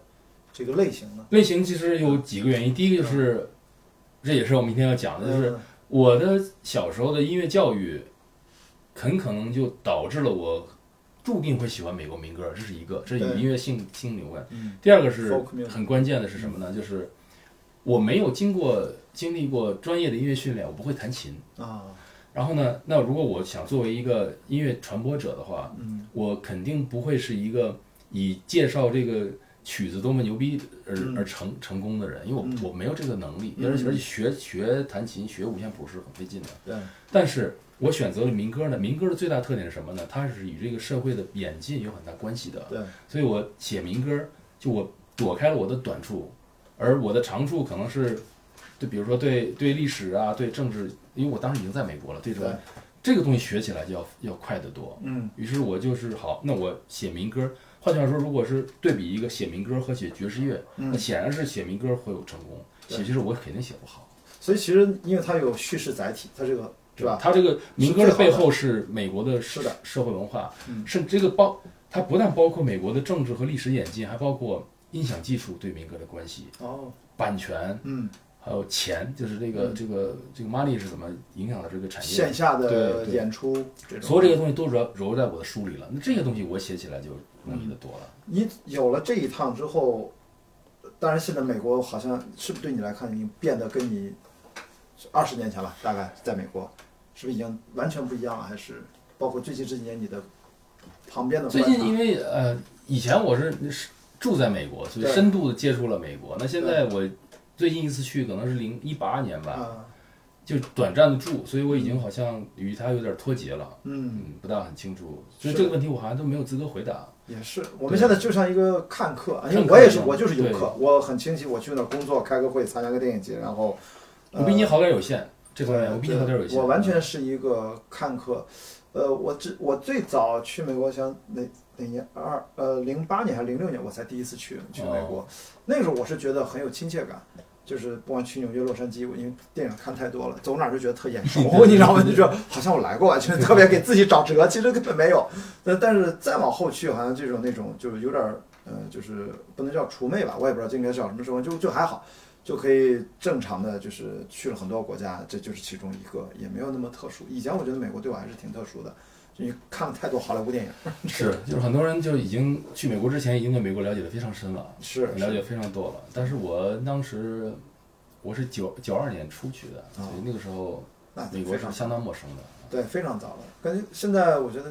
这个类型呢？类型其实有几个原因，第一个就是，这也是我明天要讲的，就是嗯我的小时候的音乐教育，很可能就导致了我注定会喜欢美国民歌，这是一个，这有对音乐性性有关嗯。第二个是 Folk music 很关键的是什么呢？就是我没有经过经历过专业的音乐训练，我不会弹琴。啊，然后呢，那如果我想作为一个音乐传播者的话，嗯，我肯定不会是一个以介绍这个曲子多么牛逼而、嗯而成成功的人，因为我、嗯我没有这个能力，嗯而且而且学学弹琴、学五线谱是很费劲的。对，但是我选择了民歌呢，民歌的最大特点是什么呢？它是与这个社会的演进有很大关系的。对，所以我写民歌，就我躲开了我的短处，而我的长处可能是，对，比如说对对历史啊，对政治，因为我当时已经在美国了，对这对个这个东西学起来就要要快得多。嗯，于是我就是好，那我写民歌，换句话说，如果是对比一个写民歌和写爵士乐，那显然是写民歌会有成功，写爵士我肯定写不好。所以其实因为它有叙事载体，它这个对吧他这个民歌是最的好的背后是美国的是的社会文化嗯，甚至这个包它不但包括美国的政治和历史演进，还包括音响技术对民歌的关系、哦，版权，嗯，还有钱，就是这个这个这个 money 是怎么影响到这个产业线下的对对演出这所种，有这些东西都揉揉在我的书里了，那这个东西我写起来就容易的多了。你有了这一趟之后，当然现在美国好像是不是对你来看已经变得跟你二十年前吧，大概在美国是不是已经完全不一样了？还是包括最近这几年你的旁嗯边的最近观察因为呃，以前我是是住在美国，所以对深度的接触了美国。那现在我最近一次去可能是零一八年吧，啊，就短暂的住，所以我已经好像与它有点脱节了，嗯，嗯，不大很清楚。所以是这个问题我好像都没有资格回答。也是，我们对现在就像一个看客，啊因为看客我也是，一样我就是游对客，我很清晰，我去那儿工作，开个会，参加个电影节，然后，呃我比你好点有限，这方面对我比你好点有限。我完全是一个看客。呃，我只我最早去美国，想哪哪年二呃零八年还是零六年，我才第一次去去美哦国。那个时候我是觉得很有亲切感，就是不管去纽约、洛杉矶，我因为电影看太多了，走哪儿就觉得特眼 熟，你知道吗？就觉得好像我来过啊，就是特别给自己找辙，其实根本没有。但但是再往后去，好像这种那种就是有点儿呃，就是不能叫除魅吧，我也不知道这应该叫什么时候，就就还好。就可以正常的，就是去了很多国家，这就是其中一个，也没有那么特殊。以前我觉得美国对我还是挺特殊的，就你看了太多好莱坞电影，是，就是很多人就已经去美国之前已经对美国了解的非常深了，是了解非常多了。但是我当时我是九九二年出去的，所以那个时候啊那美国非是常相当陌生的。对非常早了，跟现在我觉得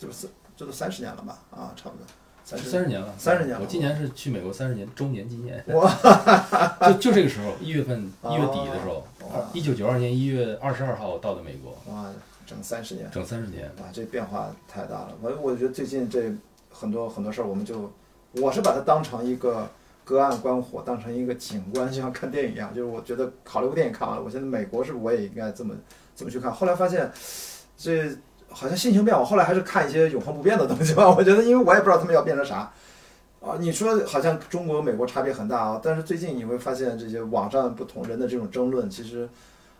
就是这都三十年了吧，啊，差不多三十三十年了， 30年了我今年是去美国三十年周年纪念，哇， 就就这个时候，一月份哦一月底的时候，哇一九九二年一月二十二号到的美国，哇，整三十年。整三十年。哇，这变化太大了。我我觉得最近这很多很多事儿，我们就我是把它当成一个隔岸观火，当成一个景观，就像看电影一样。就是我觉得好莱坞电影看完了，我现在美国是不是我也应该这么这么去看？后来发现这好像心情变好，后来还是看一些永恒不变的东西吧。我觉得，因为我也不知道他们要变成啥。啊，你说好像中国、美国差别很大啊，但是最近你会发现，这些网站不同人的这种争论，其实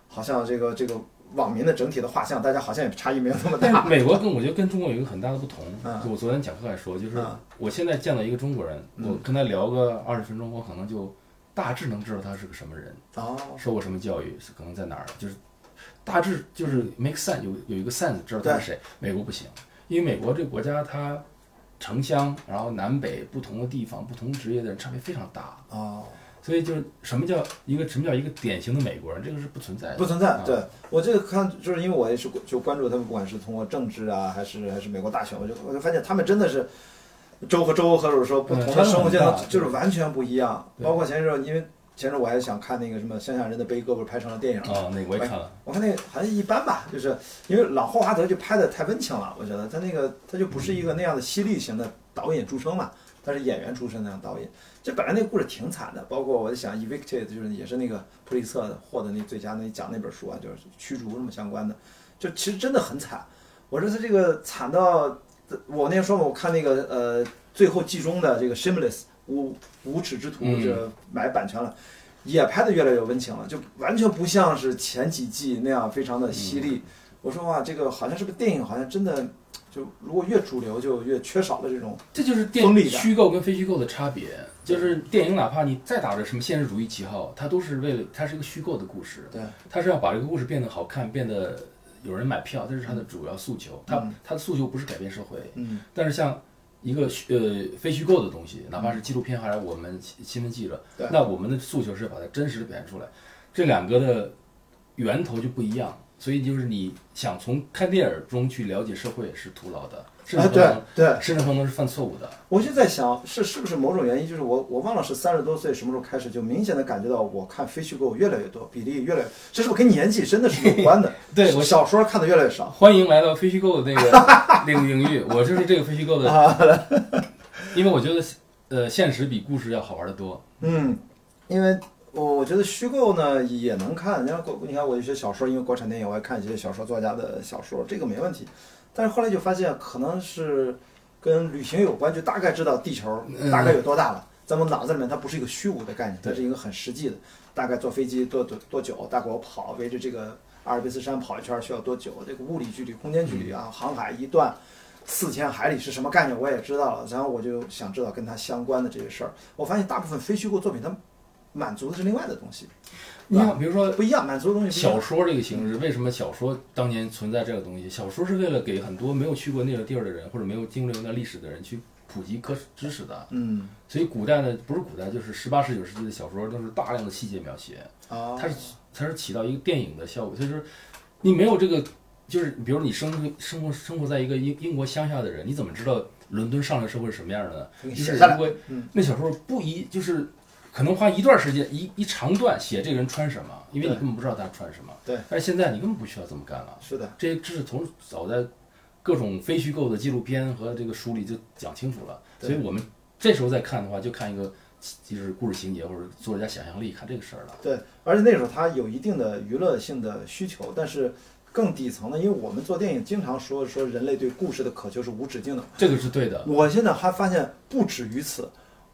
好像这个这个网民的整体的画像，大家好像也差异没有那么大但。是美国跟我觉得跟中国有一个很大的不同，嗯就我昨天讲课还说，就是嗯我现在见到一个中国人，嗯我跟他聊个二十分钟，我可能就大致能知道他是个什么人，哦，受过什么教育，可能在哪儿，就是大致就是 make sense 有有一个 sense 知道他是谁。美国不行，因为美国这个国家它城乡，然后南北不同的地方、不同职业的人差别非常大，哦，所以就是什么叫一个什么叫一个典型的美国人，这个是不存在的，不存在啊。对我这个看，就是因为我也是就关注他们，不管是通过政治啊，还是还是美国大选，我就我就发现他们真的是州和州，或者说不同的嗯生活阶差段很大，就是完全不一样。对包括前一阵儿，因为前一阵儿我还想看那个什么《乡下人的悲歌》，不是拍成了电影吗？啊，那个我也看了，我看那个好像一般吧，就是因为老霍华德就拍的太温情了，我觉得他那个他就不是一个那样的犀利型的导演出身嘛，他是演员出身那样导演。这本来那个故事挺惨的，包括我在想《Evicted》，就是也是那个普利策获得那最佳那奖那本书啊，就是驱逐什么相关的，就其实真的很惨。我说他这个惨到，我那天说嘛，我看那个呃最后季中的这个《Shameless》无无耻之徒，嗯这买版权了。也拍的越来越温情了，就完全不像是前几季那样非常的犀利。嗯我说哇，这个好像是不是电影，好像真的就如果越主流就越缺少了这种这就是电锋利感虚构跟非虚构的差别。就是电影，哪怕你再打着什么现实主义旗号，它都是为了它是一个虚构的故事，对它是要把这个故事变得好看，变得有人买票，这是它的主要诉求。它嗯它的诉求不是改变社会，嗯但是像一个虚呃非虚构的东西，哪怕是纪录片还是我们新新闻记者对，那我们的诉求是把它真实的表现出来，这两个的源头就不一样。所以就是你想从看电影中去了解社会是徒劳的，甚啊至可对能、对，甚至可能是犯错误的。我就在想是是不是某种原因，就是我我忘了是三十多岁什么时候开始就明显的感觉到我看非虚构越来越多，比例越来越，这是不是跟年纪真的是有关的？ 对我小说看的越来越少，欢迎来到非虚构的那 个领领域，我就是这个非虚构的， 因为我觉得呃现实比故事要好玩的多。嗯，因为我我觉得虚构呢也能看，你看国你看我有些小说，因为国产电影我也看一些小说作家的小说，这个没问题。但是后来就发现可能是跟旅行有关，就大概知道地球大概有多大了。在我脑子里面，它不是一个虚无的概念，它对是一个很实际的。大概坐飞机多多多久？大概我跑围着这个阿尔卑斯山跑一圈需要多久，这个物理距离、空间距离啊，航海一段四千海里是什么概念，我也知道了。然后我就想知道跟它相关的这些事儿。我发现大部分非虚构作品它满足的是另外的东西，你看，比如说不一样，满足的东西不一小样。说这个形式，为什么小说当年存在这个东西？小说是为了给很多没有去过那个地儿的人，或者没有经历过那历史的人去普及科知识的。嗯，所以古代呢，不是古代，就是十八、十九世纪的小说都是大量的细节描写，啊，它是它是起到一个电影的效果。就是你没有这个，就是比如你生生活生活在一个英英国乡下的人，你怎么知道伦敦上流社会是什么样的呢？给你就写是下如来。果嗯那小说不一就是可能花一段时间一一长段写这个人穿什么，因为你对根本不知道他穿什么。对但是现在你根本不需要这么干了，是的，这些知识从早在各种非虚构的纪录片和这个书里就讲清楚了，对所以我们这时候再看的话，就看一个就是故事情节或者作家想象力看这个事儿了。对，而且那时候它有一定的娱乐性的需求，但是更底层的，因为我们做电影经常说说人类对故事的渴求是无止境的。这个是对 的，我现在还发现不止于此，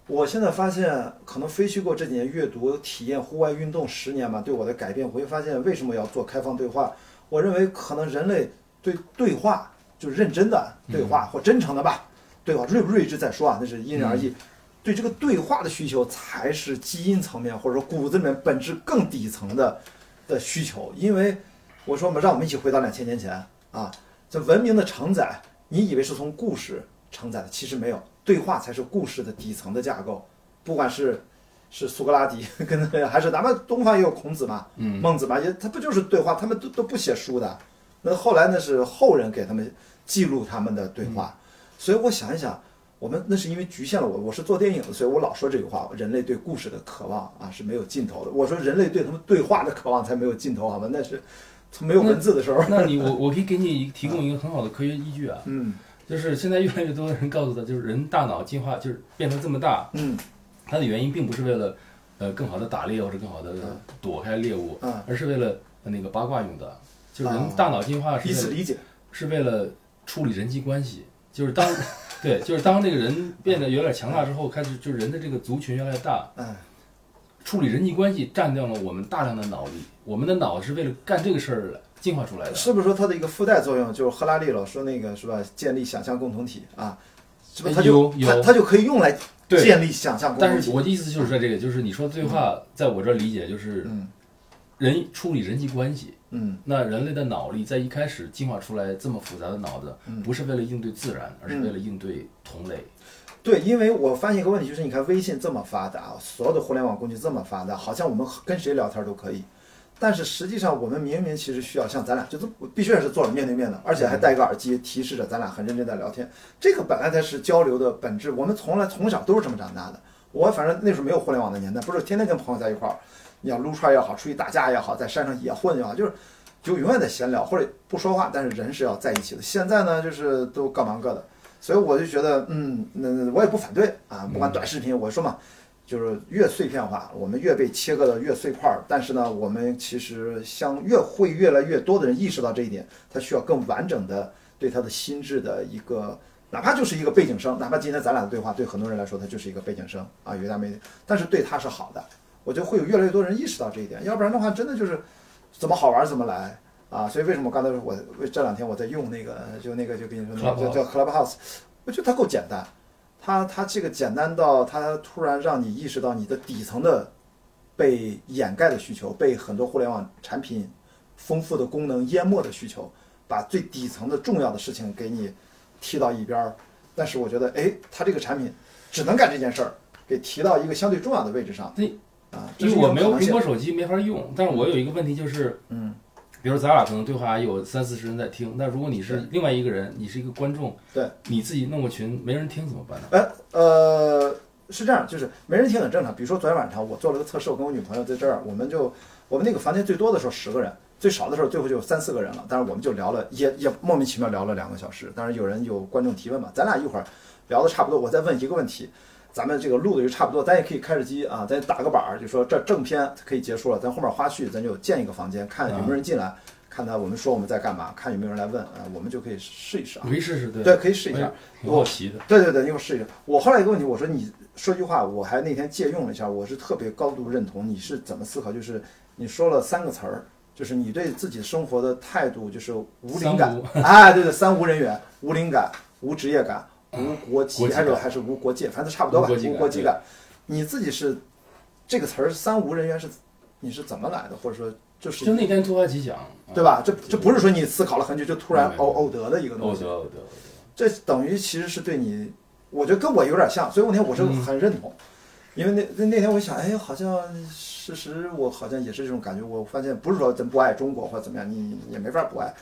我现在发现可能非虚构这几年阅读体验户外运动十年吧，对我的改变，我会发现为什么要做开放对话。我认为可能人类对对话，就认真的对话、或真诚的吧，对话睿不睿智再说啊，那是因人而异。对这个对话的需求才是基因层面或者说骨子里面本质更底层的的需求，因为我说嘛，让我们一起回到两千年前啊，这文明的承载，你以为是从故事承载的，其实没有，对话才是故事的底层的架构，不管是。是苏格拉底跟那个还是咱们东方也有孔子嘛，嗯孟子嘛，也他不就是对话，他们都都不写书的。那后来呢是后人给他们记录他们的对嗯话，所以我想一想，我们那是因为局限了我，我是做电影的，所以我老说这句话：人类对故事的渴望啊是没有尽头的。我说人类对他们对话的渴望才没有尽头，好吗？那是从没有文字的时候，那你我我可以给你一提供一个很好的科学依据啊，嗯就是现在越来越多的人告诉他，就是人大脑进化就是变成这么大，嗯它的原因并不是为了呃更好的打猎或者更好的嗯躲开猎物，嗯而是为了呃那个八卦用的。就是啊人大脑进化是彼此为了理解，是为了处理人际关系，就是 当对，就是当这个人变得有点强大之后，开始就是人的这个族群越来越大，嗯处理人际关系占掉了我们大量的脑力，我们的脑是为了干这个事儿进化出来的。是不是说它的一个附带作用就是赫拉利老师那个是吧？建立想象共同体啊，是不是他就哎有他有他就可以用来对建立想象共但同是体？我的意思就是在这个，就是你说对话，在我这儿理解就是嗯人处理人际关系，嗯那人类的脑力在一开始进化出来这么复杂的脑子嗯，不是为了应对自然，而是为了应对同类。对，因为我发现一个问题，就是你看微信这么发达，啊所有的互联网工具这么发达，好像我们跟谁聊天都可以，但是实际上我们明明其实需要像咱俩，就这必须是坐着面对面的，而且还戴个耳机，提示着咱俩很认真在聊天。这个本来才是交流的本质，我们从来从小都是这么长大的。我反正那时候没有互联网的年代，不是天天跟朋友在一块儿，你要撸串也好，出去打架也好，在山上野混也好，就是就永远在闲聊或者不说话，但是人是要在一起的。现在呢，就是都各忙各的，所以我就觉得，嗯，那那我也不反对啊，不管短视频，我说嘛，就是越碎片化，我们越被切割的越碎块儿。但是呢，我们其实相越会越来越多的人意识到这一点，他需要更完整的对他的心智的一个。哪怕就是一个背景声，哪怕今天咱俩的对话，对很多人来说，它就是一个背景声啊，有一搭没一搭，但是对他是好的。我觉得会有越来越多人意识到这一点，要不然的话，真的就是怎么好玩儿怎么来啊。所以为什么我刚才我为这两天我在用那个就那个就跟你说那个 Clubhouse 叫叫 Clubhouse，我觉得它够简单，它它这个简单到它突然让你意识到你的底层的被掩盖的需求，被很多互联网产品丰富的功能淹没的需求，把最底层的重要的事情给你踢到一边儿。但是我觉得，哎，它这个产品只能干这件事儿，给提到一个相对重要的位置上。对啊，这因是为一我种可没有能苹性果手机没法用，但是我有一个问题就是，嗯，比如咱俩可能对话有三四十人在听，但如果你是另外一个人，你是一个观众，对，你自己弄个群没人听怎么办呢？哎，呃，是这样，就是没人听很正常。比如说昨天晚上我做了个测试，我跟我女朋友在这儿，我们就我们那个房间最多的时候十个人，最少的时候最后就三四个人了。但是我们就聊了，也也莫名其妙聊了两个小时。当然有人有观众提问嘛，咱俩一会儿聊的差不多，我再问一个问题。咱们这个录的就差不多，咱也可以开着机啊，咱打个板儿，就说这正片可以结束了，咱后面花絮咱就建一个房间，看有没有人进来，看他我们说我们在干嘛，看有没有人来问啊、我们就可以试一试啊我，可以试试，对，对，可以试一下。挺好奇的。对对对，一会儿试一下。我后来一个问题，我说你说句话，我还那天借用了一下，我是特别高度认同你是怎么思考，就是你说了三个词儿，就是你对自己生活的态度就是无三灵感无，哎，对对，三无人员，无灵感，无职业感，无国籍，国籍还感有还是无国界，反正差不多无吧，国籍感无国籍感。你自己是这个词儿“三无人员”是你是怎么来的，或者说这是就那天突发奇想，啊对吧？这这不是说你思考了很久就突然没有没哦偶有偶得的一个哦东我西觉，得，我觉得，这等于其实是对你，我觉得跟我有点像，所以我那天我是嗯很认同，因为那那那天我想，哎，好像事实我好像也是这种感觉，我发现不是说咱不爱中国或者怎么样，你也没法不爱，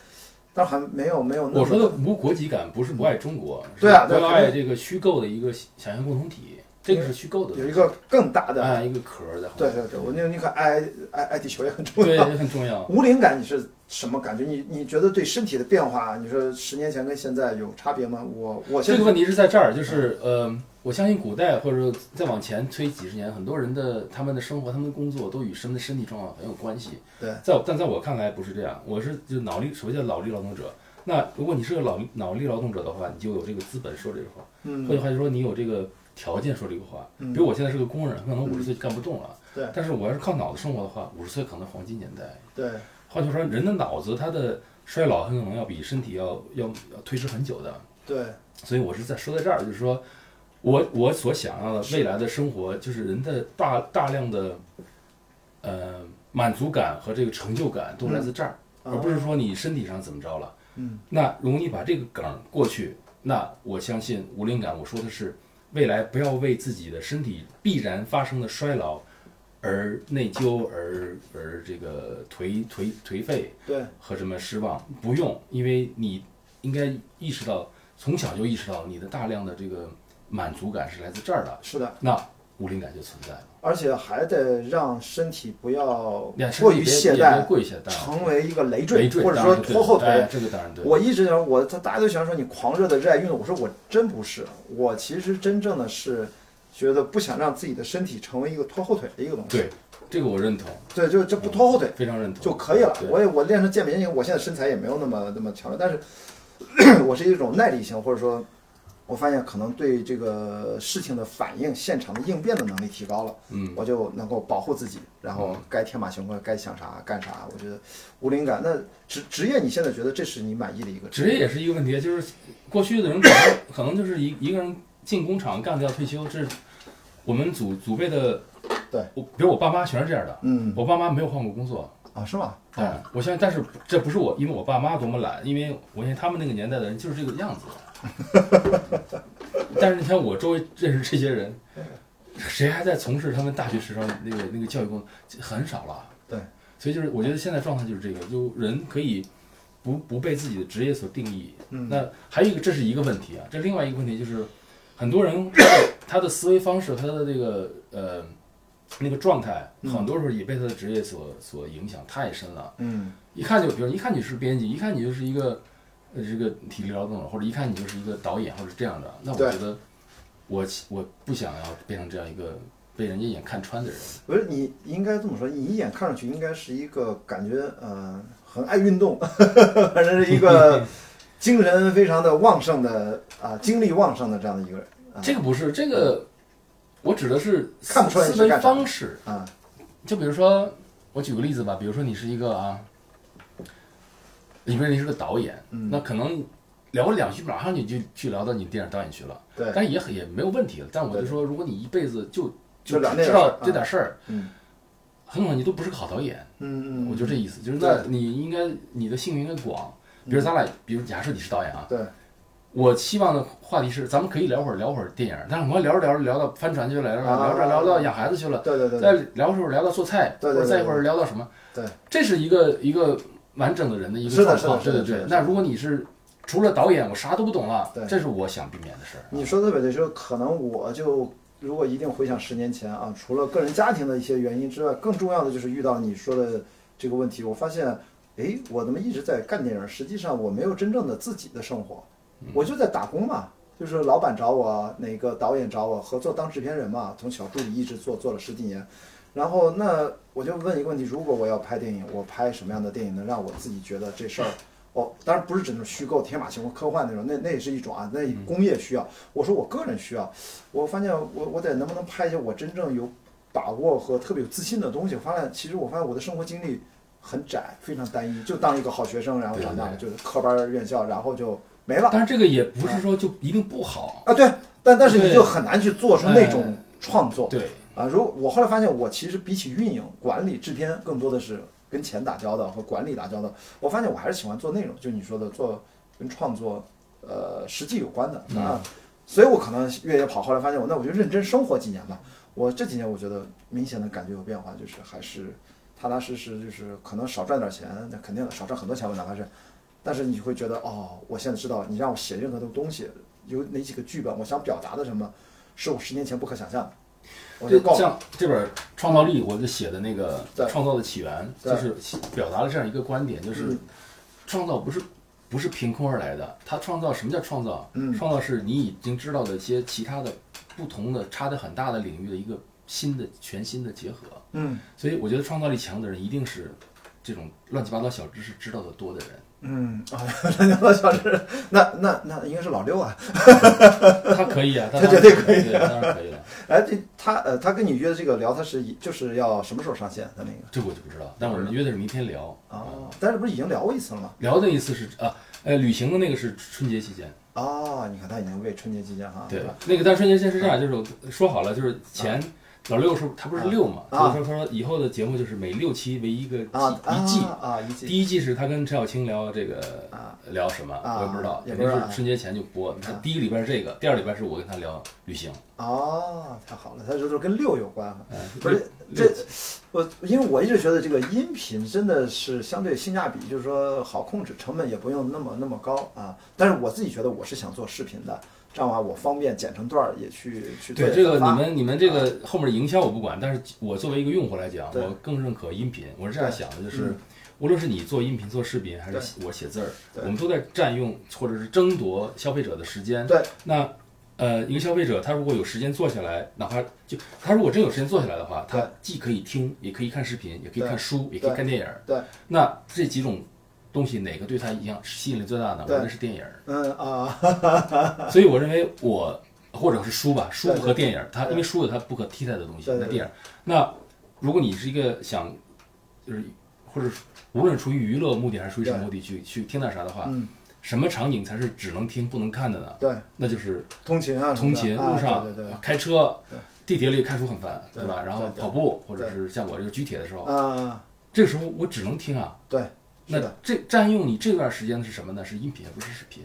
但是还没有没有那我我说说的的无国籍感不是不爱中国，对啊对啊不要肯定爱这个虚构的一个想象共同体，这个是虚构的，有一个更大的，啊一个壳儿在后对面。对对，我那你可爱爱爱地球也很重对，要。这很重要。无灵感你是什么感觉？你你觉得对身体的变化，你说十年前跟现在有差别吗？我我现这在个问题是在这儿，就是呃，我相信古代或者说再往前推几十年，很多人的他们的生活、他们的工作都与他们的身体状况很有关系。对，在我但在我看来不是这样，我是就脑力，首先叫脑力劳动者。那如果你是个脑脑力劳动者的话，你就有这个资本说这个话，嗯换句话就说你有这个条件说这个话。嗯比如我现在是个工人，可能五十岁就干不动了。对但是我要是靠脑子生活的话，五十岁可能黄金年代。对换句话说，人的脑子它的衰老很可能要比身体要要要推迟很久的。对所以我是在说到这儿，就是说我我所想要的未来的生活，就是人的大大量的呃满足感和这个成就感都来自这儿，而不是说你身体上怎么着了。嗯，那如果你把这个梗儿过去，那我相信无灵感，我说的是未来不要为自己的身体必然发生的衰老而内疚，而而这个颓颓颓废。对和什么失望，不用，因为你应该意识到，从小就意识到你的大量的这个满足感是来自这儿的，是的。那无灵感就存在了。而且还得让身体不要两身过体于别懈也别怠，过于懈怠，成为一个累累赘，赘或者说当然拖后对哎腿。这个当然对。我一直想，我他大家都喜欢说你狂热的热爱运动，我说我真不是，我其实真正的是觉得不想让自己的身体成为一个拖后腿的一个东西。对这个我认同，对，就就不拖后腿非常认同就可以了。对我也我练成健美型，我现在身材也没有那么那么强了，但是我是一 种耐力型，或者说，我发现可能对这个事情的反应、现场的应变的能力提高了，嗯，我就能够保护自己，然后该天马行空，该想啥干啥。我觉得无灵感，那职职业你现在觉得这是你满意的一个职业也是一个问题，就是过去的人可能可能就是一一个人进工厂干到退休，这是我们祖祖辈的，对我，比如我爸妈全是这样的，嗯我爸妈没有换过工作，啊，是吗？哎，我相信，但是这不是我，因为我爸妈多么懒，因为我相信他们那个年代的人就是这个样子。但是你看我周围认识这些人，谁还在从事他们大学时尚那个那个教育工作？很少了。对，所以就是我觉得现在状态就是这个，就人可以不不被自己的职业所定义。嗯那还有一个，这是一个问题啊，这另外一个问题就是，很多人他的思维方式，他的这个呃那个状态，嗯很多时候也被他的职业所所影响太深了。嗯一看就，比如一看你是编辑，一看你就是一个呃这个体力劳动者，或者一看你就是一个导演或者这样的，那我对觉得我我不想要变成这样一个被人家一眼看穿的人。不是，你应该这么说，你一眼看上去应该是一个感觉，呃，很爱运动， 反正是一 个精神非常的旺盛的啊、精力旺盛的这样的一个人啊这个不是这个，我指的是思看不出来你思是维干啥的方式。啊，就比如说，我举个例子吧，比如说你是一个啊，你比如你是个导演，嗯那可能聊两句，马上你就去聊到你电影导演去了，对但也很也没有问题了。但我就对说，如果你一辈子就就聊那点事知儿道啊这点事儿，嗯很可能你都不是个好导演，嗯嗯，我就这意思，就是对嗯那你应该你的姓名应该广，比如咱俩，比如假设你是导演啊，对，我希望的话题是咱们可以聊会儿聊会儿电影，但是我们聊着聊着聊到翻船去了，聊着啊聊着聊到养孩子去了，对对对再对聊会儿聊到做菜，对或对者再一对会儿聊到什么，对，这是一个一个完整的人的一是个的状况，是对的对是的对是的。那如果你是除了导演，我啥都不懂了对，这是我想避免的事儿。你说得特别对，就是可能我就如果一定回想十年前啊，除了个人家庭的一些原因之外，更重要的就是遇到你说的这个问题，我发现，诶，我怎么一直在干电影？实际上我没有真正的自己的生活，我就在打工嘛。就是老板找我，哪个导演找我合作当制片人嘛，从小助理一直做做了十几年，然后那我就问一个问题：如果我要拍电影，我拍什么样的电影能让我自己觉得这事儿哦，当然不是指那种虚构、天马行空、科幻那种，那那也是一种啊，那嗯工业需要。我说我个人需要，我发现我我得能不能拍一些我真正有把握和特别有自信的东西。我发现其实我发现我的生活经历很窄，非常单一，就当一个好学生，然后长大了就对是科班院校，然嗯后就没了但是这个也不是说就一定不好，啊。对，但但是你对就很难去做出那种哎创作。对，啊，如我后来发现，我其实比起运营、管理、制片，更多的是跟钱打交道和管理打交道。我发现我还是喜欢做内容，就你说的做跟创作，呃，实际有关的啊。所以我可能越野跑，后来发现我那我就认真生活几年吧。我这几年我觉得明显的感觉有变化，就是还是踏踏实实，就是可能少赚点钱，那肯定的少赚很多钱吧，哪怕是，但是你会觉得哦，我现在知道，你让我写任何的东西，有哪几个剧本，我想表达的什么，是我十年前不可想象的。我就这告诉像这本《创造力》，我就写的那个对《创造的起源》，对就是表达了这样一个观点，就是嗯创造不是不是凭空而来的，它创造什么叫创造？嗯创造是你已经知道的一些其他的不同的差的很大的领域的一个新的全新的结合。嗯所以我觉得创造力强的人一定是这种乱七八糟小知识知道的多的人，嗯啊，那老小是， 那那那应该是老六啊。他 可以啊，他绝对可以对，当然可以了。哎，这他呃，他跟你约的这个聊，他是一就是要什么时候上线的那个这我就不知道，但我们约的是明天聊啊。哦，但是不是已经聊过一次了吗？聊的一次是啊，呃，旅行的那个是春节期间，哦，你看他已经为春节期间哈，对吧？，那个但是春节期间是这啊样，就是我说好了，就是前老六说他不是六嘛，啊他说他说以后的节目就是每六期为一个啊季一啊季，啊一季，第一季是他跟陈小青聊这个啊聊什么，啊我也不知道，也肯不知定道是春节前就播。他第一个礼拜是这个，第二礼拜是我跟他聊旅行，哦，太好了，他这都是跟六有关哈。哎不是这，我因为我一直觉得这个音频真的是相对性价比，就是说好控制，成本也不用那么那么高啊。但是我自己觉得我是想做视频的，这样的话我方便剪成段儿也去去做对这个发啊你们你们这个后面的营销我不管，但是我作为一个用户来讲，对我更认可音频。我是这样想的，就对嗯是无论是你做音频、做视频，还是我写字儿，对我们都在占用或者是争夺消费者的时间。对，那呃，一个消费者他如果有时间坐下来，哪怕就他如果真有时间坐下来的话，对他既可以听，也可以看视频，也可以对看书，也可以对看电影。对，那这几种东西哪个对他一样吸引力最大呢？我对觉得是电影儿。嗯啊， 所以我认为我或者是书吧，书对对和电影，它对因为书有它不可替代的东西，对对那电影，那如果你是一个想就是或者无论出于娱乐目的还是出于什么目的去去听点啥的话，嗯什么场景才是只能听不能看的呢？对，那就是通勤啊什么的，通勤啊路上对对对，开车对。地铁里看书很烦，对吧？对然后对跑步，或对者是像我这个举铁的时候，啊，这个时候我只能听啊。对，那是的。这占用你这段时间的是什么呢？是音频，而不是视频。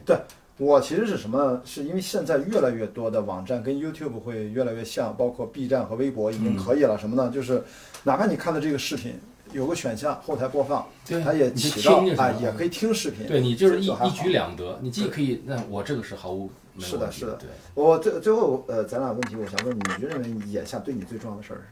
我其实是什么？是因为现在越来越多的网站跟 YouTube 会越来越像，包括 B 站和微博已经可以了。什么嗯呢？就是哪怕你看的这个视频有个选项后台播放，对它也你就起到听就行啊，了也可以听视频。对你就是一这还一好举两得，你既可以，那我这个是毫无没有是的问题是的对，我最最后呃，咱俩问题，我想问你，你认为你眼下对你最重要的事儿是啥？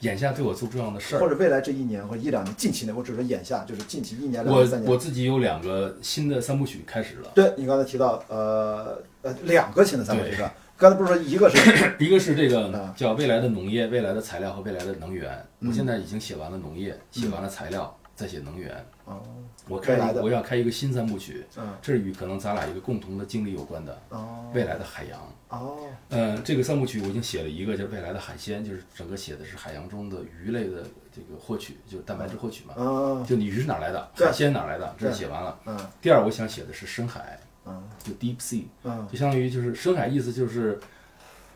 眼下对我最重要的事或儿，者未来这一年或者一两年，近期内，我只是眼下，就是近期一年、两我年、三我年。自己有两个新的三部曲开始了，对你刚才提到呃呃两个新的三个对这个，刚才不是说一个 是一个是这个啊叫未来的农业、未来的材料和未来的能源。嗯我现在已经写完了农业，写完了材料，再写能源。哦我开未来的我要开一个新三部曲，嗯这是与可能咱俩一个共同的经历有关的哦未来的海洋。哦呃，这个三部曲我已经写了一个，就是未来的海鲜，就是整个写的是海洋中的鱼类的这个获取，就是蛋白质获取嘛。嗯就你鱼是哪儿来的，对海鲜哪儿来的，这对写完了。嗯第二，我想写的是深海，嗯就 deep sea，嗯就相当于就是深海，意思就是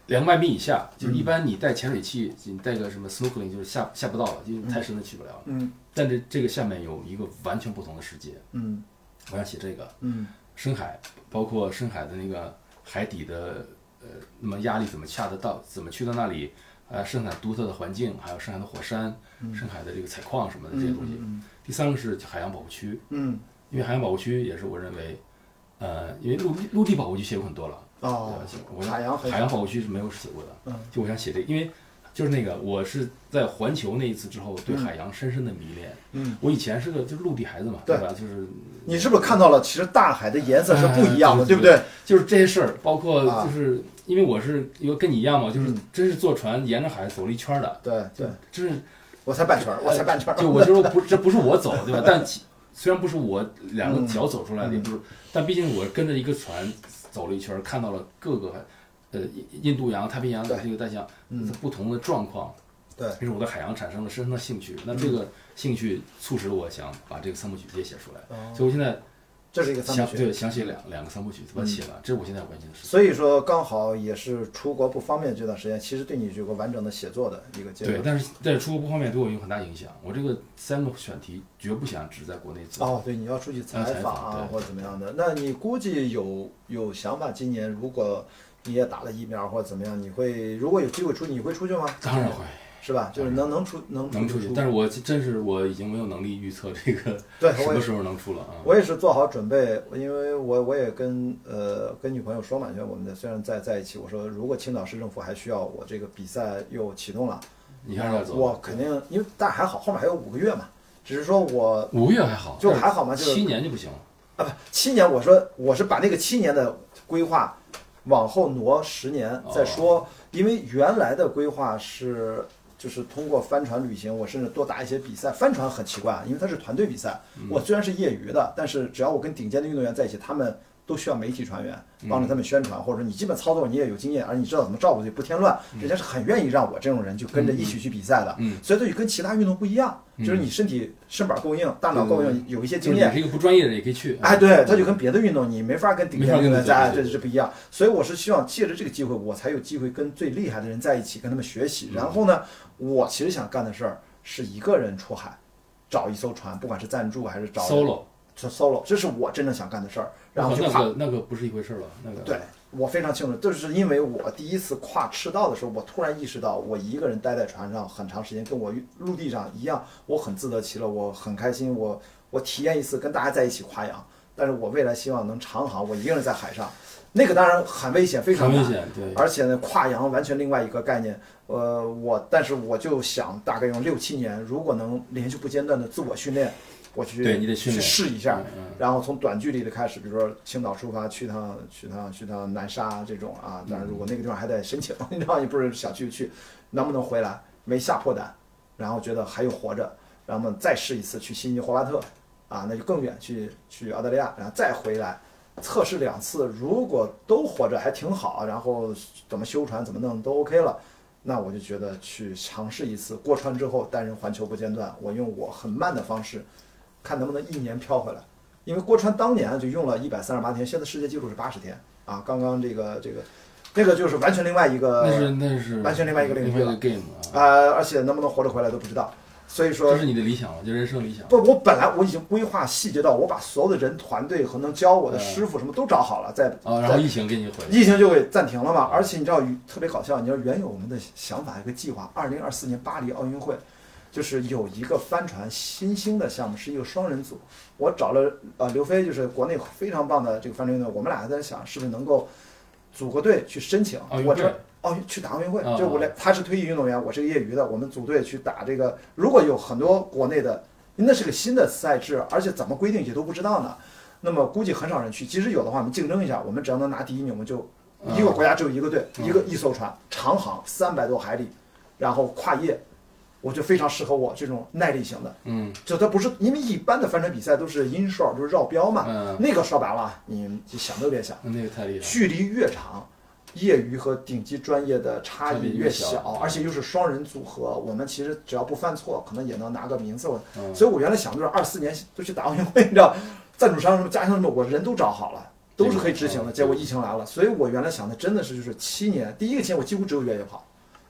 两百米以下，就是一般你带潜水器，你带个什么 snorkeling 就是下下不到了，就是太深的去不了了。嗯但这这个下面有一个完全不同的世界，嗯我想写这个嗯深海，包括深海的那个海底的呃，那么压力怎么下得到，怎么去到那里。呃，深海独特的环境，还有深海的火山、嗯深海的这个采矿什么的这些东西。第三个是海洋保护区，嗯因为海洋保护区也是我认为，呃，因为陆地陆地保护区写过很多了，哦对吧我海洋很海洋保护区是没有写过的，嗯就我想写这个，因为就是那个我是在环球那一次之后对海洋深深的迷恋，嗯，我以前是个就是陆地孩子嘛，对对吧？就是你是不是看到了？其实大海的颜色是不一样的，哎对不对？就是这些事儿，包括啊就是、因为我是因为跟你一样嘛，就是嗯真是坐船沿着海走了一圈儿的，对对，真是我才半圈儿，我才半圈儿。 哎就我就说不，这不是我走，对吧？但其虽然不是我两个嗯脚走出来的，也不是，但毕竟我跟着一个船走了一圈，看到了各个呃印印度洋、太平洋的对这个大象嗯不同的状况，对这是我对海洋产生了深深的兴趣。那嗯这个兴趣促使了我想把这个三部曲也写出来，所以我现在嗯这是一个三想部曲。嗯对想写两两个三部曲，把它写了，这是我现在关心的事情。所以说，刚好也是出国不方便这段时间，其实对你有个完整的写作的一个阶对，段。但是但是出国不方面对我有很大影响。我这个三个选题绝不想只在国内做，哦，对，你要出去采采访访啊，对或者怎么样的？那你估计有有想法，今年如果你也打了疫苗或者怎么样，你会如果有机会出，你会出去吗？当然会是吧？就是能能出能哎能出出去，但是我真是我已经没有能力预测这个对什我么也时候能出了啊。我也是做好准备，因为我我也跟呃跟女朋友说嘛，就我们虽然在在一起，我说如果青岛市政府还需要我，这个比赛又启动了，你还是要走？我肯定，因为但还好，后面还有五个月嘛，只是说我五月还好，就但是还好嘛，就是七年就不行了。啊不七年，我说我是把那个七年的规划往后挪十年哦再说，因为原来的规划是。就是通过帆船旅行，我甚至多打一些比赛。帆船很奇怪啊，因为它是团队比赛。嗯我虽然是业余的，但是只要我跟顶尖的运动员在一起，他们都需要媒体船员嗯帮助他们宣传，或者说你基本操作你也有经验，而你知道怎么照顾自己不添乱，嗯人家是很愿意让我这种人就跟着一起去比赛的。所以这就跟其他运动不一样，就是你身体身板够硬，大脑够硬，有一些嗯就经是验你，是一个不专业的人也可以去。啊哎，对，它就跟别的运动你没法跟顶尖运动员在没哎法跟顶尖对是不一样。所以我是希望借着这个机会，我才有机会跟最厉害的人在一起，跟他们学习。然后呢，我其实想干的事儿是一个人出海，找一艘船，不管是赞助还是找 solo，就 solo，这是哦我真正想干的事儿。然后就那怕个那个不是一回事儿了，那个对我非常清楚，就是因为我第一次跨赤道的时候，我突然意识到，我一个人待在船上很长时间，跟我陆地上一样，我很自得其乐，我很开心，我我体验一次跟大家在一起跨洋。但是我未来希望能长航，我一个人在海上，那个当然很危险，非常很难危险，对。而且呢，跨洋完全另外一个概念。呃，我但是我就想，大概用六七年，如果能连续不间断的自我训练，我去对你得训练去试一下，嗯然后从短距离的开始，比如说青岛出发去趟去趟去趟南沙这种啊，嗯当然如果那个地方还得申请， 你知道你不是想去就去，能不能回来没吓破胆，然后觉得还有活着，然后再试一次去悉尼霍巴特，啊，那就更远去去澳大利亚，然后再回来。测试两次，如果都活着还挺好，然后怎么修船怎么弄都 OK 了，那我就觉得去尝试一次过川之后单人环球不间断，我用我很慢的方式，看能不能一年飘回来。因为郭川当年啊就用了一百三十八天，现在世界纪录是八十天啊。刚刚这个这个，那个就是完全另外一个，那是那是呃完全另外一个领域另外一个了 game 啊，呃，而且能不能活着回来都不知道。所以说这，是你的理想了，就人生理想。不，我本来我已经规划细节到我把所有的人、团队和能教我的师傅什么都找好了，再啊，然后疫情给你回来，疫情就给暂停了嘛。而且你知道特别搞笑，你知道原有我们的想法一个计划，二零二四年巴黎奥运会，就是有一个帆船新兴的项目，是一个双人组。我找了呃刘飞，就是国内非常棒的这个帆船运动员，我们俩还在想是不是能够组个队去申请。奥运我这会奥运去打奥运会，啊就我俩他是退役运动员，我是个业余的，我们组队去打这个。如果有很多国内的，那是个新的赛制，而且怎么规定也都不知道呢。那么估计很少人去，即使有的话，我们竞争一下，我们只要能拿第一名，我们就啊一个国家只有一个队，一个一艘船，长航三百多海里，然后跨夜，我就非常适合我这种耐力型的。嗯，就它不是因为一般的帆船比赛都是 in short 就是绕标嘛，嗯那个说白了啊你就想都别想。那个太厉害了。距离越长，业余和顶级专业的差差异别越越小而且又是双人组合，我们其实只要不犯错，可能也能拿个名次。我所以我原来想的是二四年都去打奥运会，你知道，赞助商什么家乡什么，我人都找好了。都是可以执行的，对结果疫情来了，所以我原来想的真的是就是七年，第一个七年我几乎只有越野跑，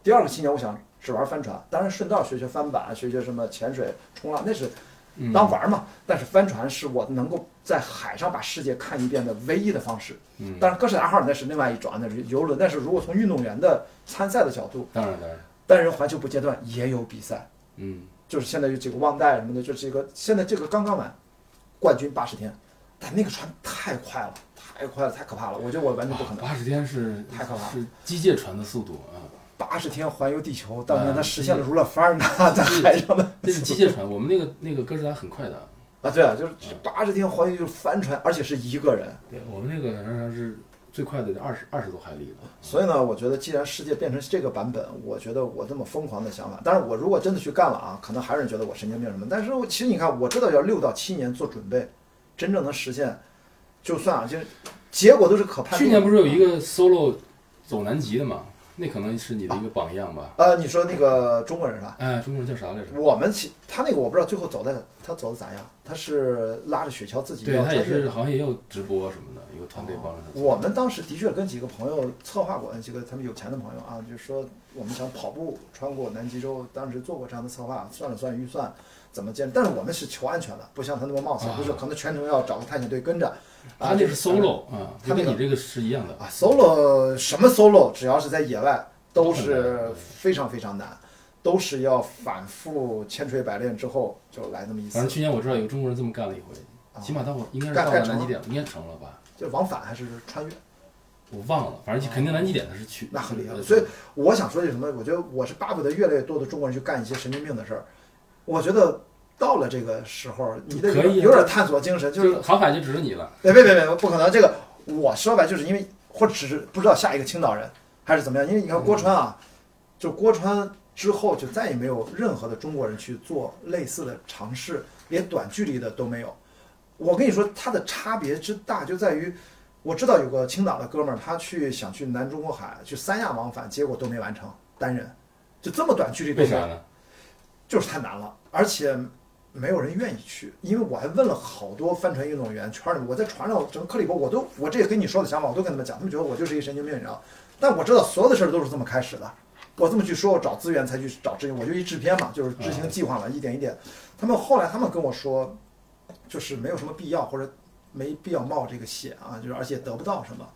第二个七年我想只玩帆船，当然顺道学学翻板，学学什么潜水、冲浪，那是当玩儿嘛。但是帆船是我能够在海上把世界看一遍的唯一的方式。嗯，当然歌手爱好那是另外一种，那是游轮。但是如果从运动员的参赛的角度，当然当然，单人环球不间断也有比赛，嗯，就是现在有几个忘带什么的，就是一个现在这个刚刚完，冠军八十天，但那个船太快了，太快了，太可怕了，我觉得我完全不可能。八十天是太可怕了是机械船的速度 啊，八十天环游地球，当年嗯他实现了儒勒凡尔纳在海上的这是机械船。我们那个那个哥斯达很快的， 啊，对啊，就是八十天环游就是帆船，而且是一个人。对，我们那个好像是最快的二十二十多海里了。所以呢，我觉得既然世界变成这个版本，我觉得我这么疯狂的想法，当然我如果真的去干了啊，可能还有人觉得我神经病什么。但是我其实你看，我知道要六到七年做准备，真正能实现，就算啊，就是结果都是可判定的。去年不是有一个 solo 走南极的吗？那可能是你的一个榜样吧。呃，你说那个中国人是吧？哎，中国人叫啥来着？我们其他那个我不知道最后走的他走的咋样，他是拉着雪橇自己对要他穿也越是，好像也有直播什么的，有团队哦帮着他。我们当时的确跟几个朋友策划过，呃几个他们有钱的朋友啊，就说我们想跑步穿过南极洲，当时做过这样的策划，算了算预算怎么建，但是我们是求安全的，不像他那么冒险，啊就是可能全程要找个探险队跟着。他那是 solo 啊，他他那跟个你这个是一样的。啊，solo 什么 solo，只要是在野外都是非常非常难，都是要反复千锤百炼之后就来那么一反次正，去年我知道有中国人这么干了一回，啊起码到我应该是干到干了成南极了点，应该成了吧？就往返还是穿越。我忘了，反正肯定南极点他是去。那很厉害呃所以我想说的是什么？我觉得我是巴不得越来越多的中国人去干一些神经病的事儿。我觉得到了这个时候，你得可以啊有点探索精神，就这是个航海就指着你了。别别别别，不可能！这个我说白就是因为，或者只是不知道下一个青岛人还是怎么样，因为你看郭川啊，就郭川之后就再也没有任何的中国人去做类似的尝试，连短距离的都没有。我跟你说，它的差别之大就在于，我知道有个青岛的哥们儿，他去想去南中国海去三亚往返，结果都没完成，单人就这么短距离都为没有啥呢？就是太难了，而且没有人愿意去。因为我还问了好多帆船运动员圈里面，我在船上整个克里伯，我都我这也跟你说的想法，我都跟他们讲，他们觉得我就是一神经病，你知道。但我知道所有的事儿都是这么开始的，我这么去说，我找资源才去找执行，我就一制片嘛，就是执行计划嘛，一点一点。他们后来他们跟我说，就是没有什么必要或者没必要冒这个险啊，就是而且得不到什么。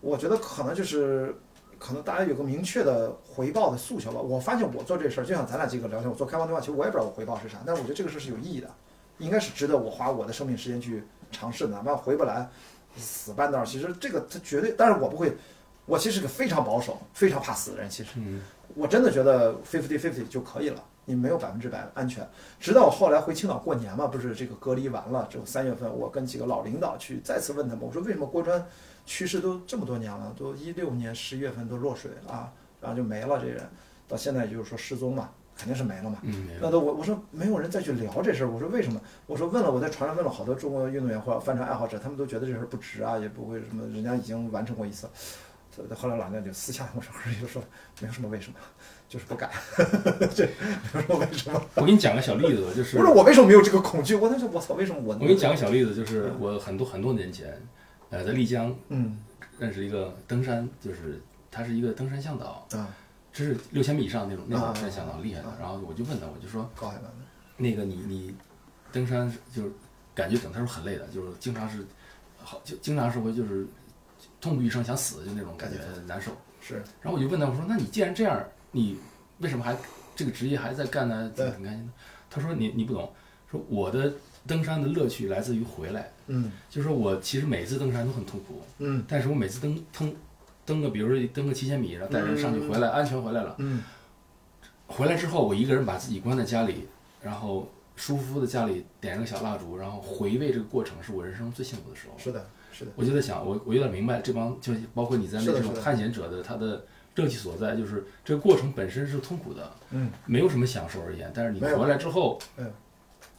我觉得可能就是可能大家有个明确的回报的诉求吧。我发现我做这事儿，就像咱俩这个聊天，我做开放对话，其实我也不知道我回报是啥，但是我觉得这个事儿是有意义的，应该是值得我花我的生命时间去尝试的，哪怕回不来，死半道儿，其实这个它绝对，但是我不会，我其实是个非常保守、非常怕死的人，其实。嗯，我真的觉得 fifty fifty 就可以了，你没有百分之百安全。直到我后来回青岛过年嘛，不是这个隔离完了之后，三月份我跟几个老领导去再次问他们，我说为什么郭川去世都这么多年了，都一六年十月份都落水了啊，然后就没了这人，到现在就是说失踪嘛，肯定是没了嘛。嗯，没有那都我我说没有人再去聊这事儿，我说为什么？我说问了，我在船上问了好多中国运动员或者帆船爱好者，他们都觉得这事儿不值啊，也不会什么，人家已经完成过一次。后来老娘就私下跟我说， 就说没有什么为什么，就是不敢， 这没有什么为什么。我给你讲个小例子吧，就是不是我为什么没有这个恐惧？我当时我操，为什么我？我给你讲个小例子，就是我很多很多年前，呃，在丽江嗯认识一个登山，就是他是一个登山向导，啊，这是六千米以上那种那种啊登山向导，厉害的啊。然后我就问他，我就说高海拔那个你你登山就是感觉怎么？他说很累的，就是经常是好就经常是会就是痛不欲生想死就那种感觉难受。是然后我就问他，我说那你既然这样，你为什么还这个职业还在干呢？挺对挺开心的。他说你你不懂，说我的登山的乐趣来自于回来，嗯就是说我其实每次登山都很痛苦，嗯但是我每次登登登个，比如说登个七千米，然后带人上去回来，安全回来了。嗯回来之后，我一个人把自己关在家里，然后舒服的家里点一个小蜡烛，然后回味这个过程，是我人生最幸福的时候。是的是的我就在想，我我有点明白这帮就是包括你在内是的这种是的探险者的他的乐趣所在，就是这个过程本身是痛苦的，嗯，没有什么享受而言，但是你没有回来之后，嗯，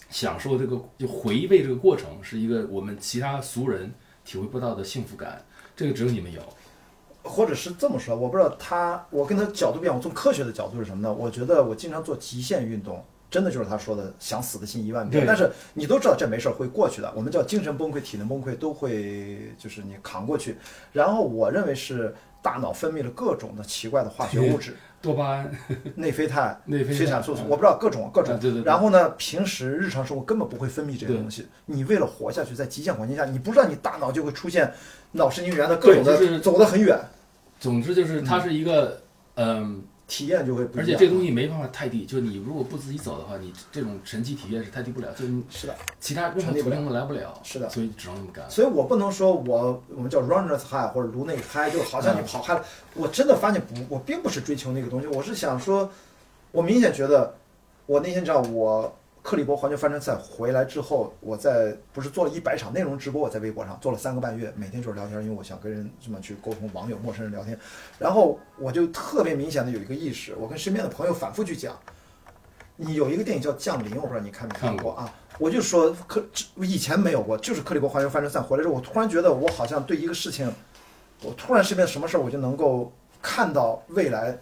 享受这个就回味这个过程，是一个我们其他俗人体会不到的幸福感，这个只有你们有。或者是这么说，我不知道他，我跟他角度不一样。我从科学的角度是什么呢？我觉得我经常做极限运动，真的就是他说的想死的心一万遍。对但是你都知道这没事儿会过去的，我们叫精神崩溃、体能崩溃都会，就是你扛过去。然后我认为是大脑分泌了各种的奇怪的化学物质，多巴胺， 内啡肽、内啡肽催产素嗯，我不知道各种各种啊。对对对然后呢，平时日常生活根本不会分泌这些对东西。你为了活下去，在极限环境下，你不知道你大脑就会出现脑神经元的各种的、对就是走得很远，总之就是它是一个，嗯，体验就会不一样。啊而且这东西没办法太低，就你如果不自己走的话，你这种神奇体验是太低不了，就你是的，其他任何途径都来不了，是的所以只能这么干。嗯所以我不能说我我们叫 runners high 或者颅内嗨，就好嗯像你跑嗨了。我真的发现不，我并不是追求那个东西，我是想说，我明显觉得，我那天知道我克里伯环球帆船赛回来之后，我在不是做了一百场内容直播，我在微博上做了三个半月，每天就是聊天，因为我想跟人这么去沟通，网友、陌生人聊天。然后我就特别明显的有一个意识，我跟身边的朋友反复去讲，你有一个电影叫《降临》，我不知道你看没看看过啊？我就说克，这以前没有过，就是克里伯环球帆船赛回来之后，我突然觉得我好像对一个事情，我突然身边什么事儿我就能够看到未来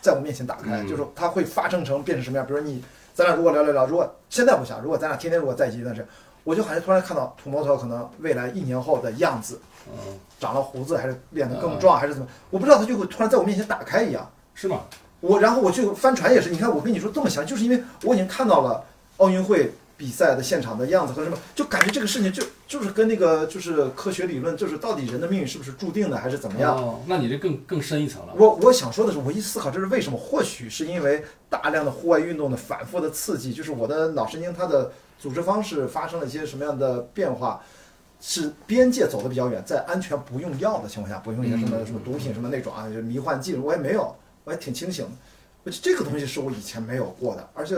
在我面前打开，嗯就是它会发生成变成什么样。比如你，咱俩如果聊聊聊，如果现在不想，如果咱俩天天如果在一起一段时间，我就好像突然看到土摩托可能未来一年后的样子，嗯，长了胡子还是变得更壮还是怎么，我不知道它就会突然在我面前打开一样。是吗？我然后我去帆船也是，你看我跟你说这么详细，就是因为我已经看到了奥运会比赛的现场的样子和什么，就感觉这个事情就就是跟那个就是科学理论，就是到底人的命运是不是注定的，还是怎么样？哦，那你这更更深一层了。我我想说的是，我一思考这是为什么？或许是因为大量的户外运动的反复的刺激，就是我的脑神经它的组织方式发生了一些什么样的变化，使边界走得比较远，在安全不用药的情况下，不用一些什么什么毒品什么那种啊，就是迷幻剂，我也没有，我也挺清醒的。我觉得这个东西是我以前没有过的，而且，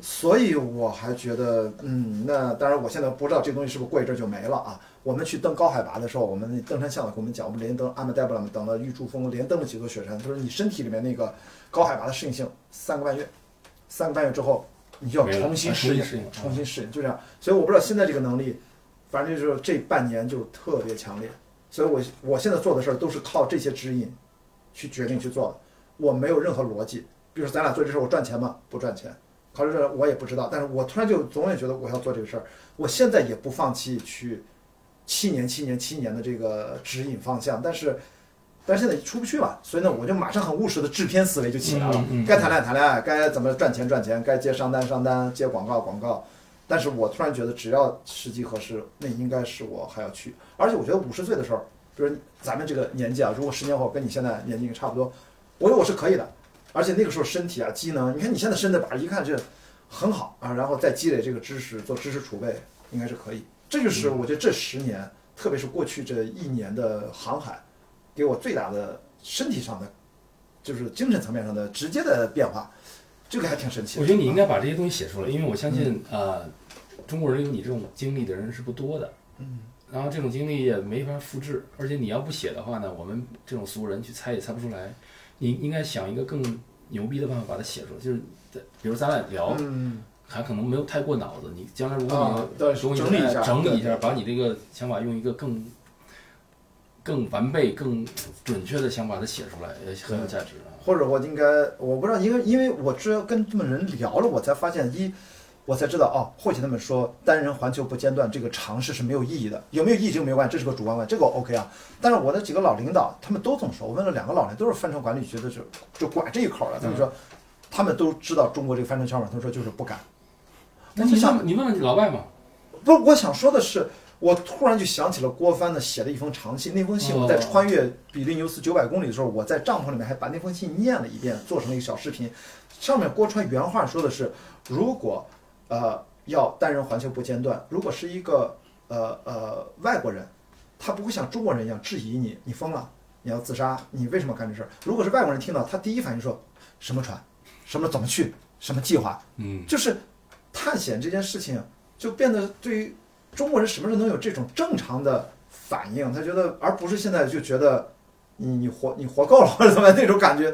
所以我还觉得，嗯，那当然，我现在不知道这东西是不是过一阵儿就没了啊。我们去登高海拔的时候，我们那登山向导给我们讲，我们连登阿姆代布朗等了玉珠峰，连登了几座雪山，他说你身体里面那个高海拔的适应性三个半月，三个半月之后你就要没了重新啊重适应新适应，重新适应，就这样。所以我不知道现在这个能力，反正就是这半年就特别强烈。所以我我现在做的事儿都是靠这些指引去决定去做的，我没有任何逻辑。比如说咱俩做这事儿，我赚钱吗？不赚钱。考虑这我也不知道，但是我突然就总也觉得我要做这个事儿，我现在也不放弃去七年七年七年的这个指引方向，但是但是现在出不去了，所以呢，我就马上很务实的制片思维就起来了，嗯嗯嗯该谈恋爱谈恋爱，该怎么赚钱赚钱，该接商单商单，接广告广告。但是我突然觉得，只要时机合适，那应该是我还要去。而且我觉得五十岁的时候，比如咱们这个年纪啊，如果十年后跟你现在年纪差不多，我觉得我是可以的。而且那个时候身体啊、机能，你看你现在身子板一看这很好啊，然后再积累这个知识，做知识储备，应该是可以。这就是我觉得这十年，特别是过去这一年的航海，给我最大的身体上的，就是精神层面上的直接的变化，这个还挺神奇的。嗯我觉得你应该把这些东西写出来，因为我相信，呃，中国人有你这种经历的人是不多的。嗯。然后这种经历也没法复制，而且你要不写的话呢，我们这种俗人去猜也猜不出来。你应该想一个更牛逼的办法把它写出来，就是比如咱俩聊，嗯，还可能没有太过脑子。你将来如啊果你对如果你整理一下整理一对下，把你这个想法用一个更更完备、更准确的想法把它写出来，也很有价值啊。或者我应该，我不知道，因为因为我只有跟这么人聊了，我才发现一，我才知道哦，或许他们说单人环球不间断这个尝试是没有意义的，有没有意义这个没有关系，这是个主观问，这个我 OK 啊。但是我的几个老领导，他们都这么说，我问了两个老领导，都是帆船管理局的，就就管这一口了，他们说。他们都知道中国这个帆船想法，他们说就是不敢。那我就你想问你问问老外嘛，不，我想说的是，我突然就想起了郭帆的写的一封长信。那封信我在哦穿越比利牛斯九百公里的时候，我在帐篷里面还把那封信念了一遍，做成了一个小视频。上面郭川原话说的是，如果呃要单人环球不间断，如果是一个呃呃外国人，他不会像中国人一样质疑你，你疯了，你要自杀，你为什么干这事儿？如果是外国人听到，他第一反应说什么船，什么怎么去，什么计划，嗯，就是探险这件事情就变得对于中国人什么时候能有这种正常的反应，他觉得而不是现在就觉得你你活你活够了或者怎么样那种感觉。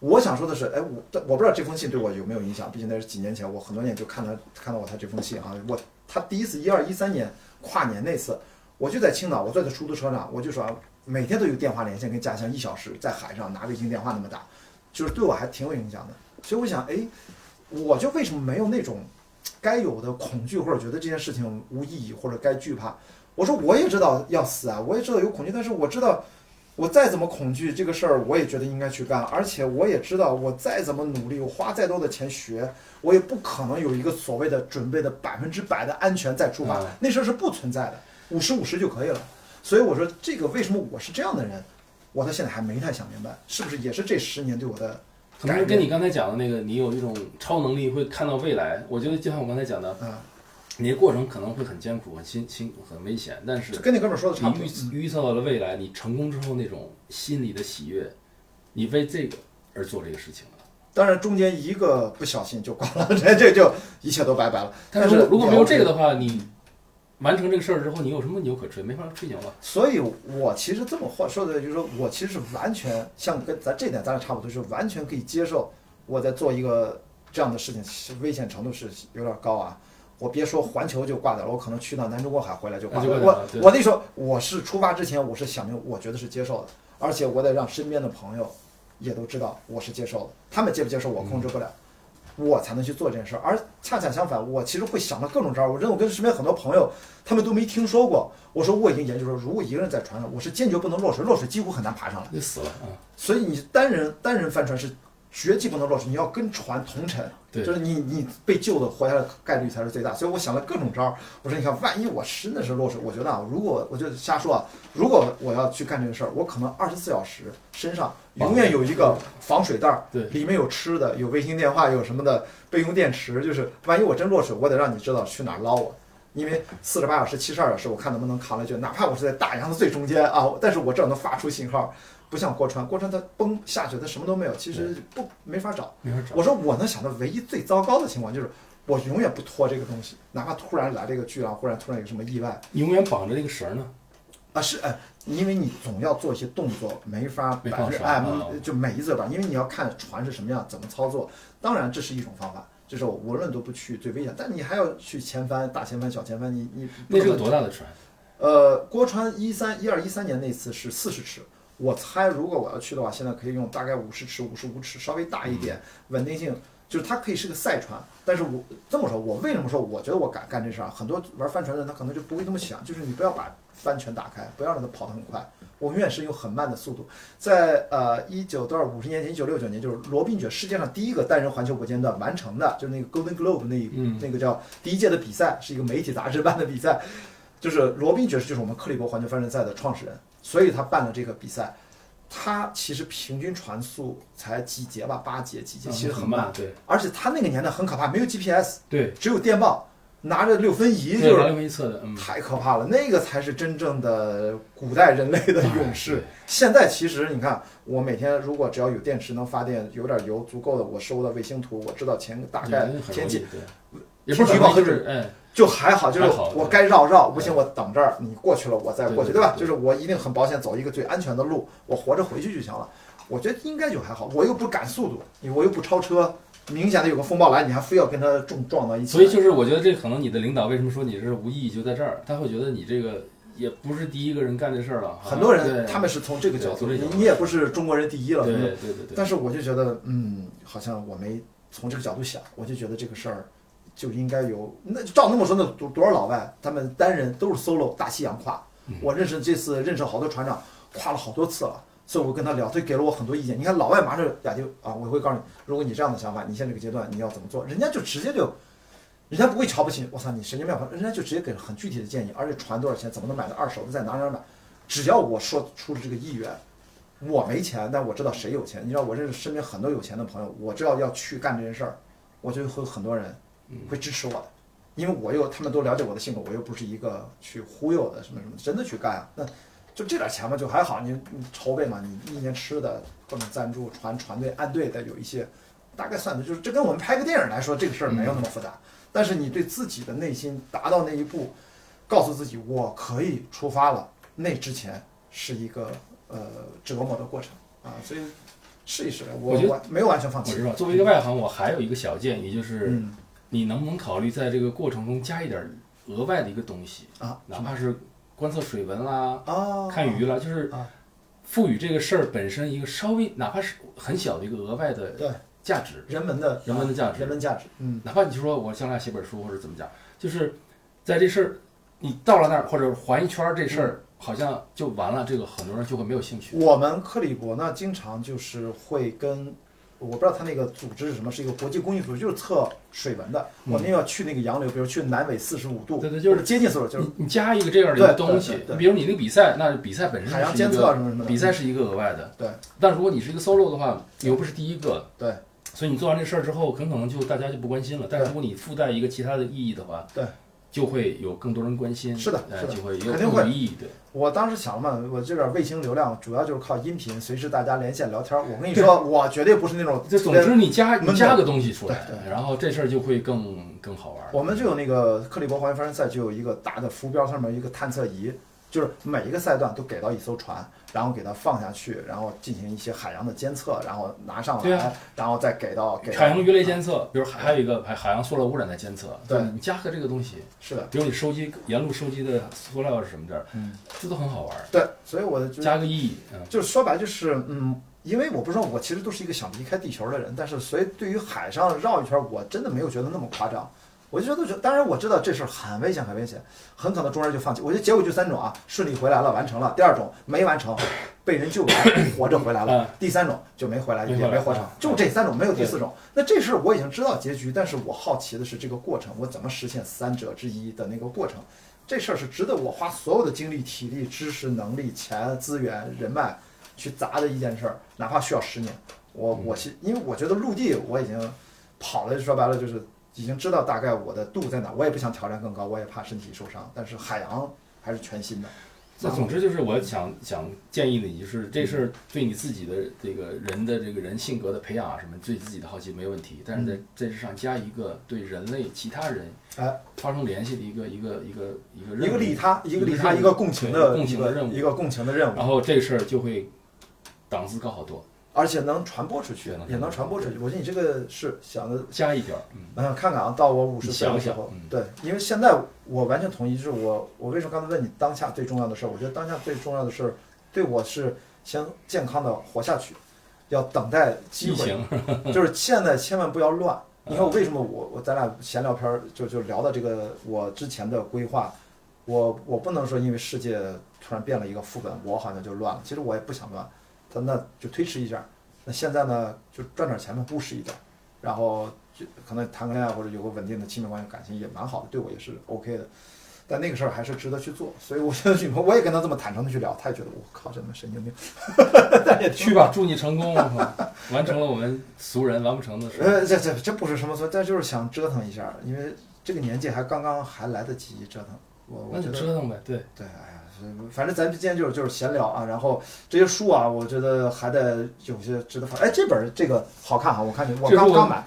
我想说的是，哎，我但我不知道这封信对我有没有影响，毕竟那是几年前，我很多年就看他看到过他这封信啊。我他第一次一二一三年跨年那次，我就在青岛，我坐在出租车上，我就说啊每天都有电话连线跟家乡，一小时在海上拿卫星电话那么打，就是对我还挺有影响的。所以我想，哎，我就为什么没有那种该有的恐惧，或者觉得这件事情无意义，或者该惧怕？我说我也知道要死啊，我也知道有恐惧，但是我知道我再怎么恐惧这个事儿，我也觉得应该去干，而且我也知道我再怎么努力，我花再多的钱学，我也不可能有一个所谓的准备的百分之百的安全再出发，嗯那事儿是不存在的，五十五十就可以了。所以我说这个为什么我是这样的人，我到现在还没太想明白，是不是也是这十年对我的可能改是跟变？你刚才讲的那个，你有一种超能力，会看到未来。我觉得就像我刚才讲的，嗯你的过程可能会很艰苦、很辛辛苦、很危险，但是就跟那哥们儿说的差不多。嗯你预预测到了未来，你成功之后那种心里的喜悦，你为这个而做这个事情了。当然，中间一个不小心就挂了，这这就一切都拜拜了。 但是如果没有这个的，的话，你完成这个事儿之后，你有什么牛可吹？没法吹牛了。所以我其实这么话说的，就是说我其实是完全像你跟咱这点，咱俩差不多，就是完全可以接受我在做一个这样的事情，是危险程度是有点高啊。我别说环球就挂掉了，我可能去到南中国海回来就挂掉那了。就挂掉了我对我那时候我是出发之前我是想明，我觉得是接受的，而且我得让身边的朋友也都知道我是接受的，他们接不接受我控制不了，我才能去做这件事儿。而恰恰相反，我其实会想到各种招儿。我真的，我跟身边很多朋友，他们都没听说过。我说我已经研究说，如果一个人在船上，我是坚决不能落水，落水几乎很难爬上来。就死了啊！所以你单人单人帆船是绝技不能落水，你要跟船同沉，对就是你你被救的活下来的概率才是最大。所以我想了各种招儿，我说你看，万一我真的是落水，我觉得啊，如果我就瞎说啊，如果我要去干这个事儿，我可能二十四小时身上永远有一个防水袋儿，对里面有吃的，有卫星电话，有什么的备用电池，就是万一我真落水，我得让你知道去哪儿捞我。因为四十八小时、七十二小时，我看能不能扛得住，哪怕我是在大洋的最中间啊，但是我至少能发出信号，不像郭川，郭川他崩下去，他什么都没有，其实不没法找。没法找。我说我能想到唯一最糟糕的情况就是，我永远不拖这个东西，哪怕突然来了一个巨浪，忽然突然有什么意外你永远绑着那个绳儿呢，啊，是哎，因为你总要做一些动作，没法没百分之放手哎啊，就每一次吧，因为你要看船是什么样，怎么操作。当然这是一种方法，就是我无论都不去最危险，但你还要去前翻、大前翻、小前翻，你你不那是能个多大的船？呃，郭川一三一二一三年那次是四十尺，我猜如果我要去的话，现在可以用大概五十尺、五十五尺，稍微大一点，稳定性就是它可以是个赛船。但是我这么说，我为什么说我觉得我敢干这事儿？很多玩帆船的人他可能就不会这么想，就是你不要把帆船打开，不要让它跑得很快。我永远是用很慢的速度，在呃一九多少五十年前，一九六九年，就是罗宾爵世界上第一个单人环球国间段完成的，就是那个 Golden Globe 那一、那个叫第一届的比赛，是一个媒体杂志办的比赛。就是罗宾爵士就是我们克利伯环球帆船赛的创始人，所以他办了这个比赛。他其实平均船速才几节吧，八节几啊节，嗯其实很慢。对而且他那个年代很可怕，没有 GPS，对，只有电报，拿着六分仪对，就来是回一侧的，嗯，太可怕了，那个才是真正的古代人类的勇士哎对。现在其实你看，我每天如果只要有电池能发电，有点油足够的，我收到卫星图，我知道前大概也很天容易气，对，也不是提很高容易很就是哎，就还好，就是还好我对该绕绕，不行我等这儿，你过去了我再过去，对对吧？对就是我一定很保险，走一个最安全的路，我活着回去就行了。我觉得应该就还好，我又不赶速度，我又不超车，明显的有个风暴来，你还非要跟他撞撞到一起。所以就是我觉得这可能你的领导为什么说你是无意义就在这儿，他会觉得你这个也不是第一个人干这事儿了，很多好像人对他们是从这个角度，对从这你个角度你也不是中国人第一了，对对对对对，但是我就觉得，嗯，好像我没从这个角度想，我就觉得这个事儿就应该由那照那么说，那多多少老外他们单人都是 solo 大西洋跨。嗯我认识这次认识好多船长，跨了好多次了，所以我跟他聊，他给了我很多意见。你看老外马上俩就啊，我会告诉你，如果你这样的想法，你现在这个阶段你要怎么做，人家就直接就。人家不会瞧不起你，我操你神经病！人家就直接给了很具体的建议，而且船多少钱，怎么能买到二手的，在哪儿哪儿买，只要我说出了这个意愿，我没钱，但我知道谁有钱。你知道，我认识身边很多有钱的朋友，我知道要去干这件事儿，我就会有很多人嗯会支持我的，因为我又他们都了解我的性格，我又不是一个去忽悠的什么什么，真的去干啊。那就这点钱嘛，就还好。你你筹备嘛，你一年吃的各种赞助、船船队、按队的有一些，大概算的就是这跟我们拍个电影来说，这个嗯事儿没有那么复杂。但是你对自己的内心达到那一步，告诉自己我可以出发了，那之前是一个呃折磨的过程啊，所以试一试呗。我我觉得我没有完全放我弃知，道。作为一个外行，我还有一个小建议，就是嗯你能不能考虑在这个过程中加一点额外的一个东西，啊哪怕是观测水文啦、啊，看鱼啦，就是啊赋予这个事儿本身一个稍微哪怕是很小的一个额外对的价值，人文的人文的价值人文价值，嗯哪怕你就说我将来写本书或者怎么讲，就是在这事儿你到了那儿或者环一圈儿这事儿好像就完了，这个很多人就会没有兴趣。我们克里伯呢，经常就是会跟，我不知道他那个组织是什么，是一个国际公益组织，就是测水文的。我们要去那个洋流，比如去南纬四十五度，嗯对对就是嗯或者接近四十五，就是你你加一个这样的一个对东对西对对，比如你那个比赛，那比赛本身海洋是一监个测啊什么什么的。比赛是一个额外的，对。但如果你是一个 solo 的话，你又不是第一个，对。所以你做完这事儿之后，很可能就大家就不关心了。但是对如果你附带一个其他的意义的话，对，就会有更多人关心，是的哎是的就会有肯定更会有意义。对，我当时想嘛，我这点卫星流量主要就是靠音频，随时大家连线聊天。我跟你 说，我绝对不是那种就总之你加闷你的加个东西出来对对，然后这事儿就会更更好玩。我们就有那个克利伯环球帆船赛，就有一个大的浮标上面有一个探测仪，就是每一个赛段都给到一艘船，然后给它放下去，然后进行一些海洋的监测，然后拿上对来，啊然后再给到给到啊海洋鱼雷监测，比如还还有一个海海洋塑料污染的监测，对你加个这个东西，是的，比如你收集沿路收集的塑料是什么这儿，嗯，这都很好玩，对，所以我就加个意义，嗯，就是说白就是嗯，因为我不知道，我其实都是一个想离开地球的人，但是所以对于海上绕一圈，我真的没有觉得那么夸张。我就觉得就，当然我知道这事儿很危险，很危险，很可能中间就放弃。我觉得结果就三种啊：顺利回来了，完成了；第二种没完成，被人救了， 活着回来了；第三种就嗯没回来，也嗯没活成。就这三种，没有第四种。那这事儿我已经知道结局，但是我好奇的是这个过程，我怎么实现三者之一的那个过程？这事儿是值得我花所有的精力、体力、知识、能力、钱、资源、人脉去砸的一件事儿，哪怕需要十年。我我是因为我觉得陆地我已经跑了，说白了就是已经知道大概我的度在哪，我也不想挑战更高，我也怕身体受伤。但是海洋还是全新的。那总之就是我想想建议你，就是这事儿对你自己的这个人的这个人性格的培养啊什么，对自己的好奇没问题，但是在在这上加一个对人类其他人嗯哎发生联系的一个一个一个一个一任个务，利他，一个利他，任务一个共情的对共情的一个任务一个共情的任务，然后这事儿就会档次高好多，而且能传播出去对，能也能传传播出去。我觉得你这个是想的加一点儿，嗯，嗯，看看啊，到我五十岁的你想时想候嗯，对，因为现在我完全同意，就是我我为什么刚才问你当下最重要的事儿？我觉得当下最重要的事儿，对我是先健康的活下去，要等待机激会，情，就是现在千万不要乱。你看我为什么我我咱俩闲聊片儿就就聊到这个我之前的规划，我我不能说因为世界突然变了一个副本，我好像就乱了。其实我也不想乱，但那就推迟一下。那现在呢，就赚点钱吧，务实一点，然后就可能谈个恋爱或者有个稳定的亲密关系，感情也蛮好的，对我也是 OK 的。但那个事儿还是值得去做，所以我觉得女朋友我也跟她这么坦诚的去聊，她也觉得我靠，这他妈神经病。去吧，祝你成 功，我靠完成了我们俗人完不成的事儿。呃，这这这不是什么错，但就是想折腾一下，因为这个年纪还刚刚还来得及折腾。我那我觉就得折腾呗，对，对，哎呀，是反正咱今天就是就是闲聊啊，然后这些书啊，我觉得还得有些值得翻。哎，这本儿这个好看啊，我看你我这是刚我刚买，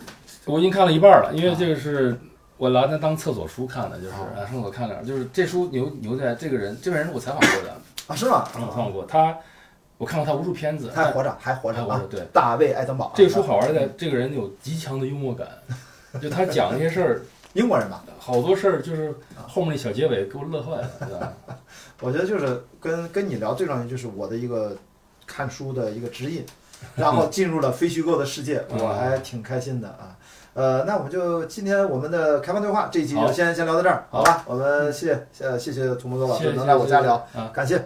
我已经看了一半儿了，因为这个是我拿它当厕所书看的，就是啊，上厕所看了，就是这书牛牛在这个人，这个人是我采访过的，啊，是吗？采访过他，我看过他无数片子，他还活着，还活着还活啊着！对大卫·爱登堡啊，这个书好玩儿在，这个人有极强的幽默感，就他讲那些事儿，英国人吧？好多事儿就是后面那小结尾给我乐坏了，对 吧？我觉得就是跟跟你聊最重要的就是我的一个看书的一个指引，然后进入了非虚构的世界，嗯我还挺开心的啊。呃，那我们就今天我们的开放对话这一集就先先聊到这儿，好吧？我们谢谢呃谢谢土木哥老谢师谢能来我家聊，啊，感谢。